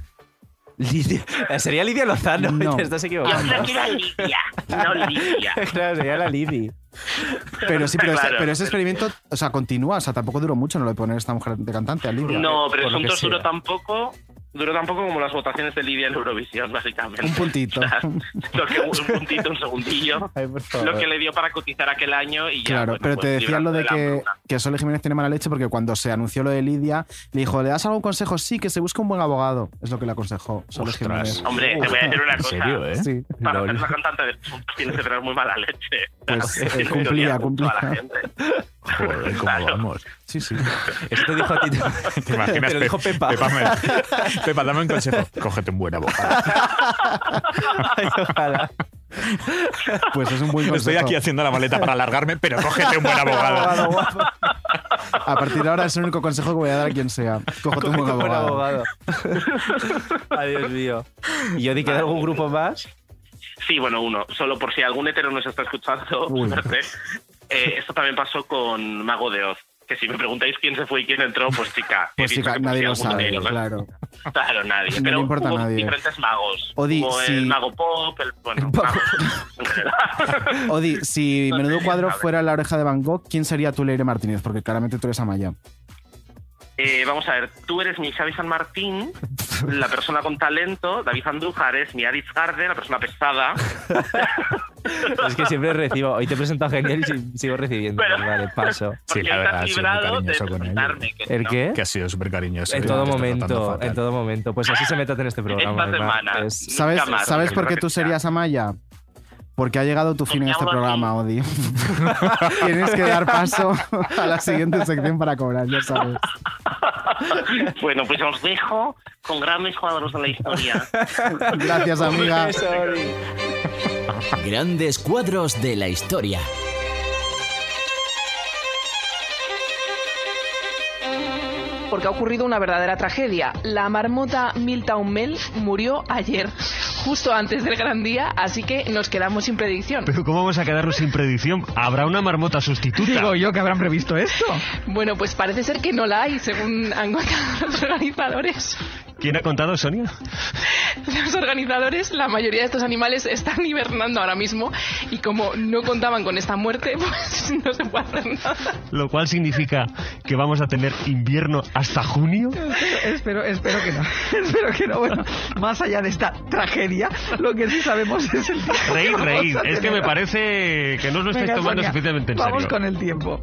[SPEAKER 2] Lidia. eh, Sería Lidia Lozano,
[SPEAKER 3] No.
[SPEAKER 2] te estás
[SPEAKER 12] Yo
[SPEAKER 2] equivocando.
[SPEAKER 12] creo que era Lidia, Ah, no Lidia.
[SPEAKER 2] claro, sería la Lidi.
[SPEAKER 3] Pero sí, pero, ese-
[SPEAKER 12] Claro.
[SPEAKER 3] pero ese experimento, o sea, continúa, o sea, tampoco duró mucho no lo de poner esta mujer de cantante a Lidia.
[SPEAKER 12] No,
[SPEAKER 2] Por lo que
[SPEAKER 12] Presuntos
[SPEAKER 2] sea.
[SPEAKER 12] duró tampoco. Duró tampoco como las votaciones de Lidia en Eurovisión, básicamente.
[SPEAKER 3] Un puntito.
[SPEAKER 12] O sea, lo que- un puntito, un segundillo.
[SPEAKER 2] Ay, por favor.
[SPEAKER 12] Lo que le dio para cotizar aquel año y ya.
[SPEAKER 3] Claro,
[SPEAKER 12] bueno,
[SPEAKER 3] pero te
[SPEAKER 12] pues,
[SPEAKER 3] decía lo de
[SPEAKER 12] librarse la
[SPEAKER 3] que,
[SPEAKER 12] hambruna.
[SPEAKER 3] que Sole Jiménez tiene mala leche porque cuando se anunció lo de Lidia, le dijo, ¿le das algún consejo? Sí, que se busque un buen abogado. Es lo que le aconsejó Sole
[SPEAKER 7] Ostras.
[SPEAKER 3] Jiménez.
[SPEAKER 12] Hombre, te voy a decir una
[SPEAKER 7] En
[SPEAKER 12] cosa.
[SPEAKER 7] serio, ¿eh?
[SPEAKER 3] Sí.
[SPEAKER 12] Para
[SPEAKER 2] Lol.
[SPEAKER 12] ser una cantante de Presuntos tienes que tener muy mala leche.
[SPEAKER 3] Pues, eh,
[SPEAKER 12] Tienes que
[SPEAKER 3] cumplía,
[SPEAKER 12] odiar mucho a la
[SPEAKER 3] cumplía.
[SPEAKER 12] gente.
[SPEAKER 7] Joder, cómo
[SPEAKER 12] Claro.
[SPEAKER 7] vamos.
[SPEAKER 3] Sí, sí.
[SPEAKER 2] Eso te dijo a ti.
[SPEAKER 7] ¿Te imaginas?
[SPEAKER 2] Te lo dijo
[SPEAKER 7] Pe-
[SPEAKER 2] Pepa.
[SPEAKER 7] Pepa, me- Pepa, dame un consejo. Cógete un buen abogado.
[SPEAKER 2] Ay, ojalá.
[SPEAKER 3] Pues es un buen consejo.
[SPEAKER 7] Estoy aquí haciendo la maleta para alargarme, pero cógete un buen abogado.
[SPEAKER 3] Abogado guapo. A partir de ahora es el único consejo que voy a dar a quien sea. Cógete un buen
[SPEAKER 2] Como un
[SPEAKER 3] abogado.
[SPEAKER 2] abogado. Ay, Dios mío. ¿Y Odi, queda algún grupo más?
[SPEAKER 12] Sí, bueno, uno. Solo por si algún hetero nos está escuchando.
[SPEAKER 3] Uy.
[SPEAKER 12] suerte. Eh, esto también pasó con Mago de Oz. Que si me preguntáis quién se fue y quién entró, pues chica. he
[SPEAKER 3] Pues sí,
[SPEAKER 12] dicho que por
[SPEAKER 3] nadie
[SPEAKER 12] si
[SPEAKER 3] lo
[SPEAKER 12] algún
[SPEAKER 3] sabe,
[SPEAKER 12] hetero, ¿no?
[SPEAKER 3] claro.
[SPEAKER 12] Claro, nadie.
[SPEAKER 3] No
[SPEAKER 12] pero
[SPEAKER 3] le importa a
[SPEAKER 12] hubo
[SPEAKER 3] nadie.
[SPEAKER 12] diferentes magos.
[SPEAKER 3] Odi,
[SPEAKER 12] Hubo
[SPEAKER 3] sí.
[SPEAKER 12] el mago pop, el. Bueno, magos en general.
[SPEAKER 3] Odi, si
[SPEAKER 12] No
[SPEAKER 3] Menudo
[SPEAKER 12] sé,
[SPEAKER 3] Cuadro
[SPEAKER 12] a ver.
[SPEAKER 3] fuera la oreja de Van Gogh, ¿quién sería tú, Leire Martínez? Porque claramente tú eres Amaya.
[SPEAKER 12] Eh, vamos a ver, tú eres mi Xavi San Martín, la persona con talento. David Andújar es mi Aritz Garde, la persona pesada.
[SPEAKER 2] Es que siempre recibo. Hoy te he presentado genial y si- sigo recibiendo.
[SPEAKER 12] Pero-
[SPEAKER 2] Vale, paso.
[SPEAKER 12] Porque
[SPEAKER 7] la verdad,
[SPEAKER 12] estás
[SPEAKER 7] sí, muy
[SPEAKER 12] librado de
[SPEAKER 7] cariñoso con él.
[SPEAKER 12] presentarme, que
[SPEAKER 2] ¿El
[SPEAKER 12] no.
[SPEAKER 2] qué?
[SPEAKER 7] Que ha sido súper cariñoso.
[SPEAKER 2] En
[SPEAKER 7] y
[SPEAKER 2] todo
[SPEAKER 7] te está tratando
[SPEAKER 2] momento,
[SPEAKER 7] fatal.
[SPEAKER 2] en todo momento. Pues así se meten en este programa.
[SPEAKER 12] Esta
[SPEAKER 2] ¿verdad?
[SPEAKER 12] semana.
[SPEAKER 2] Es-
[SPEAKER 3] ¿Sabes,
[SPEAKER 12] Nunca más,
[SPEAKER 3] ¿sabes
[SPEAKER 12] yo
[SPEAKER 3] por qué
[SPEAKER 12] creo
[SPEAKER 3] tú
[SPEAKER 12] que sea.
[SPEAKER 3] serías Amaya? Porque ha llegado tu fin en
[SPEAKER 12] Porque
[SPEAKER 3] este
[SPEAKER 12] hago
[SPEAKER 3] programa, Odi. Tienes que dar paso a la siguiente sección para cobrar, ya sabes.
[SPEAKER 12] Bueno, pues os dejo con grandes cuadros de la historia.
[SPEAKER 3] Gracias, amiga.
[SPEAKER 13] Grandes cuadros de la historia.
[SPEAKER 9] porque ha ocurrido una verdadera tragedia. La marmota Miltown Mel murió ayer, justo antes del gran día, así que nos quedamos sin predicción.
[SPEAKER 14] Pero ¿cómo vamos a quedarnos sin predicción? ¿Habrá una marmota sustituta? Digo yo que habrán previsto esto.
[SPEAKER 9] Bueno, pues parece ser que no la hay, según han contado los organizadores.
[SPEAKER 14] ¿Quién ha contado, Sonia?
[SPEAKER 9] Los organizadores, la mayoría de estos animales están hibernando ahora mismo y como no contaban con esta muerte, pues no se puede hacer nada.
[SPEAKER 14] Lo cual significa que vamos a tener invierno hasta junio.
[SPEAKER 15] Espero, espero que no. Espero que no. Bueno, más allá de esta tragedia, lo que sí sabemos es el tiempo.
[SPEAKER 14] Reíd,
[SPEAKER 15] vamos
[SPEAKER 14] reíd.
[SPEAKER 15] a
[SPEAKER 14] Es que me
[SPEAKER 15] tener.
[SPEAKER 14] parece que no os lo estáis
[SPEAKER 15] Venga,
[SPEAKER 14] tomando
[SPEAKER 15] Sonia,
[SPEAKER 14] suficientemente en
[SPEAKER 15] Vamos
[SPEAKER 14] serio.
[SPEAKER 15] con el tiempo.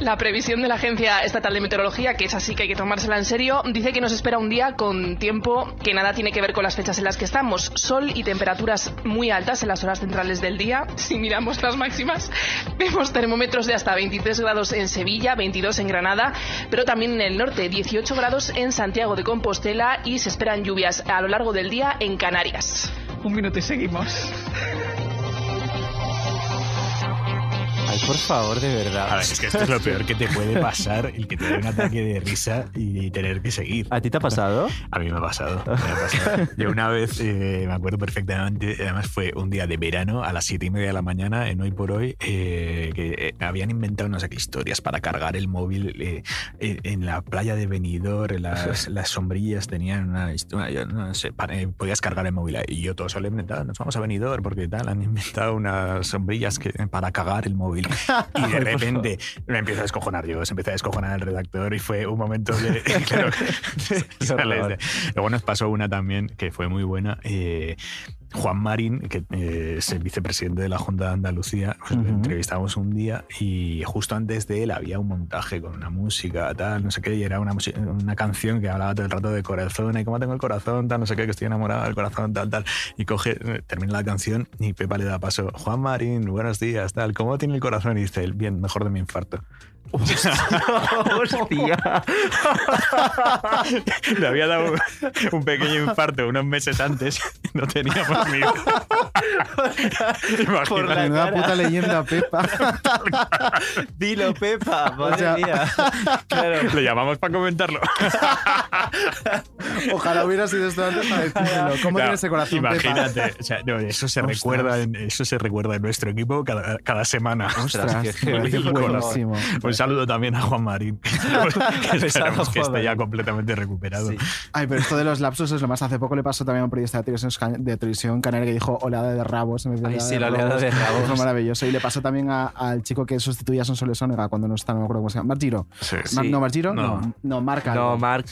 [SPEAKER 9] La previsión de la Agencia Estatal de Meteorología, que es así que hay que tomársela en serio, dice que nos espera un día con tiempo que nada tiene que ver con las fechas en las que estamos. Sol y temperaturas muy altas en las horas centrales del día. Si miramos las máximas, vemos termómetros de hasta 23 grados en Sevilla, 22 en Granada, pero también en el norte, 18 grados en Santiago de Compostela y se esperan lluvias a lo largo del día en Canarias.
[SPEAKER 15] Un minuto y seguimos.
[SPEAKER 2] Ay, Por favor, de verdad.
[SPEAKER 7] A ver, es que esto es lo peor que te puede pasar, el que te dé un ataque de risa y, y tener que seguir.
[SPEAKER 2] ¿A ti te ha pasado?
[SPEAKER 7] A mí me ha pasado. me ha pasado. Yo una vez, eh, me acuerdo perfectamente, además fue un día de verano a las siete y media de la mañana, en Hoy por Hoy, eh, que eh, habían inventado no sé qué historias para cargar el móvil eh, en, en la playa de Benidorm, las, las sombrillas tenían una historia, yo no sé, para- eh, podías cargar el móvil ahí. y yo todo solemne, tal, nos vamos a Benidorm porque tal, han inventado unas sombrillas que, para cagar el móvil. Y de repente me empiezo a descojonar yo, se empezó a descojonar el redactor y fue un momento de... claro, de- sales de- Luego nos pasó una también que fue muy buena. eh, Juan Marín, que eh, es el vicepresidente de la Junta de Andalucía, pues, lo entrevistamos un día y justo antes de él había un montaje con una música, tal, no sé qué, y era una, musi- una canción que hablaba todo el rato de corazón, y cómo tengo el corazón, tal, no sé qué, que estoy enamorada del corazón, tal, tal. Y coge, eh, termina la canción y Pepa le da paso, Juan Marín, buenos días, tal, ¿cómo tiene el corazón? Y dice él, bien, mejor de mi infarto.
[SPEAKER 2] Hostia.
[SPEAKER 7] Le había dado un, un pequeño infarto unos meses antes, no teníamos ni
[SPEAKER 2] Por la
[SPEAKER 3] Menuda
[SPEAKER 2] cara.
[SPEAKER 3] puta leyenda, Pepa.
[SPEAKER 2] Dilo, Pepa. Madre
[SPEAKER 3] sea-
[SPEAKER 2] mía. Claro.
[SPEAKER 7] Le llamamos para comentarlo.
[SPEAKER 3] Ojalá hubiera sido esto antes para decírmelo. ¿Cómo
[SPEAKER 7] No,
[SPEAKER 3] tiene ese corazón,
[SPEAKER 7] Imagínate,
[SPEAKER 3] Pepa?
[SPEAKER 7] o sea, no, eso se
[SPEAKER 3] Ostras.
[SPEAKER 7] recuerda, en, eso se recuerda en nuestro equipo cada, cada semana.
[SPEAKER 3] Ostras, qué
[SPEAKER 7] Muy
[SPEAKER 3] heavy,
[SPEAKER 7] bien,
[SPEAKER 3] buenísimo. Pues
[SPEAKER 7] corazón. Un saludo también a Juan Marín. que esperamos que esté ya completamente recuperado.
[SPEAKER 3] Ay, pero esto de los lapsos es lo más. Hace poco le pasó también a un periodista de televisión, de televisión canaria que dijo oleada de rabos. en vez de
[SPEAKER 2] Ay,
[SPEAKER 3] oleada
[SPEAKER 2] sí, la oleada de rabos.
[SPEAKER 3] Fue maravilloso. Y le pasó también a- al chico que sustituía a Sonsoles Onega cuando no está, no me acuerdo cómo se llama. Margiro.
[SPEAKER 7] Sí.
[SPEAKER 3] Mar-
[SPEAKER 2] Sí.
[SPEAKER 3] No, Margiro.
[SPEAKER 2] No.
[SPEAKER 3] No, no, Marc
[SPEAKER 2] No,
[SPEAKER 3] algo.
[SPEAKER 2] Mark.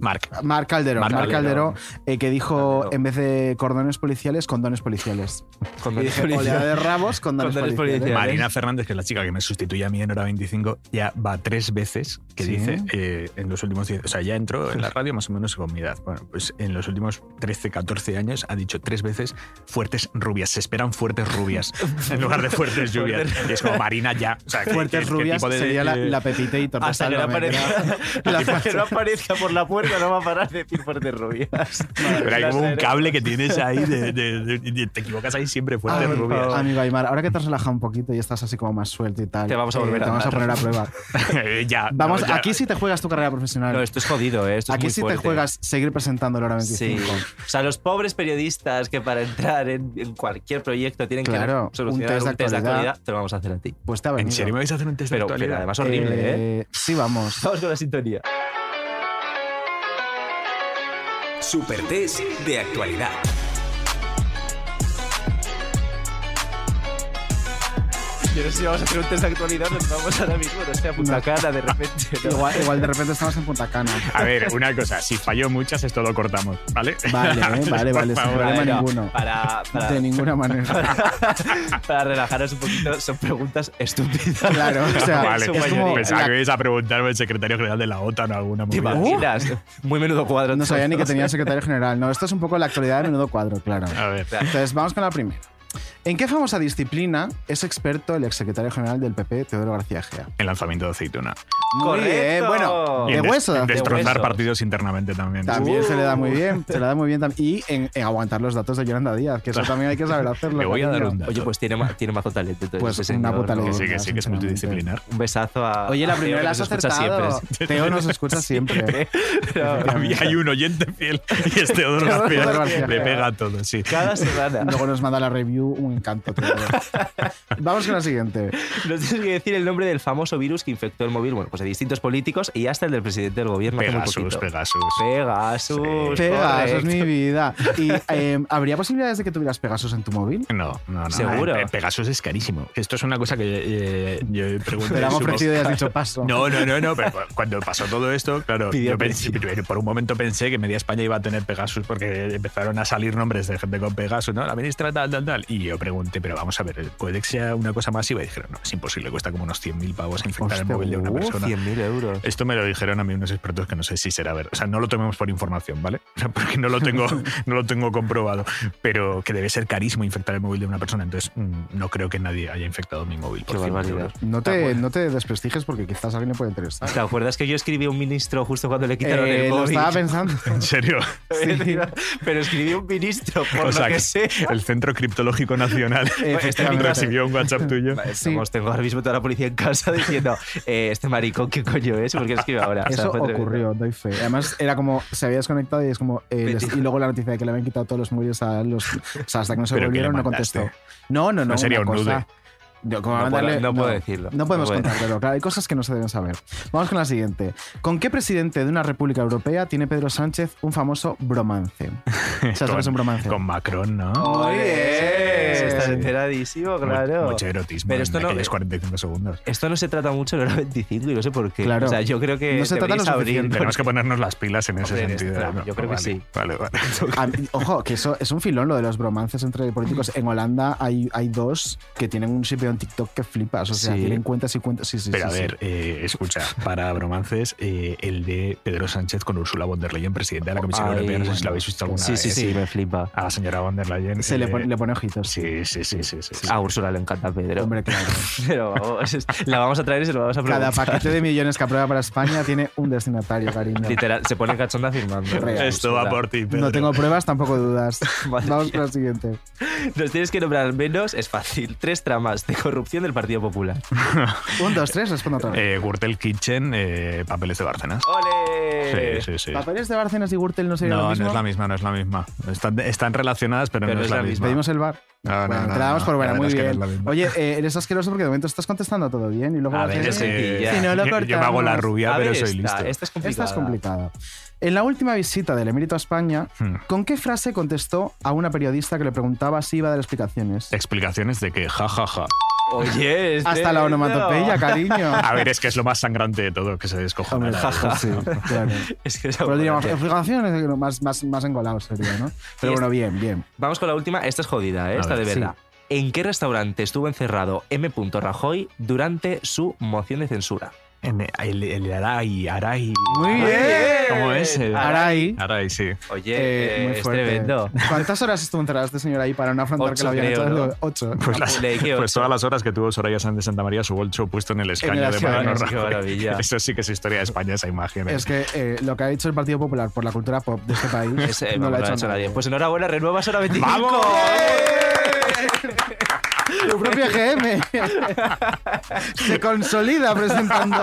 [SPEAKER 7] Marc.
[SPEAKER 3] Marc Calderón,
[SPEAKER 2] Marc
[SPEAKER 3] Marc
[SPEAKER 2] Calderón.
[SPEAKER 3] Calderón, eh, que dijo en vez de cordones policiales, condones policiales.
[SPEAKER 2] Condones
[SPEAKER 3] Y dije,
[SPEAKER 2] policiales.
[SPEAKER 3] oleada de rabos, condones,
[SPEAKER 2] Condones
[SPEAKER 3] policiales.
[SPEAKER 2] policiales.
[SPEAKER 7] Marina Fernández, que es la chica que me sustituye a mí en hora 25, ya va tres veces que
[SPEAKER 3] Sí.
[SPEAKER 7] dice eh, en los últimos 10, o sea, ya entró en la radio más o menos con mi edad. Bueno, pues en los últimos 13, 14 años ha dicho tres veces fuertes rubias, se esperan fuertes rubias en lugar de fuertes lluvias. Y es como Marina ya. O sea, ¿qué- qué-
[SPEAKER 3] Fuertes
[SPEAKER 7] qué
[SPEAKER 3] rubias
[SPEAKER 7] tipo de-
[SPEAKER 3] sería la,
[SPEAKER 7] de-
[SPEAKER 3] la Pepitator. de
[SPEAKER 2] Hasta que, no
[SPEAKER 3] Sálvame, que era-
[SPEAKER 2] aparezca, hasta que no aparezca por la puerta no va a parar de decir fuertes rubias.
[SPEAKER 7] Pero hay como un cable que tienes ahí de, de- de- de- te equivocas ahí siempre fuertes
[SPEAKER 3] Ay,
[SPEAKER 7] rubias.
[SPEAKER 3] Amigo Aymar, ahora que te has relajado un poquito y estás así como más suelto y tal, eh,
[SPEAKER 2] Te vamos a volver a
[SPEAKER 3] te vamos a
[SPEAKER 2] mandar.
[SPEAKER 3] poner a prueba.
[SPEAKER 7] ya.
[SPEAKER 3] Vamos,
[SPEAKER 7] no, ya.
[SPEAKER 3] aquí sí te juegas tu carrera profesional.
[SPEAKER 2] No, esto es jodido, ¿eh? Esto es
[SPEAKER 3] aquí
[SPEAKER 2] muy
[SPEAKER 3] sí
[SPEAKER 2] fuerte.
[SPEAKER 3] te juegas seguir presentando la hora 25.
[SPEAKER 2] Sí. O sea, los pobres periodistas que para entrar en, en cualquier proyecto tienen
[SPEAKER 3] Claro,
[SPEAKER 2] que solucionar
[SPEAKER 3] un test de actualidad.
[SPEAKER 2] te lo vamos a hacer a ti.
[SPEAKER 3] Pues te ha venido.
[SPEAKER 7] ¿En serio me vais a hacer un test de
[SPEAKER 2] Pero,
[SPEAKER 7] actualidad?
[SPEAKER 2] pero además horrible, ¿eh?
[SPEAKER 3] Eh, Sí, vamos.
[SPEAKER 2] Vamos con la sintonía.
[SPEAKER 1] Super test de actualidad.
[SPEAKER 2] Yo no sé si vamos a hacer un test de actualidad, nos vamos ahora mismo, no sé, a Punta
[SPEAKER 3] No.
[SPEAKER 2] Cana de repente. ¿no?
[SPEAKER 3] Igual, igual de repente estamos en Punta Cana.
[SPEAKER 7] A ver, una cosa, si falló muchas, esto lo cortamos, ¿vale?
[SPEAKER 3] Vale,
[SPEAKER 7] Por
[SPEAKER 3] eh, vale, vale, sin
[SPEAKER 7] favor.
[SPEAKER 3] problema
[SPEAKER 2] Bueno,
[SPEAKER 3] ninguno.
[SPEAKER 2] Para, para,
[SPEAKER 3] De ninguna manera.
[SPEAKER 2] para relajarnos un poquito, son preguntas estúpidas. pues
[SPEAKER 3] Claro, o sea,
[SPEAKER 7] Vale,
[SPEAKER 2] En su
[SPEAKER 3] es como
[SPEAKER 2] mayoría.
[SPEAKER 7] pensaba
[SPEAKER 3] la-
[SPEAKER 7] que ibais a preguntarme el secretario general de la OTAN o alguna
[SPEAKER 2] ¿Te
[SPEAKER 7] movida.
[SPEAKER 2] imaginas? Muy menudo cuadro.
[SPEAKER 3] No sabía ni que
[SPEAKER 2] entonces.
[SPEAKER 3] tenía secretario general. No, esto es un poco la actualidad de menudo cuadro, claro.
[SPEAKER 7] A ver,
[SPEAKER 3] Entonces, vamos con la primera. ¿En qué famosa disciplina es experto el exsecretario general del PP, Teodoro García Gea?
[SPEAKER 7] el lanzamiento de aceituna.
[SPEAKER 3] Muy
[SPEAKER 2] Correcto.
[SPEAKER 3] bien, bueno,
[SPEAKER 7] Y
[SPEAKER 3] de
[SPEAKER 7] en des-
[SPEAKER 3] hueso.
[SPEAKER 7] en
[SPEAKER 3] de
[SPEAKER 7] destrozar
[SPEAKER 2] hueso.
[SPEAKER 7] partidos internamente también.
[SPEAKER 3] También
[SPEAKER 2] Uh.
[SPEAKER 3] se le da muy bien, se le da muy bien tam- y en, en aguantar los datos de Yolanda Díaz, que eso también hay que saber hacerlo.
[SPEAKER 7] Le voy a dar
[SPEAKER 3] cariño.
[SPEAKER 7] un dato.
[SPEAKER 2] Oye, pues tiene, ma- tiene mazo talento. entonces,
[SPEAKER 3] Pues
[SPEAKER 2] ese
[SPEAKER 3] una
[SPEAKER 2] señor,
[SPEAKER 3] puta
[SPEAKER 2] ¿no?
[SPEAKER 7] Que
[SPEAKER 3] leyenda.
[SPEAKER 7] sí, que sí, que es
[SPEAKER 3] sinceramente.
[SPEAKER 7] multidisciplinar.
[SPEAKER 2] Un besazo a.
[SPEAKER 3] Oye, la
[SPEAKER 2] a Teo,
[SPEAKER 3] primera
[SPEAKER 2] que
[SPEAKER 3] la
[SPEAKER 2] nos
[SPEAKER 3] has
[SPEAKER 2] escucha
[SPEAKER 3] acertado.
[SPEAKER 2] siempre.
[SPEAKER 3] Teo nos escucha siempre.
[SPEAKER 2] Pero
[SPEAKER 7] Había- Hay un oyente fiel y es Teodoro García.
[SPEAKER 3] García.
[SPEAKER 7] Le pega a todo, sí.
[SPEAKER 2] Cada semana.
[SPEAKER 3] Luego nos manda la review, un encanto. Teo. Vamos con la siguiente.
[SPEAKER 2] Nos tienes que decir el nombre del famoso virus que infectó el móvil, bueno, pues de distintos políticos y hasta el del presidente del gobierno. hace muy
[SPEAKER 7] Pegasus,
[SPEAKER 2] poquito.
[SPEAKER 7] Pegasus.
[SPEAKER 2] Pegasus.
[SPEAKER 3] Pues Pegasus,
[SPEAKER 2] correcto.
[SPEAKER 3] mi vida. ¿Y eh, habría posibilidades de que tuvieras Pegasus en tu móvil?
[SPEAKER 7] No, no, no.
[SPEAKER 2] ¿Seguro?
[SPEAKER 7] Eh, Pegasus es carísimo. Esto es una cosa que eh, yo pregunté.
[SPEAKER 3] Te la han
[SPEAKER 7] supongo-
[SPEAKER 3] ofrecido y has dicho paso.
[SPEAKER 7] No, no, no, no. Pero cu- cuando pasó todo esto, claro,
[SPEAKER 2] Pidió
[SPEAKER 7] yo pensé-
[SPEAKER 2] permiso.
[SPEAKER 7] yo por un momento pensé que Media España iba a tener Pegasus porque empezaron a salir nombres de gente con Pegasus, ¿no? La ministra tal, tal, tal. Y yo pregunté, pero vamos a ver, ¿puede que sea una cosa masiva? Y dijeron, no, es imposible, cuesta como unos 100.000 pavos infectar el
[SPEAKER 3] Hostia,
[SPEAKER 7] móvil de una
[SPEAKER 3] uh,
[SPEAKER 7] persona.
[SPEAKER 2] 100.000 euros.
[SPEAKER 7] Esto me lo dijeron a mí unos expertos que no sé si será verdad. O sea, no lo tomemos por información, ¿vale? O sea, porque no lo tengo, no lo tengo comprobado. Pero que debe ser carísimo infectar el móvil de una persona. Entonces, mm, no creo que nadie haya infectado mi móvil.
[SPEAKER 2] Qué
[SPEAKER 7] Por 100
[SPEAKER 2] barbaridad.
[SPEAKER 7] euros.
[SPEAKER 3] No te, no te desprestiges porque quizás a alguien le puede interesar.
[SPEAKER 2] ¿Te acuerdas que yo escribí a un ministro justo cuando le quitaron
[SPEAKER 3] Eh,
[SPEAKER 2] el
[SPEAKER 3] lo
[SPEAKER 2] móvil?
[SPEAKER 3] estaba pensando.
[SPEAKER 7] En serio.
[SPEAKER 2] Pero escribí a un ministro, por
[SPEAKER 7] O sea,
[SPEAKER 2] lo que
[SPEAKER 7] que
[SPEAKER 2] sé.
[SPEAKER 7] El Centro Criptológico nacional.
[SPEAKER 2] Este
[SPEAKER 7] Me
[SPEAKER 2] amigo-
[SPEAKER 7] recibió un WhatsApp tuyo.
[SPEAKER 2] Estamos, tengo ahora mismo toda la policía en casa diciendo eh, este maricón qué coño es porque escribe ahora. O sea,
[SPEAKER 3] Eso
[SPEAKER 2] fue tremendo.
[SPEAKER 3] ocurrió, doy fe. Además, era como se había desconectado y es como. eh, les- y luego la noticia de que le habían quitado todos los móviles a los. O sea, hasta que no se
[SPEAKER 7] ¿Pero qué le
[SPEAKER 3] volvieron, no
[SPEAKER 7] mandaste?
[SPEAKER 3] contestó. No, no, no.
[SPEAKER 7] No sería
[SPEAKER 3] una
[SPEAKER 7] un
[SPEAKER 3] cosa-
[SPEAKER 7] nude.
[SPEAKER 3] Yo, como
[SPEAKER 2] No
[SPEAKER 3] mandarle-
[SPEAKER 2] puedo- no puedo decirlo.
[SPEAKER 3] No podemos
[SPEAKER 2] No puedo.
[SPEAKER 3] contártelo, claro. Hay cosas que no se deben saber. Vamos con la siguiente. ¿Con qué presidente de una república europea tiene Pedro Sánchez un famoso bromance? ¿Sabes lo que es un bromance?
[SPEAKER 7] Con Macron, ¿no?
[SPEAKER 2] Muy bien.
[SPEAKER 7] Sí.
[SPEAKER 2] Estás enteradísimo,
[SPEAKER 7] Mu-
[SPEAKER 2] Oh, claro.
[SPEAKER 7] Mucho erotismo
[SPEAKER 2] Pero
[SPEAKER 7] Pero
[SPEAKER 2] esto
[SPEAKER 7] esto en
[SPEAKER 2] no-
[SPEAKER 7] aquellos 45 segundos.
[SPEAKER 2] Esto no se trata mucho en la hora 25 y no sé por qué.
[SPEAKER 3] Claro.
[SPEAKER 2] O sea, yo creo que
[SPEAKER 3] No se trata
[SPEAKER 2] deberíais
[SPEAKER 3] lo
[SPEAKER 2] abrir
[SPEAKER 3] suficiente.
[SPEAKER 2] con-
[SPEAKER 7] Tenemos que ponernos las pilas en ese
[SPEAKER 2] Hombre, eres-
[SPEAKER 7] sentido.
[SPEAKER 2] claro,
[SPEAKER 7] ¿no?
[SPEAKER 2] yo creo que
[SPEAKER 7] Vale,
[SPEAKER 2] sí.
[SPEAKER 7] Vale, vale.
[SPEAKER 3] A mí- ojo, que eso es un filón lo de los bromances entre políticos. En Holanda hay, hay dos que tienen un shipeo en TikTok que flipas. O sea,
[SPEAKER 7] Sí.
[SPEAKER 3] tienen cuentas y cuentas. Sí, sí,
[SPEAKER 7] Pero
[SPEAKER 3] sí,
[SPEAKER 7] a
[SPEAKER 3] sí.
[SPEAKER 7] ver, eh, escucha, para bromances, eh, el de Pedro Sánchez con Ursula von der Leyen, presidenta de la Comisión
[SPEAKER 2] Ay,
[SPEAKER 7] Europea, no sé si
[SPEAKER 2] bueno.
[SPEAKER 7] lo habéis visto alguna
[SPEAKER 2] Sí,
[SPEAKER 7] vez.
[SPEAKER 2] sí, sí, me flipa.
[SPEAKER 7] A la señora von der Leyen.
[SPEAKER 3] Se
[SPEAKER 7] eh,
[SPEAKER 3] le, pone, le pone ojitos.
[SPEAKER 7] Sí, sí, sí, sí. sí, sí.
[SPEAKER 2] A Úrsula le encanta Pedro.
[SPEAKER 3] Hombre, claro.
[SPEAKER 2] Pero vamos, es- la vamos a traer y se lo vamos a
[SPEAKER 3] Cada
[SPEAKER 2] preguntar.
[SPEAKER 3] paquete de millones que aprueba para España tiene un destinatario, cariño.
[SPEAKER 2] Literal, se pone cachonda firmando.
[SPEAKER 3] Real.
[SPEAKER 7] Esto va
[SPEAKER 2] Úrsula.
[SPEAKER 7] por ti, Pedro.
[SPEAKER 3] No tengo pruebas, tampoco dudas.
[SPEAKER 2] Madre
[SPEAKER 3] Vamos
[SPEAKER 2] mía.
[SPEAKER 3] con la siguiente.
[SPEAKER 2] Nos tienes que nombrar al menos, es fácil, tres tramas de corrupción del Partido Popular.
[SPEAKER 3] Un, dos, tres, respondo otra vez.
[SPEAKER 7] Eh, Gürtel Kitchen, eh, papeles de Bárcenas.
[SPEAKER 2] ¡Ole!
[SPEAKER 7] Sí, sí, sí.
[SPEAKER 3] ¿Papeles de Bárcenas y Gürtel no serían lo
[SPEAKER 7] Eh. No,
[SPEAKER 3] mismo?
[SPEAKER 7] no es la misma, no es la misma. Están, están relacionadas, pero, no es la misma.
[SPEAKER 3] Pedimos el bar.
[SPEAKER 7] No, no,
[SPEAKER 3] Bueno,
[SPEAKER 7] no,
[SPEAKER 3] te la damos
[SPEAKER 7] no.
[SPEAKER 3] por
[SPEAKER 7] La
[SPEAKER 3] buena,
[SPEAKER 7] verdad
[SPEAKER 3] muy
[SPEAKER 7] es que no es
[SPEAKER 3] bien.
[SPEAKER 7] la misma.
[SPEAKER 3] Oye, eh, eres asqueroso porque de momento estás contestando todo bien y luego
[SPEAKER 7] A
[SPEAKER 3] vas
[SPEAKER 7] ver, es
[SPEAKER 3] hacer-
[SPEAKER 7] que
[SPEAKER 2] Sí,
[SPEAKER 3] Si no lo
[SPEAKER 7] yo, yo me hago la
[SPEAKER 3] cortamos.
[SPEAKER 7] rubia,
[SPEAKER 2] A ver
[SPEAKER 7] pero soy
[SPEAKER 2] esta,
[SPEAKER 7] listo.
[SPEAKER 2] Esta es complicada.
[SPEAKER 3] Esta es complicada. En la última visita del emérito a España,
[SPEAKER 7] Hmm.
[SPEAKER 3] ¿con qué frase contestó a una periodista que le preguntaba si iba a dar explicaciones?
[SPEAKER 7] Explicaciones de que, jajaja.
[SPEAKER 2] Oye, este-
[SPEAKER 3] Hasta la onomatopeya, cariño.
[SPEAKER 7] A ver, es que es lo más sangrante de todo, que se descojona.
[SPEAKER 3] Hombre,
[SPEAKER 7] la
[SPEAKER 3] jaja.
[SPEAKER 7] verdad.
[SPEAKER 3] Sí, claro.
[SPEAKER 2] Es que esa-
[SPEAKER 3] Pero diríamos, explicaciones eh, más, más, más engolados sería, ¿no? Pero
[SPEAKER 2] Y
[SPEAKER 3] bueno, bien, bien.
[SPEAKER 2] Vamos con la última. Esta es jodida, ¿eh?
[SPEAKER 7] A
[SPEAKER 2] esta
[SPEAKER 7] ver.
[SPEAKER 2] de verdad. ¿En qué restaurante estuvo encerrado M. Rajoy durante su moción de censura?
[SPEAKER 7] En el, el Arai, Arai.
[SPEAKER 3] Muy bien.
[SPEAKER 7] ¿Cómo es? El-
[SPEAKER 3] Arai.
[SPEAKER 7] Arai, sí.
[SPEAKER 2] Oye,
[SPEAKER 3] Eh,
[SPEAKER 2] Ah, eh,
[SPEAKER 3] muy
[SPEAKER 2] es
[SPEAKER 3] fuerte.
[SPEAKER 2] tremendo.
[SPEAKER 3] ¿Cuántas horas estuvo encerrado este señor ahí para no afrontar que
[SPEAKER 2] Ocho,
[SPEAKER 3] lo habían
[SPEAKER 2] creo,
[SPEAKER 3] echado?
[SPEAKER 2] ¿no?
[SPEAKER 3] Ocho.
[SPEAKER 7] Pues, las-
[SPEAKER 2] Leí que
[SPEAKER 7] pues
[SPEAKER 2] ocho.
[SPEAKER 7] todas las horas que tuvo Soraya Sánchez de Santa María su bolso puesto en el escaño de
[SPEAKER 3] escaño,
[SPEAKER 7] Mariano
[SPEAKER 2] qué
[SPEAKER 7] Rajoy.
[SPEAKER 2] maravilla.
[SPEAKER 7] Eso sí que es historia de España, esa imagen. ¿eh?
[SPEAKER 3] Es que eh, lo que ha hecho el Partido Popular por la cultura pop de este país
[SPEAKER 2] Es, eh,
[SPEAKER 3] no
[SPEAKER 2] vamos,
[SPEAKER 3] lo ha hecho nadie.
[SPEAKER 2] Pues enhorabuena, renuevas hora 25.
[SPEAKER 7] ¡Vamos!
[SPEAKER 3] Tu propio GM se consolida presentando.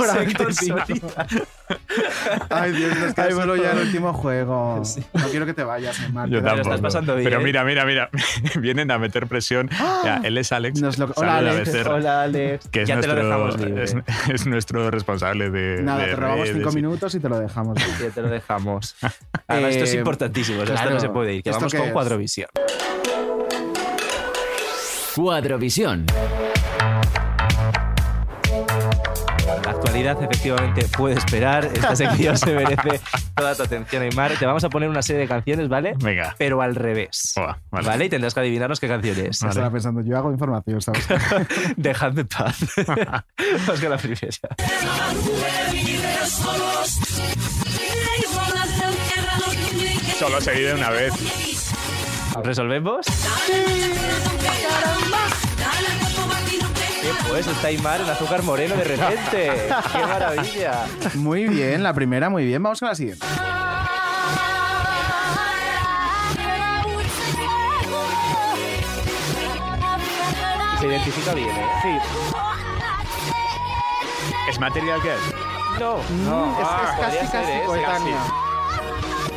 [SPEAKER 3] Hora
[SPEAKER 2] Se
[SPEAKER 3] 25. Ay, Dios, nos queda solo ya el último juego. No quiero que te vayas, Neymar.
[SPEAKER 7] Yo
[SPEAKER 3] Te da-
[SPEAKER 2] lo
[SPEAKER 7] tampoco.
[SPEAKER 2] estás pasando bien,
[SPEAKER 7] Pero
[SPEAKER 2] ¿eh?
[SPEAKER 7] mira, mira, mira. Vienen a meter presión. Ya, él es Alex.
[SPEAKER 3] ¡Ah! Nos lo- Hola,
[SPEAKER 7] Saluda,
[SPEAKER 3] Alex.
[SPEAKER 7] Becerra,
[SPEAKER 3] Hola, Alex.
[SPEAKER 7] Que es,
[SPEAKER 2] Ya te lo
[SPEAKER 7] nuestro,
[SPEAKER 2] dejamos libre.
[SPEAKER 7] es, es nuestro responsable de.
[SPEAKER 3] Nada,
[SPEAKER 7] Eh, de
[SPEAKER 3] te robamos
[SPEAKER 7] redes
[SPEAKER 3] cinco
[SPEAKER 7] y-
[SPEAKER 3] minutos y te lo dejamos.
[SPEAKER 2] Ya te lo dejamos. Además, esto es
[SPEAKER 3] Eh,
[SPEAKER 2] importantísimo. o sea,
[SPEAKER 3] claro.
[SPEAKER 2] esto no se puede ir. Que
[SPEAKER 3] ¿Esto
[SPEAKER 2] vamos
[SPEAKER 3] qué
[SPEAKER 2] con
[SPEAKER 3] es?
[SPEAKER 2] Cuadrovisión.
[SPEAKER 13] Cuadrovisión.
[SPEAKER 2] La actualidad efectivamente puede esperar. Esta sección se merece toda tu atención, Aymar. Te vamos a poner una serie de canciones, ¿vale?
[SPEAKER 7] Venga.
[SPEAKER 2] Pero al revés.
[SPEAKER 7] Buah,
[SPEAKER 2] vale.
[SPEAKER 7] vale.
[SPEAKER 2] Y tendrás que adivinarnos qué canción es.
[SPEAKER 3] Estaba pensando, yo hago información, ¿sabes?
[SPEAKER 2] Dejadme en paz. Vamos con la primera.
[SPEAKER 7] Solo se vive una vez.
[SPEAKER 2] ¿Resolvemos? Pues está Aymar en azúcar moreno de repente. ¡Qué maravilla!
[SPEAKER 3] Muy bien, la primera, muy bien. Vamos con la siguiente.
[SPEAKER 2] Se identifica bien, ¿eh? Sí.
[SPEAKER 7] ¿Es material que es?
[SPEAKER 2] No.
[SPEAKER 3] Mm, es,
[SPEAKER 2] ah,
[SPEAKER 3] es
[SPEAKER 2] podría
[SPEAKER 3] casi,
[SPEAKER 2] ser,
[SPEAKER 3] casi
[SPEAKER 2] ¿eh? Es
[SPEAKER 3] coetánea.
[SPEAKER 2] casi.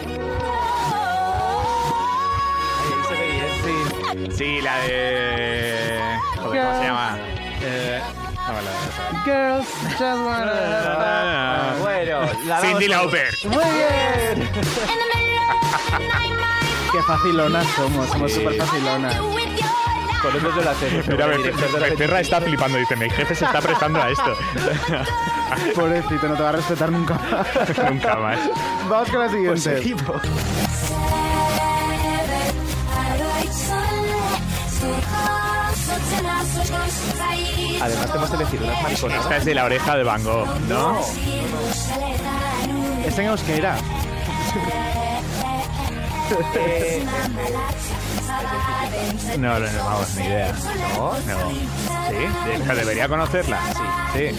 [SPEAKER 2] Ahí se ve bien.
[SPEAKER 7] Sí, la de. Joder, ¿cómo se llama? Eh... ah, vale, vale,
[SPEAKER 3] Girls, just wanna-
[SPEAKER 2] Ah,
[SPEAKER 7] vale.
[SPEAKER 2] Bueno, la damos
[SPEAKER 7] Cindy
[SPEAKER 2] por-
[SPEAKER 7] Lauper.
[SPEAKER 3] Muy bien. Qué facilonas somos, somos súper facilonas.
[SPEAKER 2] Con eso yo la hacemos.
[SPEAKER 7] Mira,
[SPEAKER 2] El director de la
[SPEAKER 7] Be- Becerra está flipando. Dice, mi jefe se está prestando a esto.
[SPEAKER 3] Pobrecito, no te va a respetar nunca más.
[SPEAKER 7] Nunca más.
[SPEAKER 3] Vamos con la
[SPEAKER 2] Pues
[SPEAKER 3] siguiente.
[SPEAKER 2] seguimos. Además, te hemos elegido unas mariconas.
[SPEAKER 7] Esta es de la oreja de Van Gogh, ¿no?
[SPEAKER 3] Es en euskera.
[SPEAKER 7] No, no, no, vamos, ni idea. ¿No? No. ¿Sí? De- Debería conocerla. Sí.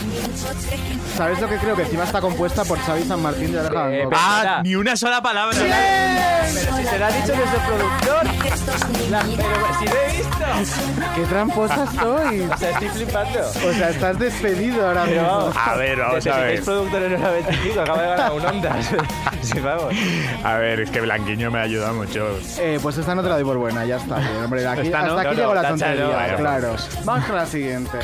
[SPEAKER 3] ¿Sabes lo que creo? Que encima está compuesta por Xavi San Martín de Oreja Van Gogh.
[SPEAKER 2] Ah,
[SPEAKER 7] Ni una sola palabra.
[SPEAKER 2] Pero si se lo ha dicho nuestro productor. pero si lo he visto.
[SPEAKER 3] ¡Qué tramposa soy!
[SPEAKER 2] O sea, estoy flipando.
[SPEAKER 3] O sea, estás despedido ahora
[SPEAKER 2] Pero
[SPEAKER 3] mismo.
[SPEAKER 2] vamos. Necesitáis productor en hora 25, acaba de ganar un Ondas. Sí, vamos.
[SPEAKER 7] A ver, es que Blanquiño me ayuda mucho.
[SPEAKER 3] Eh, pues esta no te la doy por buena, ya está. bien, hombre, de aquí-
[SPEAKER 7] Esta no,
[SPEAKER 3] hasta aquí
[SPEAKER 7] no, no,
[SPEAKER 3] llegó la
[SPEAKER 7] tacha,
[SPEAKER 3] tontería,
[SPEAKER 7] no, vale,
[SPEAKER 3] claro. Vamos con la siguiente.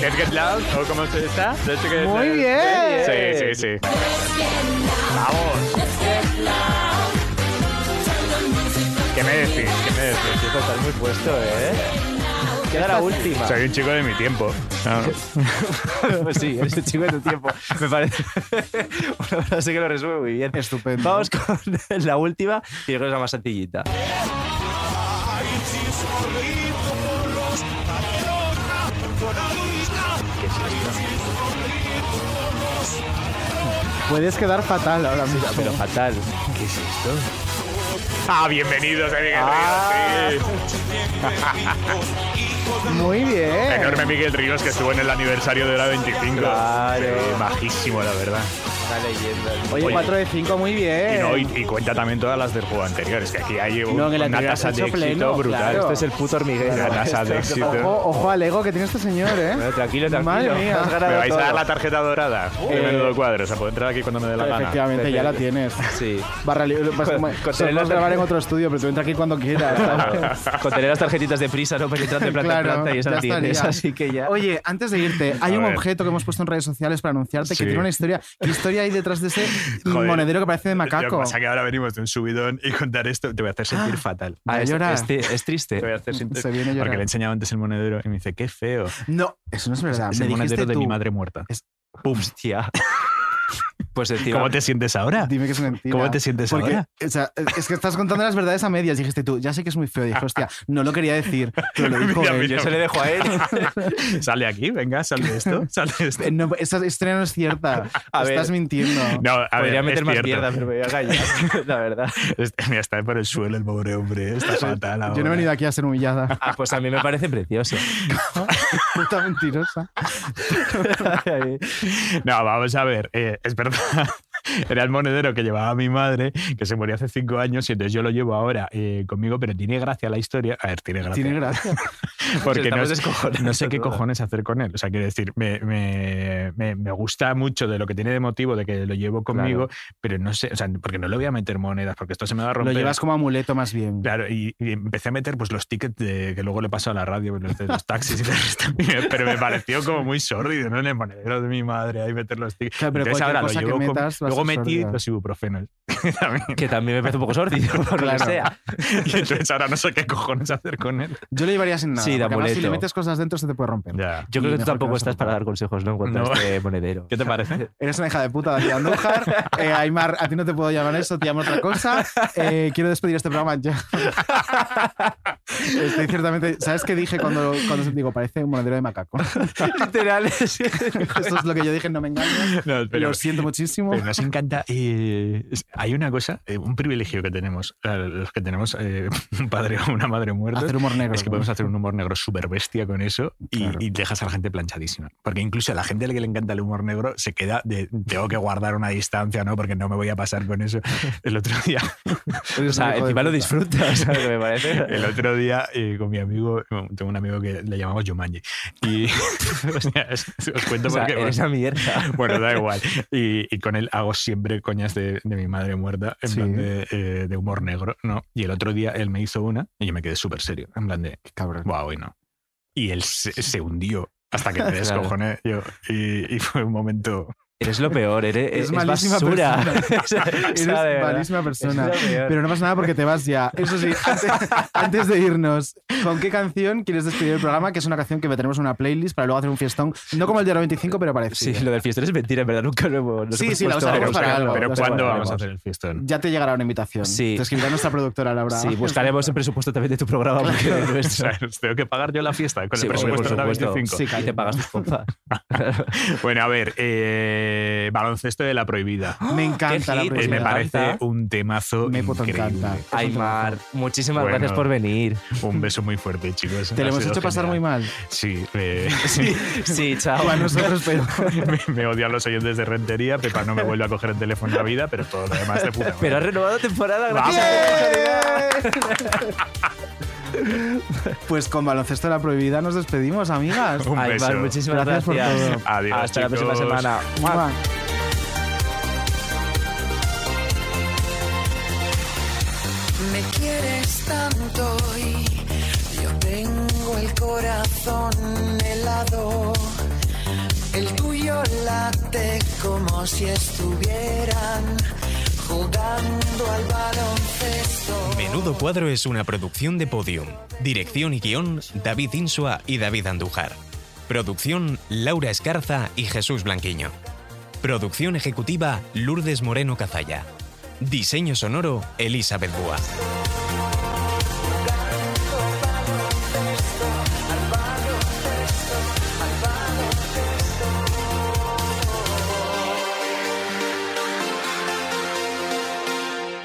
[SPEAKER 16] Get Get Loud, o como se está. De hecho, que
[SPEAKER 3] Muy bien.
[SPEAKER 16] Sí, sí, sí. Vamos.
[SPEAKER 7] ¿Qué me decís? ¿Qué me decís?
[SPEAKER 2] estás muy puesto, ¿eh? Queda la última.
[SPEAKER 7] Soy un chico de mi tiempo. Ah.
[SPEAKER 2] Pues sí, eres el chico de tu tiempo. Me parece una frase que lo resume muy bien.
[SPEAKER 3] Estupendo.
[SPEAKER 2] Vamos con la última y yo creo que es la más sencillita.
[SPEAKER 3] Puedes quedar fatal ahora mismo.
[SPEAKER 2] Pero fatal.
[SPEAKER 7] ¿Qué es esto? Ah, bienvenidos a Miguel Ah. Ríos.
[SPEAKER 3] Muy
[SPEAKER 7] sí.
[SPEAKER 3] bien.
[SPEAKER 7] Enorme Miguel Ríos que estuvo en el aniversario de la 25.
[SPEAKER 2] Claro.
[SPEAKER 7] Sí, majísimo, la verdad.
[SPEAKER 2] Una leyenda.
[SPEAKER 3] Oye, 4 de 5, muy bien.
[SPEAKER 7] Y, no, y, y cuenta también todas las del juego anterior. Es que aquí hay un-
[SPEAKER 3] Eh. No, que la
[SPEAKER 7] una
[SPEAKER 3] anterior has
[SPEAKER 7] tasa de
[SPEAKER 3] hecho
[SPEAKER 7] éxito
[SPEAKER 3] pleno,
[SPEAKER 7] brutal.
[SPEAKER 3] claro. Este es
[SPEAKER 2] el puto hormiguero.
[SPEAKER 7] Una
[SPEAKER 3] Este
[SPEAKER 7] tasa de éxito.
[SPEAKER 3] Ojo, ojo al ego que tiene este señor, ¿eh?
[SPEAKER 2] Bueno, tranquilo, tranquilo.
[SPEAKER 3] Madre mía.
[SPEAKER 2] Has ganado
[SPEAKER 7] ¿Me vais a dar
[SPEAKER 2] todo.
[SPEAKER 7] la tarjeta dorada?
[SPEAKER 3] Eh,
[SPEAKER 7] De menudo cuadro. O sea, puedo entrar aquí cuando me dé la gana.
[SPEAKER 3] Efectivamente, ya la tienes.
[SPEAKER 2] Sí.
[SPEAKER 3] Barra libre. Vas,
[SPEAKER 2] Con-
[SPEAKER 3] como-
[SPEAKER 2] con
[SPEAKER 3] se
[SPEAKER 2] tener
[SPEAKER 3] puede
[SPEAKER 2] las
[SPEAKER 3] grabar en
[SPEAKER 2] tarjetas.
[SPEAKER 3] otro estudio, pero tú entra aquí cuando quieras. ¿sabes?
[SPEAKER 2] Con tener las tarjetitas de prisa, ¿no? Penetrante, en planta, en
[SPEAKER 3] Claro,
[SPEAKER 2] planta y esa
[SPEAKER 3] ya
[SPEAKER 2] la tienes.
[SPEAKER 3] estaría.
[SPEAKER 2] Así que ya.
[SPEAKER 3] Oye, antes de irte, hay
[SPEAKER 2] A
[SPEAKER 3] un
[SPEAKER 2] ver.
[SPEAKER 3] objeto que hemos puesto en redes sociales para anunciarte
[SPEAKER 7] Sí.
[SPEAKER 3] que tiene una historia. ¿Qué historia hay detrás de ese
[SPEAKER 7] Joder.
[SPEAKER 3] monedero que parece de
[SPEAKER 7] Lo que
[SPEAKER 3] macaco? Ah.
[SPEAKER 7] pasa es que ahora venimos de un subidón y contar esto te voy a hacer sentir fatal.
[SPEAKER 3] voy a
[SPEAKER 7] es-
[SPEAKER 3] llorar.
[SPEAKER 2] Ah,
[SPEAKER 7] este-
[SPEAKER 2] es
[SPEAKER 7] Te voy a
[SPEAKER 2] triste.
[SPEAKER 7] hacer sentir
[SPEAKER 3] Se viene a llorar.
[SPEAKER 7] Porque le he enseñado antes el monedero y me dice, qué feo. Es
[SPEAKER 3] No, eso no es verdad.
[SPEAKER 7] el
[SPEAKER 3] Ah, Me dijiste
[SPEAKER 7] monedero de mi
[SPEAKER 3] tú.
[SPEAKER 7] madre muerta.
[SPEAKER 2] Pum. Hostia. Pues encima.
[SPEAKER 7] ¿Cómo te sientes ahora?
[SPEAKER 3] Dime que es mentira.
[SPEAKER 7] ¿Cómo te sientes
[SPEAKER 3] Porque,
[SPEAKER 7] ahora?
[SPEAKER 3] o sea, es que estás contando las verdades a medias. Dijiste tú, ya sé que es muy feo. Dije, hostia, no lo quería decir, pero lo dijo
[SPEAKER 7] Mira,
[SPEAKER 3] él.
[SPEAKER 7] mira,
[SPEAKER 2] Yo se le dejo a él.
[SPEAKER 7] Sale aquí, venga, sale de esto, sale de esto.
[SPEAKER 3] Eh, No, esa historia no es cierta.
[SPEAKER 2] A ver.
[SPEAKER 3] estás mintiendo.
[SPEAKER 7] No, a ver,
[SPEAKER 2] Podría
[SPEAKER 7] es
[SPEAKER 2] meter más
[SPEAKER 7] cierto.
[SPEAKER 2] mierda, pero me voy a callar. La verdad.
[SPEAKER 7] Este- mira, está por el suelo el pobre hombre, está fatal
[SPEAKER 3] Yo no he
[SPEAKER 7] ahora.
[SPEAKER 3] venido aquí a ser humillada.
[SPEAKER 2] Ah, pues a mí me parece precioso.
[SPEAKER 3] Puta mentirosa.
[SPEAKER 7] No, vamos a ver, eh, es verdad. Era el monedero que llevaba mi madre, que se murió hace cinco años, y entonces yo lo llevo ahora eh, conmigo, pero tiene gracia la historia. A ver, tiene gracia.
[SPEAKER 3] Tiene gracia.
[SPEAKER 7] porque no,
[SPEAKER 2] Estamos descojonados,
[SPEAKER 7] no sé qué
[SPEAKER 2] total.
[SPEAKER 7] cojones hacer con él. O sea, quiero decir, me, me- me- me gusta mucho de lo que tiene de motivo, de que lo llevo conmigo, pero no sé, o sea, porque no le voy a meter monedas, porque esto se me va a
[SPEAKER 3] Lo
[SPEAKER 7] romper.
[SPEAKER 3] llevas como amuleto más bien.
[SPEAKER 7] Claro, y, y empecé a meter pues los tickets de- que luego le paso a la radio, los de los taxis y demás también, pero me pareció como muy sórdido, ¿no? En el monedero de mi madre, ahí meter los tickets.
[SPEAKER 3] Claro, pero
[SPEAKER 7] Entonces
[SPEAKER 3] cualquier
[SPEAKER 7] ahora lo
[SPEAKER 3] cosa que
[SPEAKER 7] llevo con-
[SPEAKER 3] metas va a
[SPEAKER 7] luego
[SPEAKER 3] ser
[SPEAKER 7] metí
[SPEAKER 3] sórdida.
[SPEAKER 7] los ibuprofenos.
[SPEAKER 2] Que también me parece un poco sórdido, por lo que
[SPEAKER 3] Claro.
[SPEAKER 2] sea.
[SPEAKER 7] y entonces ahora no sé qué cojones hacer con él.
[SPEAKER 3] Yo lo llevaría sin nada.
[SPEAKER 2] Sí, de
[SPEAKER 3] porque además, si le
[SPEAKER 2] amuleto.
[SPEAKER 3] metes cosas dentro, se te puede romper.
[SPEAKER 7] Ya.
[SPEAKER 2] Yo
[SPEAKER 3] Y
[SPEAKER 2] creo que tú
[SPEAKER 3] mejor que no
[SPEAKER 2] tampoco estás
[SPEAKER 3] se
[SPEAKER 2] para
[SPEAKER 3] rompa.
[SPEAKER 2] dar consejos, ¿no? En cuanto
[SPEAKER 7] No.
[SPEAKER 2] a este monedero.
[SPEAKER 7] ¿Qué te parece?
[SPEAKER 3] Eres una hija de puta, David Andújar. Eh, Aymar, a ti no te puedo llamar eso, te llamo otra cosa. Eh, quiero despedir este programa ya. Estoy ciertamente. ¿Sabes qué dije cuando, cuando digo parece un monedero de macaco?
[SPEAKER 2] Literal. es-
[SPEAKER 3] Eso es lo que yo dije, no me engañes.
[SPEAKER 7] No, pero-
[SPEAKER 3] Lo siento muchísimo.
[SPEAKER 7] Pero nos encanta. eh, es- hay una cosa, eh, un privilegio que tenemos, eh, los que tenemos eh, un padre o una madre muerta,
[SPEAKER 3] Hacer humor negro.
[SPEAKER 7] es que
[SPEAKER 3] ¿no?
[SPEAKER 7] podemos hacer un humor negro súper bestia con eso y,
[SPEAKER 3] Claro.
[SPEAKER 7] y dejas a la gente planchadísima. Porque incluso a la gente a la que le encanta el humor negro se queda de tengo que guardar una distancia, ¿no? Porque no me voy a pasar con eso. El otro día,
[SPEAKER 2] O
[SPEAKER 3] un
[SPEAKER 2] sea,
[SPEAKER 3] hijo de
[SPEAKER 2] encima lo
[SPEAKER 3] puta.
[SPEAKER 2] disfrutas, ¿sabes? Que me parece.
[SPEAKER 7] el otro día eh, con mi amigo, tengo un amigo que le llamamos Yumanji. Y o sea, es- os cuento
[SPEAKER 2] O sea,
[SPEAKER 7] porque.
[SPEAKER 2] eres una mierda.
[SPEAKER 7] Bueno, da igual. Y, y con él hago siempre coñas de, de mi madre muerta, en
[SPEAKER 3] Sí.
[SPEAKER 7] plan de, eh, de humor negro, ¿no? Y el otro día él me hizo una y yo me quedé súper serio, en plan de,
[SPEAKER 3] Qué cabrón.
[SPEAKER 7] wow, hoy no. Y él se, se hundió hasta que me
[SPEAKER 2] Claro.
[SPEAKER 7] descojoné yo. Y, y fue un momento...
[SPEAKER 2] Eres lo peor, eres,
[SPEAKER 3] Eres
[SPEAKER 2] es
[SPEAKER 3] malísima
[SPEAKER 2] basura.
[SPEAKER 3] persona.
[SPEAKER 2] O sea,
[SPEAKER 3] Eres
[SPEAKER 2] de verdad.
[SPEAKER 3] malísima persona.
[SPEAKER 2] Es lo peor.
[SPEAKER 3] Pero no pasa nada porque te vas ya. Eso sí, antes, antes de irnos, ¿con qué canción quieres despedir el programa? Que es una canción que tenemos en una playlist para luego hacer un fiestón. No como el de 95, pero
[SPEAKER 2] Sí,
[SPEAKER 3] parecido.
[SPEAKER 2] lo del fiestón es mentira, en verdad, nunca lo hemos. nos
[SPEAKER 3] Sí,
[SPEAKER 2] hemos
[SPEAKER 3] sí, la
[SPEAKER 2] puesto-
[SPEAKER 3] usaremos
[SPEAKER 7] Pero,
[SPEAKER 3] para algo,
[SPEAKER 7] pero
[SPEAKER 3] lo
[SPEAKER 7] ¿cuándo
[SPEAKER 3] sabremos.
[SPEAKER 7] vamos a hacer el fiestón?
[SPEAKER 3] Ya te llegará una invitación.
[SPEAKER 2] Sí.
[SPEAKER 3] Te escribirá nuestra productora Laura.
[SPEAKER 2] Sí, buscaremos el presupuesto también de tu programa porque el
[SPEAKER 7] O
[SPEAKER 2] nuestro.
[SPEAKER 7] sea, os tengo que pagar yo la fiesta con
[SPEAKER 2] Sí,
[SPEAKER 7] el
[SPEAKER 2] hombre, por
[SPEAKER 7] presupuesto de la
[SPEAKER 2] supuesto.
[SPEAKER 7] 25.
[SPEAKER 2] Sí, y te pagas tus pompas.
[SPEAKER 7] Bueno, a ver, eh, eh, baloncesto de la prohibida.
[SPEAKER 3] Me encanta la
[SPEAKER 7] Pues ¡Ah! me
[SPEAKER 3] prohibida.
[SPEAKER 7] parece un temazo
[SPEAKER 3] Me puto
[SPEAKER 7] increíble.
[SPEAKER 3] encanta.
[SPEAKER 17] Aymar, muchísimas
[SPEAKER 7] Bueno,
[SPEAKER 17] gracias por venir.
[SPEAKER 7] Un beso muy fuerte, chicos.
[SPEAKER 3] Te
[SPEAKER 7] Ha
[SPEAKER 3] lo hemos
[SPEAKER 7] sido
[SPEAKER 3] hecho pasar muy
[SPEAKER 7] genial.
[SPEAKER 3] mal.
[SPEAKER 7] Sí, eh,
[SPEAKER 17] Sí, sí, chao.
[SPEAKER 3] Tú a nosotros, pero-
[SPEAKER 7] me, me odian los oyentes de Rentería. Pepa no me vuelve a coger el teléfono en la vida, pero todo lo demás de puta madre.
[SPEAKER 17] Pero has renovado temporada,
[SPEAKER 7] Vamos.
[SPEAKER 3] Pues con baloncesto de la prohibida nos despedimos, amigas.
[SPEAKER 7] Un
[SPEAKER 17] Aymar,
[SPEAKER 7] beso.
[SPEAKER 17] muchísimas gracias.
[SPEAKER 3] por todo.
[SPEAKER 7] Adiós,
[SPEAKER 17] Hasta la próxima
[SPEAKER 7] chicos.
[SPEAKER 17] semana.
[SPEAKER 3] Mua.
[SPEAKER 18] Me quieres tanto y yo tengo el corazón helado. El tuyo late como si estuvieran jugando al baloncesto.
[SPEAKER 2] Menudo Cuadro es una producción de Podium. Dirección y guión, David Insua y David Andújar. Producción, Laura Escarza y Jesús Blanquiño. Producción ejecutiva, Lourdes Moreno Cazalla. Diseño sonoro, Elizabeth Búa.